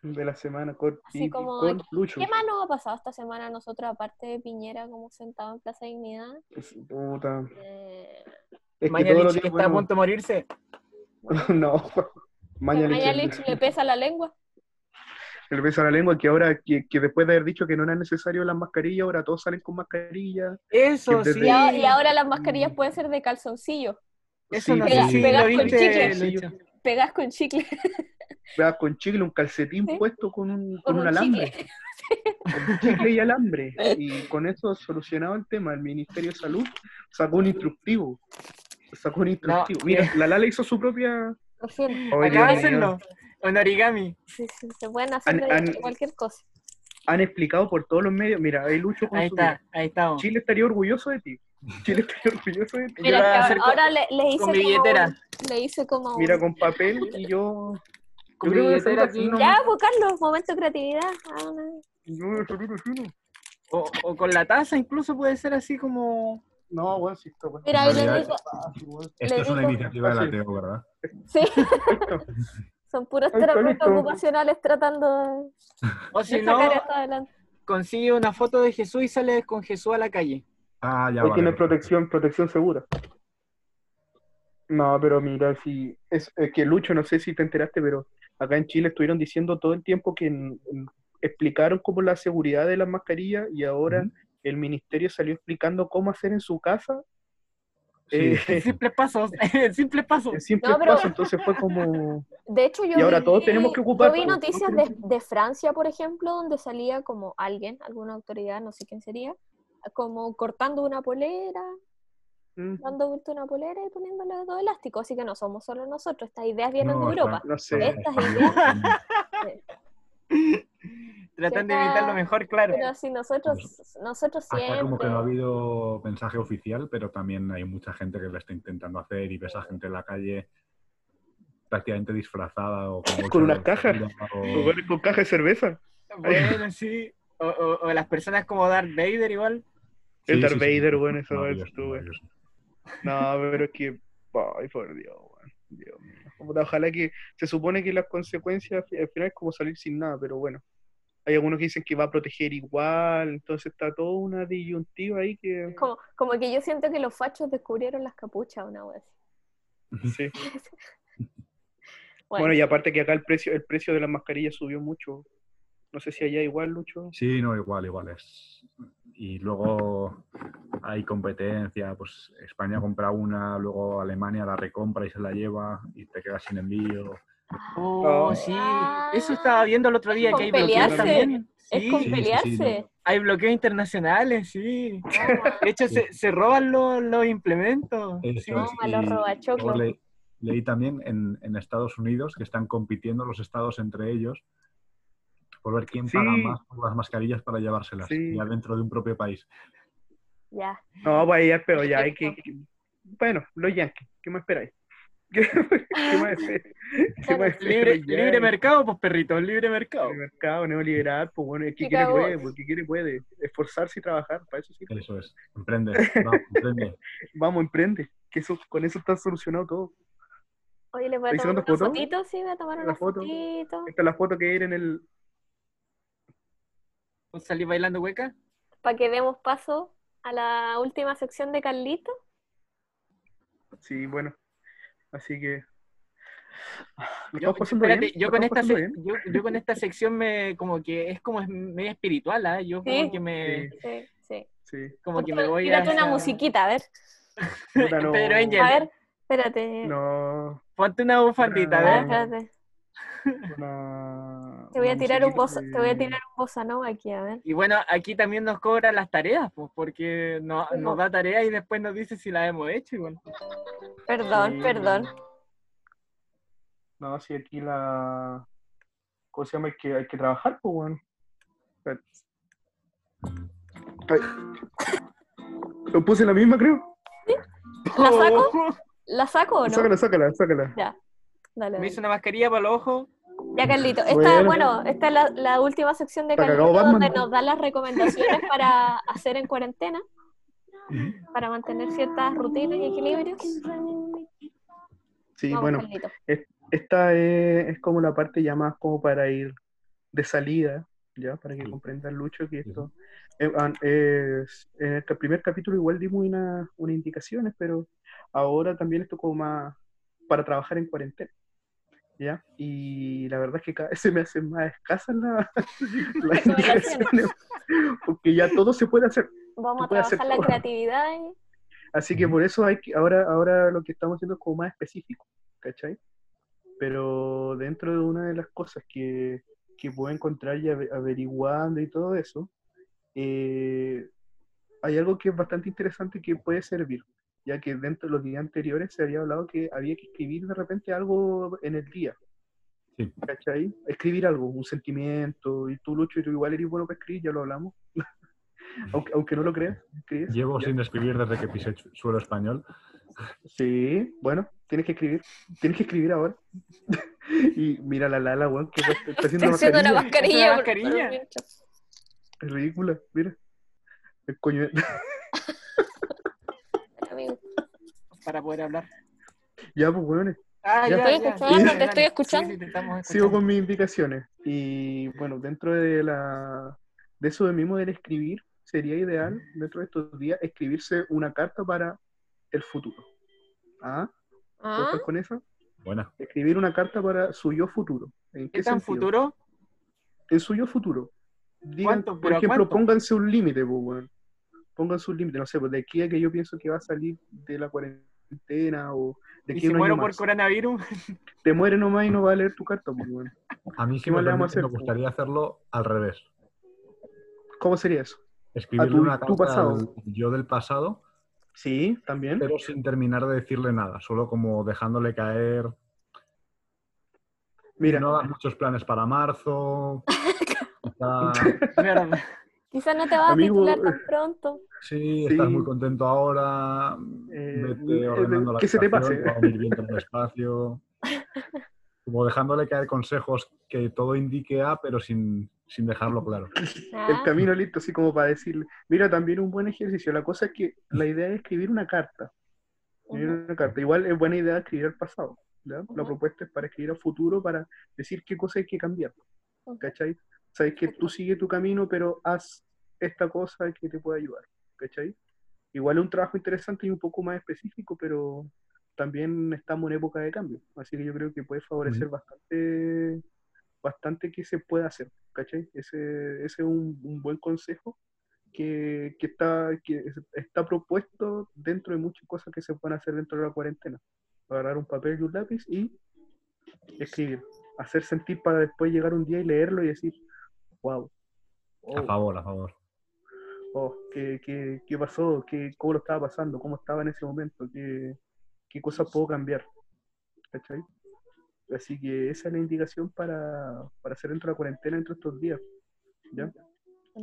D: de la semana con,
B: Así
D: y-
B: como-
D: con Lucho.
B: ¿Qué más nos ha pasado esta semana a nosotros, aparte de Piñera como sentado en Plaza Dignidad?
D: Puta,
B: Eh,
D: Es que todo lo
A: Mañalich
D: que
A: que está a
D: ponemos-
A: punto de morirse.
D: [LAUGHS]
A: [LAUGHS]
D: No, Mañalich.
B: Mañalich le pesa la lengua.
D: El beso a la lengua que ahora, que, que después de haber dicho que no era necesario las mascarillas, ahora todos salen con mascarilla.
A: Eso sí.
D: Que desde-
B: Y ahora, y ahora las mascarillas pueden ser de calzoncillo.
A: Eso
D: Sí, pues,
A: no sé
B: pega-
A: si
B: pegas
A: lo
B: con
A: viste,
B: chicle.
A: Lucho.
B: Pegas con chicle.
D: va con chicle, un calcetín
B: Sí.
D: puesto con un, con
B: Con
D: un
B: un
D: alambre.
B: [LAUGHS]
D: Con chicle y alambre.
A: [LAUGHS]
D: Y con eso solucionado el tema. El Ministerio de Salud sacó un instructivo. Sacó un instructivo.
A: No,
D: Mira, la Lala hizo su propia.
B: Recién.
A: Acaba
D: Oye,
A: de
D: Dios mío.
A: hacerlo. Un origami.
B: Sí, sí, se pueden hacer
D: An-
B: de-
D: an-
B: de cualquier cosa.
D: Han explicado por todos los medios. Mira, ahí Lucho con
A: Ahí
D: su-
A: está, ahí estamos.
D: Chile estaría orgulloso de ti. Chile estaría orgulloso de ti.
A: Yo lo
B: Mira,
A: voy a
B: que
A: hacer
B: ahora,
A: con-
B: ahora le, le hice
A: Con mi
B: como-
A: billetera.
B: Le hice como.
D: Mira, con papel y yo.
A: Con
D: Yo
A: mi
D: creo que
A: billetera
D: nosotros
A: aquí.
D: no-
B: Ya, pues Carlos, momento de creatividad. Ah, no.
D: yo de Toluca Chuno.
A: O, o con la taza incluso puede ser así como...
D: No, bueno, si esto, bueno.
B: Mira, ahí le
E: Mañalich.
B: digo.
D: fácil, bueno.
E: Esto
B: Le
E: es una
B: digo-
E: iniciativa de
D: Fácil.
E: la TEO, ¿verdad?
D: [LAUGHS]
B: Sí,
D: Perfecto.
B: son puros
D: Ahí está,
B: terapeutas
D: listo.
B: ocupacionales tratando
A: O
B: de,
A: si
B: de
A: no,
B: sacar esto adelante.
A: consigue una foto de Jesús y sale con Jesús a la calle.
E: Ah, ya
D: Ahí
E: vale.
D: tiene protección, protección segura. No, pero mira, si es, es que Lucho, no sé si te enteraste, pero acá en Chile estuvieron diciendo todo el tiempo que en- en- explicaron cómo la seguridad de las mascarillas y ahora
E: Ujú.
D: el ministerio salió explicando cómo hacer en su casa [LAUGHS]
E: Sí.
A: En
D: eh,
A: simples pasos, [LAUGHS] en simples
D: en
A: pasos.
D: simple
B: No, pero-
D: paso, entonces fue como
B: [LAUGHS] De hecho, yo
D: Y ahora
B: vi,
D: todos tenemos que ocupar,
B: yo vi
D: pues, todos
B: noticias
D: tenemos
B: de, de Francia, por ejemplo, donde salía como alguien, alguna autoridad, no sé quién sería, como cortando una polera,
D: mm,
B: dando vuelta una polera y poniéndole dos elásticos. Así que no somos solo nosotros, estas ideas vienen
E: No,
B: de
E: está-
B: Europa.
D: no sé.
E: está-
B: Estas
E: está
B: ideas.
E: bien.
A: Tratan de evitar lo mejor, claro.
B: Pero si nosotros, nosotros
E: Acá
B: siempre...
E: como que no ha habido mensaje oficial, pero también hay mucha gente que lo está intentando hacer y ves a gente en la calle prácticamente disfrazada o con, bolsas
D: unas
E: de
D: cajas.
E: basura o-
D: Lugares con caja de cerveza.
A: Bueno, sí. O, o- o las personas como Darth Vader igual.
D: El Darth Vader, bueno, eso
E: Maravilloso,
D: es tú, eh. güey.
E: maravilloso.
D: No, pero es que, ay, por Dios, weón. Dios mío. Puta, Ojalá que, se supone que las consecuencias fi- al final es como salir sin nada, pero bueno. Hay algunos que dicen que va a proteger igual, entonces está toda una disyuntiva ahí que...
B: Como, como que yo siento que los fachos descubrieron las capuchas una vez. [LAUGHS]
D: sí.
B: Bueno,
D: Bueno, y aparte que acá el precio, el precio de las mascarillas subió mucho. No sé si allá igual, Lucho.
E: Sí, no, igual, igual es. Y luego hay competencia, pues España compra una, luego Alemania la recompra y se la lleva y te quedas sin envío.
A: Oh,
D: Ah.
A: sí. Eso estaba viendo el otro día
B: Es
A: que hay
B: con
A: bloqueos
D: pelearse.
A: también.
B: es con
E: sí,
A: Sí,
B: pelearse.
E: sí, no.
A: hay bloqueos internacionales, sí. De hecho, se, se roban los, los implementos.
E: Eso
A: Sí.
E: es.
B: a los
E: Y
B: robachoclos.
E: luego le- leí también en, en Estados Unidos que están compitiendo los estados entre ellos por ver quién
D: Sí.
E: paga más por las mascarillas para llevárselas
D: Sí.
E: ya dentro de un propio país.
B: Ya.
D: No, pues ahí es peor, ya hay que... que- Bueno, los Yankees, ¿qué más esperáis? [LAUGHS] ¿Qué,
A: [LAUGHS]
D: más esperáis? ¿Qué más esperáis?
A: Libre,
D: Los
A: libre
D: Yankees.
A: mercado, pues perrito, libre mercado.
D: El mercado neoliberal, pues bueno, el que quiere
B: Chicago.
D: puede, pues el que quiere puede. Esforzarse y trabajar, para eso sí.
E: Eso es. [LAUGHS] Emprende. va, emprende.
D: Vamos, emprende. Que eso, con eso está solucionado todo.
B: Oye, les voy a
D: ¿Estáis
B: tomar
D: sacando
B: una
D: foto?
B: fotito, sí, voy a tomar
D: ¿La
B: una
D: foto?
B: fotito.
D: Esta es la foto que era en el.
A: ¿Vos salís bailando hueca?
B: Para que demos paso a la última sección de Carlito.
D: Sí, bueno. Así que. ¿Lo
A: Yo,
D: estamos pasando
A: espérate,
D: bien?
A: yo
D: ¿Lo
A: con, esta
D: estamos
A: sec-
D: pasando bien?
A: yo, yo con esta sección me como que es como es media espiritual, ¿ah? Yo como
B: Sí.
A: que me
B: Sí, sí.
D: Sí,
A: [LAUGHS]
D: sí.
A: como que me
B: Ponte-
A: voy
B: tírate
A: a
B: una musiquita, a ver.
D: Puta, no.
A: Pedro Angel.
B: A ver, espérate.
D: No.
A: Ponte una bufandita,
B: A
A: a
B: ver,
A: ver.
D: Ah.
B: espérate.
D: Una,
B: Te voy a
D: una
B: tirar un bossa,
D: musiquita
B: te voy a
D: de-
B: tirar un bossa nova aquí, a ver.
A: Y bueno, aquí también nos cobran las tareas, pues, porque no-
B: Sí, pues.
A: nos
B: po.
A: da tarea y después nos dice si la hemos hecho igual.
B: Perdón,
D: Sí.
B: perdón.
D: No, si aquí la. ¿Cómo se llama? Hay que, hay que trabajar, pues bueno. Lo puse en la misma, creo.
B: ¿La saco? ¿La saco o no?
D: Sácala, sácala, sácala.
B: Ya. Dale,
A: Me
B: dale.
A: hice una mascarilla para los ojos.
B: Ya, Carlito. Esta, bueno,
D: Bueno.
B: esta es la, la última sección de
D: Está
B: Carlito
D: cagado
B: donde
D: Batman.
B: nos da las
D: [LAUGHS]
B: recomendaciones para hacer en cuarentena, para mantener ciertas rutinas y equilibrios.
D: Sí,
B: Vamos,
D: bueno.
B: Carlito.
D: Esta es, es como la parte ya más como para ir de salida, ya, para que comprendan Lucho que esto este eh, an- es- en el primer capítulo igual dimos una- unas indicaciones, pero ahora también esto como más para trabajar en cuarentena. ¿Ya? Y la verdad es que cada vez se me hacen más escasas la- [LAUGHS] las indicaciones, porque ya todo se puede hacer.
B: Vamos a
D: Tú puedes hacer
B: trabajar la
D: todo.
B: creatividad. y-
D: Así que por eso hay que, ahora, ahora lo que estamos haciendo es como más específico, ¿cachai? Pero dentro de una de las cosas que, que puedo encontrar y ave- averiguando y todo eso, eh, hay algo que es bastante interesante que puede servir, ya que dentro de los días anteriores se había hablado que había que escribir de repente algo en el día,
E: Sí.
D: ¿cachai? Escribir algo, un sentimiento, y tú, Lucho, y tú igual eres bueno para escribir, ya lo hablamos. [LAUGHS] aunque, aunque no lo creas, escribes.
E: Llevo
D: ya.
E: sin escribir desde que pisé chu- suelo español.
D: Sí, bueno, tienes que escribir. Tienes que escribir ahora. [LAUGHS] y mira la Lala, weón, que está- está haciendo
B: [LAUGHS] Está
D: una
B: haciendo una
D: mascarilla.
B: mascarilla.
A: Una mascarilla.
B: por- por mientras.
D: Es ridícula, mira. El coño. [LAUGHS]
B: Amigo,
A: para poder hablar.
D: ya, pues, weón,
A: Ah,
D: Ya.
A: ya, ya.
B: Estoy escuchando,
A: Dale,
B: te estoy
A: dale.
B: escuchando.
A: Sí, sí, te estamos
D: sigo
A: escuchando.
D: con mis indicaciones. Y bueno, dentro de la de eso mismo del escribir, sería ideal dentro de estos días escribirse una carta para el futuro. ¿Ah? ¿Tú
B: Ah,
D: estás con eso?
E: Buena.
D: Escribir una carta para su yo futuro. ¿En qué,
A: ¿Qué tan
D: sentido?
A: futuro?
D: el suyo futuro. Digan,
A: ¿Cuánto?
D: por
A: ¿Pero
D: ejemplo,
A: cuánto?
D: pónganse un límite, pues, weón. Pónganse un límite, no sé, pues de aquí a que yo pienso que va a salir de la cuarentena o de
A: ¿Y si
D: aquí a un
A: muero
D: año
A: por
D: más.
A: [LAUGHS] coronavirus?
D: Te muere nomás y no va a leer tu carta, pues, weón.
E: A mí sí
D: ¿Qué
E: me,
D: más le vamos a
E: permite,
D: hacer?
E: me gustaría hacerlo al revés.
D: ¿Cómo sería eso?
E: Escribirle
D: tu-
E: una
D: tu
E: carta
D: pasado.
E: al yo del pasado,
D: Sí, también.
E: pero sin terminar de decirle nada, solo como dejándole caer.
D: Mira,
E: No hagas muchos planes para
D: [LAUGHS]
E: marzo. quizá-
A: Verdad.
B: quizás no te vas a
D: Amigo, eh,
B: titular tan pronto.
E: Sí, estás
D: Sí.
E: muy contento ahora.
D: Eh,
E: vete
D: eh,
E: ordenando la
D: que se te
E: habitación,
D: pase.
E: te va a venir bien todo el espacio. Como dejándole caer consejos que todo indique a, pero sin, sin dejarlo claro.
B: Ah,
D: el camino listo, así como para decirle. Mira, también un buen ejercicio. La cosa es que la idea es escribir una carta. Escribir
B: ujú.
D: una carta. Igual es buena idea escribir al pasado. ¿ya? La
B: Ujú.
D: propuesta es para escribir al futuro, para decir qué cosa hay que cambiar.
B: Ujú.
D: ¿Cachai? Sabes que tú sigue tu camino, pero haz esta cosa que te pueda ayudar. ¿Cachai? Igual es un trabajo interesante y un poco más específico, pero también estamos en época de cambio. Así que yo creo que puede favorecer bastante bastante que se pueda hacer. ¿Cachai? Ese, ese es un, un buen consejo que, que está, que está propuesto dentro de muchas cosas que se pueden hacer dentro de la cuarentena. Agarrar un papel y un lápiz y escribir. Hacer sentir para después llegar un día y leerlo y decir, wow,
E: A favor, a favor.
D: oh, ¿qué, qué, qué pasó? ¿Qué, ¿Cómo lo estaba pasando? ¿Cómo estaba en ese momento? ¿Qué, qué cosas puedo cambiar? ¿Cachai? Así que esa es la indicación para, para hacer dentro de la cuarentena dentro de estos días. ¿ya?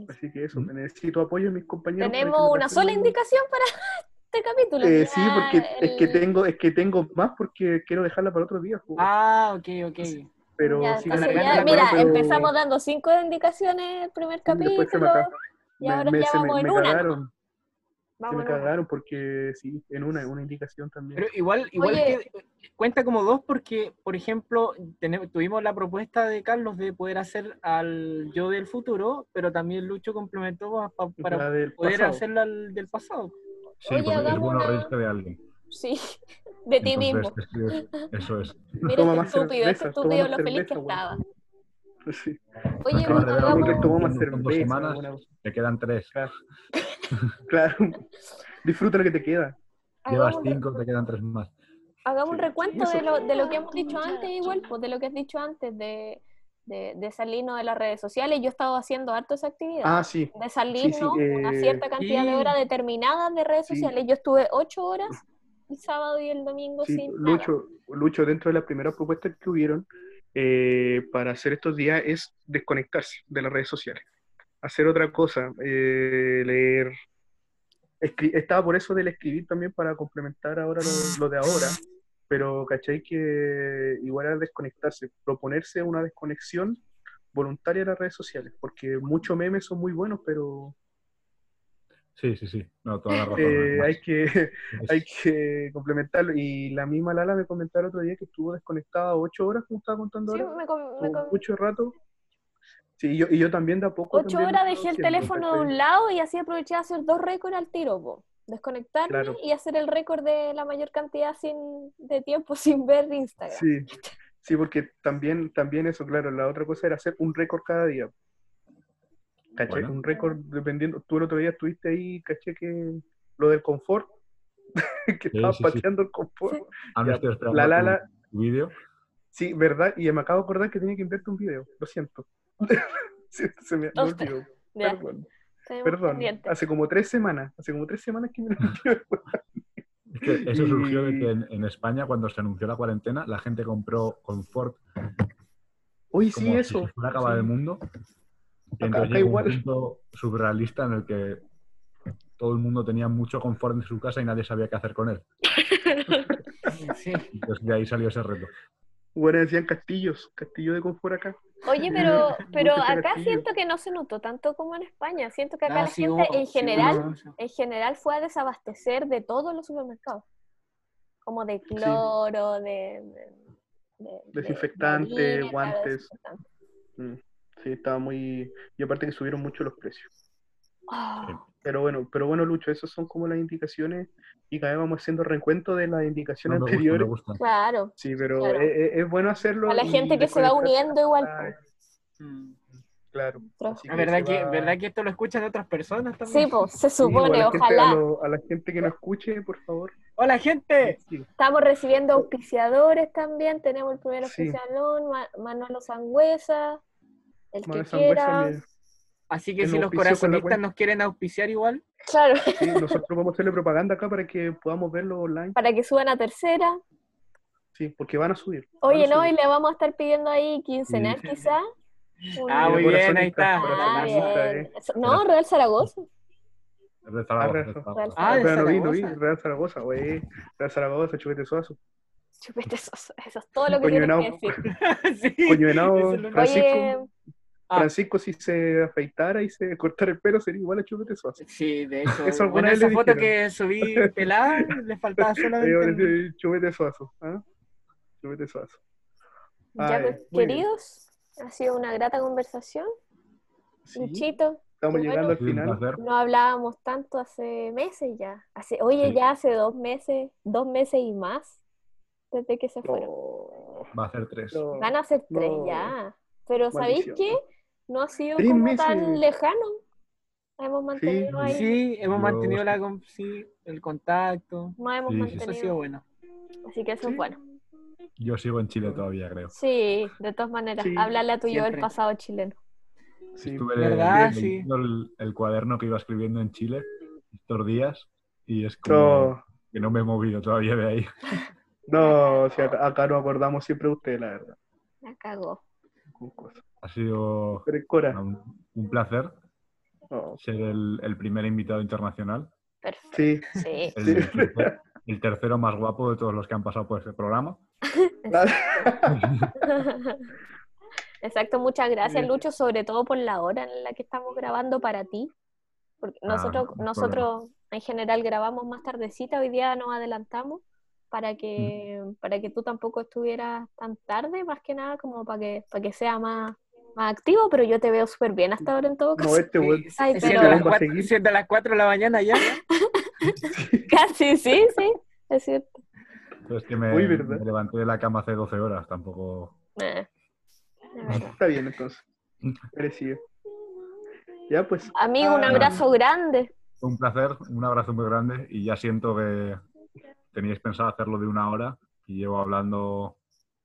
D: Así que eso,
E: Mm.
D: necesito apoyo de mis compañeros. para que
B: Tenemos
D: me
B: una sola
D: ayuden.
B: indicación para [LAUGHS] este capítulo.
D: Eh,
B: Ya
D: sí, porque es que
B: el-
D: tengo, es que tengo más porque quiero dejarla para otro día. pues.
A: Ah, ok, ok.
D: pero
B: ya,
D: sí,
B: entonces
A: me
B: ya,
A: regalan,
B: mira,
D: pero-
B: empezamos dando cinco indicaciones el primer capítulo.
D: Después se me acaba.
B: y ahora ya
D: se
B: vamos en
D: me
B: una.
D: cagaron, se
B: Vamos,
D: me
B: no.
D: cagaron porque sí, en una, en una indicación también.
A: Pero igual, igual
B: Oye.
A: que- cuenta como dos porque, por ejemplo, tenemos, tuvimos la propuesta de Carlos de poder hacer al yo del futuro, pero también Lucho complementó pa- pa- para
D: La del
A: poder
D: pasado.
A: hacerla al del pasado.
E: Sí,
B: Oye,
E: porque es
B: hagamos
E: bueno
B: una-
E: reírse de alguien.
B: Sí, [LAUGHS] de ti mismo.
D: [LAUGHS]
E: Entonces, escribes- eso es.
B: Mira
D: Toma
B: qué
D: más
B: estúpido,
D: cerveza,
B: este estúpido
D: toma
B: lo
D: más
B: feliz que
D: cerveza, weón.
B: estaba.
D: pues, Sí.
B: Oye,
E: Acabas de ver
B: hagamos-
E: algo que
D: Nosotros tomamos
E: Son dos
D: cerveza,
E: semanas.
D: weón.
E: Te
B: [LAUGHS]
E: quedan tres.
D: Claro. [LAUGHS] Disfruta lo que te queda.
E: Llevas
B: hagamos un-
E: cinco, te quedan tres más.
B: Hagamos un recuento
D: Eso.
B: de lo, de lo que hemos dicho antes, igual, pues de lo que has dicho antes, de, de, de salirnos de las redes sociales. Yo he estado haciendo harto esa actividad.
D: Ah, sí.
B: de salirnos una
D: eh,
B: cierta cantidad de
A: sí.
B: horas determinadas de redes
D: Sí.
B: sociales. Yo estuve ocho horas el sábado y el domingo
D: Sí,
B: sin nada.
D: Lucho, Lucho, dentro de las primeras propuestas que hubieron eh, para hacer estos días es desconectarse de las redes sociales, hacer otra cosa, eh, leer. Escri- estaba por eso del escribir también para complementar ahora lo, lo de ahora, pero cachai que igual era desconectarse, proponerse una desconexión voluntaria de las redes sociales, porque muchos memes son muy buenos, pero
E: Sí, sí, sí. No, toda la razón.
D: eh, hay que
E: Es-
D: hay que complementarlo. Y la misma Lala me comentó el otro día que estuvo desconectada ocho horas, como estaba contando
B: Sí,
D: ahora,
B: me com- me
D: o
B: com-
D: mucho rato. Sí, y yo, y yo también de a poco.
B: ocho
D: también
B: horas
D: lo estaba
B: dejé el
D: haciendo,
B: teléfono de
D: ¿cachai?
B: un lado y así aproveché a hacer dos récords al tiro. po. Desconectarme
D: Claro.
B: y hacer el récord de la mayor cantidad sin, de tiempo [LAUGHS] sin ver Instagram.
D: Sí, sí, porque también, también eso, claro, la otra cosa era hacer un récord cada día. ¿Caché?
E: Bueno.
D: Un récord dependiendo. Tú el otro día estuviste ahí, caché que lo del confort, [LAUGHS] que
E: Sí,
D: estaba
E: sí, sí.
D: pateando el confort.
E: Aún
D: Ya,
E: estoy esperando
D: la, la,
E: tu-
D: la.
E: tu vídeo.
D: Sí, verdad, y me acabo de acordar que tenía que inventarte un video, lo siento. [LAUGHS] Sí, se me, me
B: Ostras,
D: olvidó,
B: Ya,
D: perdón,
B: tenemos
D: perdón.
B: pendiente.
D: Hace como tres semanas, hace como tres semanas que
E: [LAUGHS]
D: me lo olvidé.
E: Es
D: [LAUGHS]
E: que eso
D: Y-
E: surgió de que en, en España, cuando se anunció la cuarentena, la gente compró confort
D: Oye,
E: como
D: sí,
E: si
D: eso.
E: se fuera a acabar
D: sí.
E: el mundo. Y
D: Acá-
E: entonces
D: acá
E: llegó
D: igual.
E: un punto surrealista en el que todo el mundo tenía mucho confort en su casa y nadie sabía qué hacer con él.
A: Sí.
E: Entonces de ahí salió ese reto.
D: Bueno, decían castillos, castillo de confort acá.
B: Oye,
D: [LAUGHS]
B: pero, pero
D: Mucho
B: acá
D: castigo.
B: siento que no se notó tanto como en España. Siento que acá
A: Ah,
B: la
A: sí,
B: gente
D: oh,
A: hubo-
B: en
A: sí, hubo
B: general
A: mucho.
B: en general fue a desabastecer de todos los supermercados. Como de cloro, de, de- de- de
D: Desinfectante,
B: harina, claro,
D: guantes.
B: desinfectante.
D: Mm, Sí, estaba muy. Y aparte que subieron mucho los precios.
B: Ah,
E: Sí.
D: Pero bueno, pero bueno, Lucho, esas son como las indicaciones y cada vez vamos haciendo recuento de las
E: No
D: indicaciones
E: me gusta, no me
D: anteriores.
E: gusta.
B: Claro.
D: Sí, pero
B: Claro.
D: e- e- es, bueno hacerlo.
B: A la
D: y
B: gente que se va
D: desconectarse.
B: uniendo igual.
D: Ay,
A: Mm.
D: Claro.
B: pues.
D: Así
A: Es verdad
D: se
A: que,
D: va-
A: verdad que esto lo escuchan otras personas
B: Sí,
A: también.
B: pues, se
D: Sí, pues,
B: supone,
D: a la gente-
B: ojalá.
D: a, lo- a la gente que nos escuche, por favor.
A: ¡Hola, gente!
D: Sí,
B: Estamos recibiendo auspiciadores también. Tenemos el primer
D: Sí.
B: auspiciador, Ma- Manolo Sangüesa, el
D: Manuel
B: que
D: Sangüesa,
B: quiera.
D: me-
A: Así que
D: Que
A: si
D: nos
A: los
D: auspició con la
A: corazonistas
D: cuenta.
A: nos quieren auspiciar igual,
B: Claro, [LAUGHS]
D: sí, nosotros vamos a hacerle propaganda acá para que podamos verlo online.
B: para que suban a tercera.
D: Sí, porque van a subir. van a
B: Oye, no, y
D: subir.
B: le vamos a estar pidiendo ahí quincenal quizá. Un-
A: Ah, muy bien, ahí está.
B: Ah,
D: Corazonista,
B: bien.
D: eh.
B: Eso- No, Real Zaragoza.
E: Es de Zaragoza, es de
D: Arrezo.
E: Zaragoza.
A: Ah, de
D: Pero no vi, no vi.
A: Zaragoza.
D: Real Zaragoza, güey. Real Zaragoza, Chupete Suazo.
B: [LAUGHS] Chupete, eso, eso es todo lo que
D: Coño,
B: tienes
D: no.
B: que decir.
A: [LAUGHS] sí.
D: Coño venado,
A: Eso es lo-
D: Francisco.
B: Oye,
A: Ah.
D: Francisco, si se afeitara y se [LAUGHS] cortara el pelo, sería igual a Chupete Suazo.
A: Sí, de hecho,
D: Eso alguna
A: bueno,
D: vez
A: esa
D: le
A: foto
D: dijeron.
A: que subí pelada, le
D: [LAUGHS]
A: faltaba solamente...
D: Ahí va a
A: el-
D: decir, Chupete Suazo. ¿ah? Chupete Suazo.
B: ya,
D: Ay,
B: pues,
D: muy bien.
B: queridos, ha sido una grata conversación.
D: Sí,
B: Luchito,
D: Estamos
B: Bueno.
D: llegando al
E: Sí, un
D: final.
E: placer.
B: no hablábamos tanto hace meses ya. Hace, oye,
E: Sí.
B: ya hace dos meses, dos meses y más desde que se fueron.
D: No,
E: Va a ser tres.
D: Oh, no.
B: Van a ser tres
D: No.
B: ya. Pero ¿sabéis
D: Maldición.
B: qué? No ha sido
D: Tres
B: como
D: meses.
B: tan lejano. Hemos mantenido ahí.
A: Sí, hemos
E: Yo-
A: mantenido la, con- sí, el contacto.
B: No hemos
E: Sí, sí, sí.
A: Eso ha sido
B: mantenido.
A: bueno.
B: Así que eso
D: Sí.
B: es bueno.
E: Yo sigo en Chile todavía, creo.
B: Sí, de todas maneras,
D: Sí,
B: háblale a tu yo del
A: siempre.
B: pasado chileno.
D: Sí,
E: Estuve
A: ¿Verdad?
E: leyendo
A: Sí.
E: el, el cuaderno que iba escribiendo en Chile estos días y es como
D: no,
E: que no me he movido todavía de ahí.
D: no, si acá, acá nos acordamos siempre de usted, la verdad.
B: La cagó.
D: Con cosas.
E: Ha sido
D: Pero, Cora,
E: un, un placer
D: no.
E: ser el, el primer invitado internacional,
B: Perfecto.
D: Sí,
B: Sí. [LAUGHS]
E: el,
D: Sí.
E: el tercer- el tercero más guapo de todos los que han pasado por este programa.
B: Exacto, muchas gracias
D: Bien.
B: Lucho, sobre todo por la hora en la que estamos grabando para ti. Porque
E: Ah,
B: nosotros,
E: no hay
B: nosotros en general grabamos más tardecita, hoy día nos adelantamos para que, para que tú tampoco estuvieras tan tarde, más que nada como para que, para que sea más, más activo, pero yo te veo súper bien hasta ahora en todo
D: [LAUGHS] no,
B: caso.
D: este weón.
A: Sí,
B: Ay,
A: siendo
B: pero-
A: las
D: Vamos a
A: cuatro-
D: seguir.
A: siendo las 4 de la mañana
D: [LAUGHS]
A: ya.
B: Casi, [LAUGHS] sí, sí. Es cierto.
E: Pero [LAUGHS] es que me,
D: Uy, ¿verdad?
E: me levanté de la cama hace 12 horas, tampoco.
B: Eh, de verdad.
D: Está bien, entonces. Merecido. Ya, pues.
B: Amigo, un
D: Ah.
B: abrazo grande.
E: Fue Un placer, un abrazo muy grande y ya siento que teníais pensado hacerlo de una hora y llevo hablando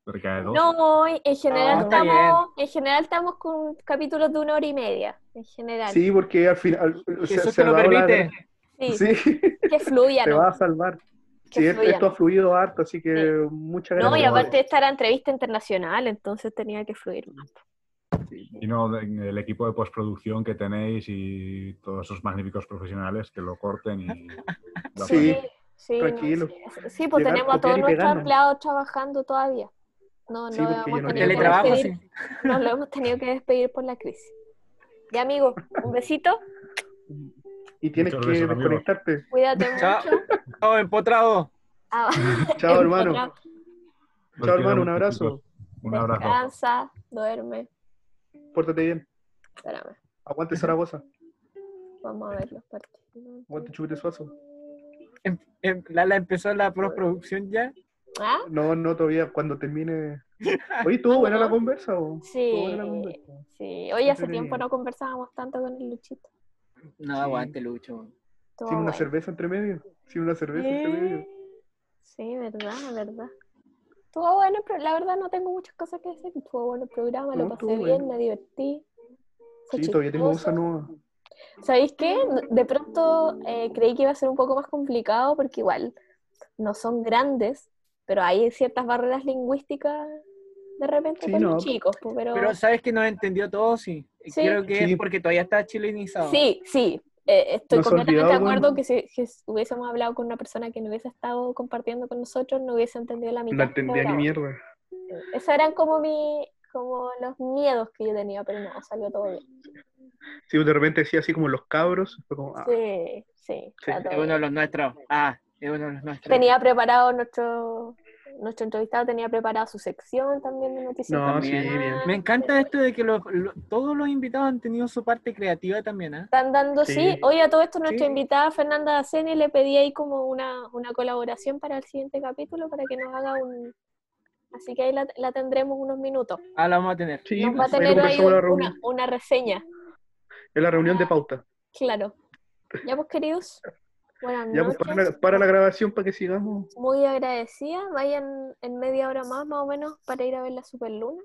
E: cerca de dos.
B: No, en general
A: No, está
B: estamos, en general estamos con capítulos de una hora y media, en general. Sí,
D: Sí, porque al final. al-
A: Que
D: se-
A: eso
D: se
A: te lo
D: ha dado la-
A: permite.
D: Sí,
B: que fluya,
D: [LAUGHS] te
B: ¿no?
D: va a salvar.
B: Que
D: Sí, esto,
B: fluya.
D: esto ha fluido harto, así que muchas gracias.
B: No, y
E: Pero-
B: aparte esta era entrevista internacional, entonces tenía que fluir más.
E: Y no, de- el equipo de postproducción que tenéis y todos esos magníficos profesionales que lo corten y... lo
B: Sí,
E: hacen.
B: sí, no,
D: tranquilo.
B: sí. Sí, pues
D: Llegar,
B: tenemos a
D: copiar
B: todos
D: y
B: nuestros
D: pegar, ¿no?
B: empleados trabajando todavía. No,
D: Sí,
B: no,
D: porque
B: hemos
D: yo
B: tenido
D: no
B: que
D: quiero
A: Teletrabajo,
B: despedir-
A: sí.
B: nos lo hemos tenido que despedir por la crisis. Ya, amigo, un besito,
D: Y tienes
E: Muchas
D: que
E: gracias, amigo.
B: [LAUGHS]
D: desconectarte.
B: cuídate
A: Chao.
B: mucho.
A: Oh, empotrado.
B: Ah,
D: Chao, hermano.
B: encontrá-
E: Los
D: Chao,
E: quiero
D: hermano. Un
E: Pues mucho,
D: abrazo.
E: chicos. Un abrazo.
B: Descansa, duerme.
D: Pórtate bien.
B: Espérame,
D: Aguante Zaragoza.
B: vamos a ver los partidos.
D: Aguante Chupete Suazo.
A: Em- em- Lala empezó la postproducción ya.
B: ¿Ah?
D: No, no, todavía
B: [LAUGHS]
D: cuando termine. Oye, estuvo buena la conversa. o? Estuvo
B: Sí.
D: buena la conversa.
B: Sí. Hoy hace tiempo
D: Entretenido.
B: no conversábamos tanto con el Luchito.
A: No,
D: Sí.
A: aguante, Lucho.
B: Estuvo
D: Sin una
B: bueno.
D: cerveza entre medio. Sin una cerveza entre medio.
B: Eh, Sí, verdad, verdad. Estuvo bueno, pero la verdad no tengo muchas cosas que decir. Estuvo bueno el programa, lo
D: No,
B: pasé
D: estuvo
B: bien,
D: bueno.
B: me divertí. Fue
D: Sí, todavía tengo
B: chistoso.
D: usa nueva.
B: ¿Sabéis qué? De pronto eh, creí que iba a ser un poco más complicado porque igual no son grandes, pero hay ciertas barreras lingüísticas de repente
D: Sí,
B: con
D: no.
B: los chicos. pues, Pero...
A: Pero sabes que nos entendió todo, sí.
B: Sí.
A: Creo que
D: Sí.
A: es porque todavía está chilenizado.
B: Sí, sí. eh, estoy
D: Nos
B: completamente de
D: olvidamos,
B: acuerdo
D: ¿no?
B: que si, que si hubiésemos hablado con una persona que no hubiese estado compartiendo con nosotros, no hubiese entendido la mitad.
D: La
B: del
D: entendía ni
B: programa.
D: mierda.
B: Esos eran como mi, como los miedos que yo tenía, pero no, salió todo bien.
D: Sí, de repente decía así como los cabros. Fue como, ah,
B: Sí, sí, salió todo
A: Es uno
B: bien.
A: de los nuestros. Ah, es uno de los nuestros.
B: Tenía preparado nuestro, nuestro entrevistado, tenía preparado su sección también de noticias.
D: No,
B: también.
D: sí, bien.
A: Me encanta esto de que los- lo- todos los invitados han tenido su parte creativa también, ¿ah?
B: Están dando, sí.
D: Sí.
B: Oye, a todo esto, nuestra
A: Sí.
B: invitada Fernanda Daceni le pedí ahí como una, una colaboración para el siguiente capítulo, para que nos haga un... Así que ahí la, la tendremos unos minutos.
A: Ah, la vamos a tener.
D: sí,
B: Nos va a
D: pues, ahí
B: tener ahí
D: conversamos en
B: un-
D: la
B: una,
D: reunión-
B: una reseña,
D: en la reunión de pauta.
B: claro. Ya pues, queridos, buenas
D: Ya, pues,
B: noches.
D: para, la- para la grabación para que sigamos.
B: muy agradecida. Vayan en media hora más, más o menos, para ir a ver la superluna.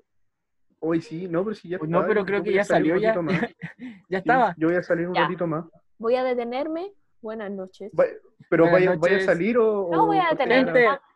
D: Hoy sí, no, pero sí ya
A: Uy, Pues no,
D: está,
A: pero
D: yo
A: creo que
D: voy a
A: ya
D: salir un
A: salió,
D: ratito
A: ya.
D: más, sí,
A: Ya [LAUGHS] estaba.
D: yo voy a salir un
B: Ya.
D: ratito más.
B: Voy a detenerme. Buenas noches.
D: Va- pero
A: Buenas
D: vaya, vaya a
A: noches.
D: salir o.
B: No
D: o-
B: voy a
D: o te-
B: detenerme.
A: Gente,
B: va-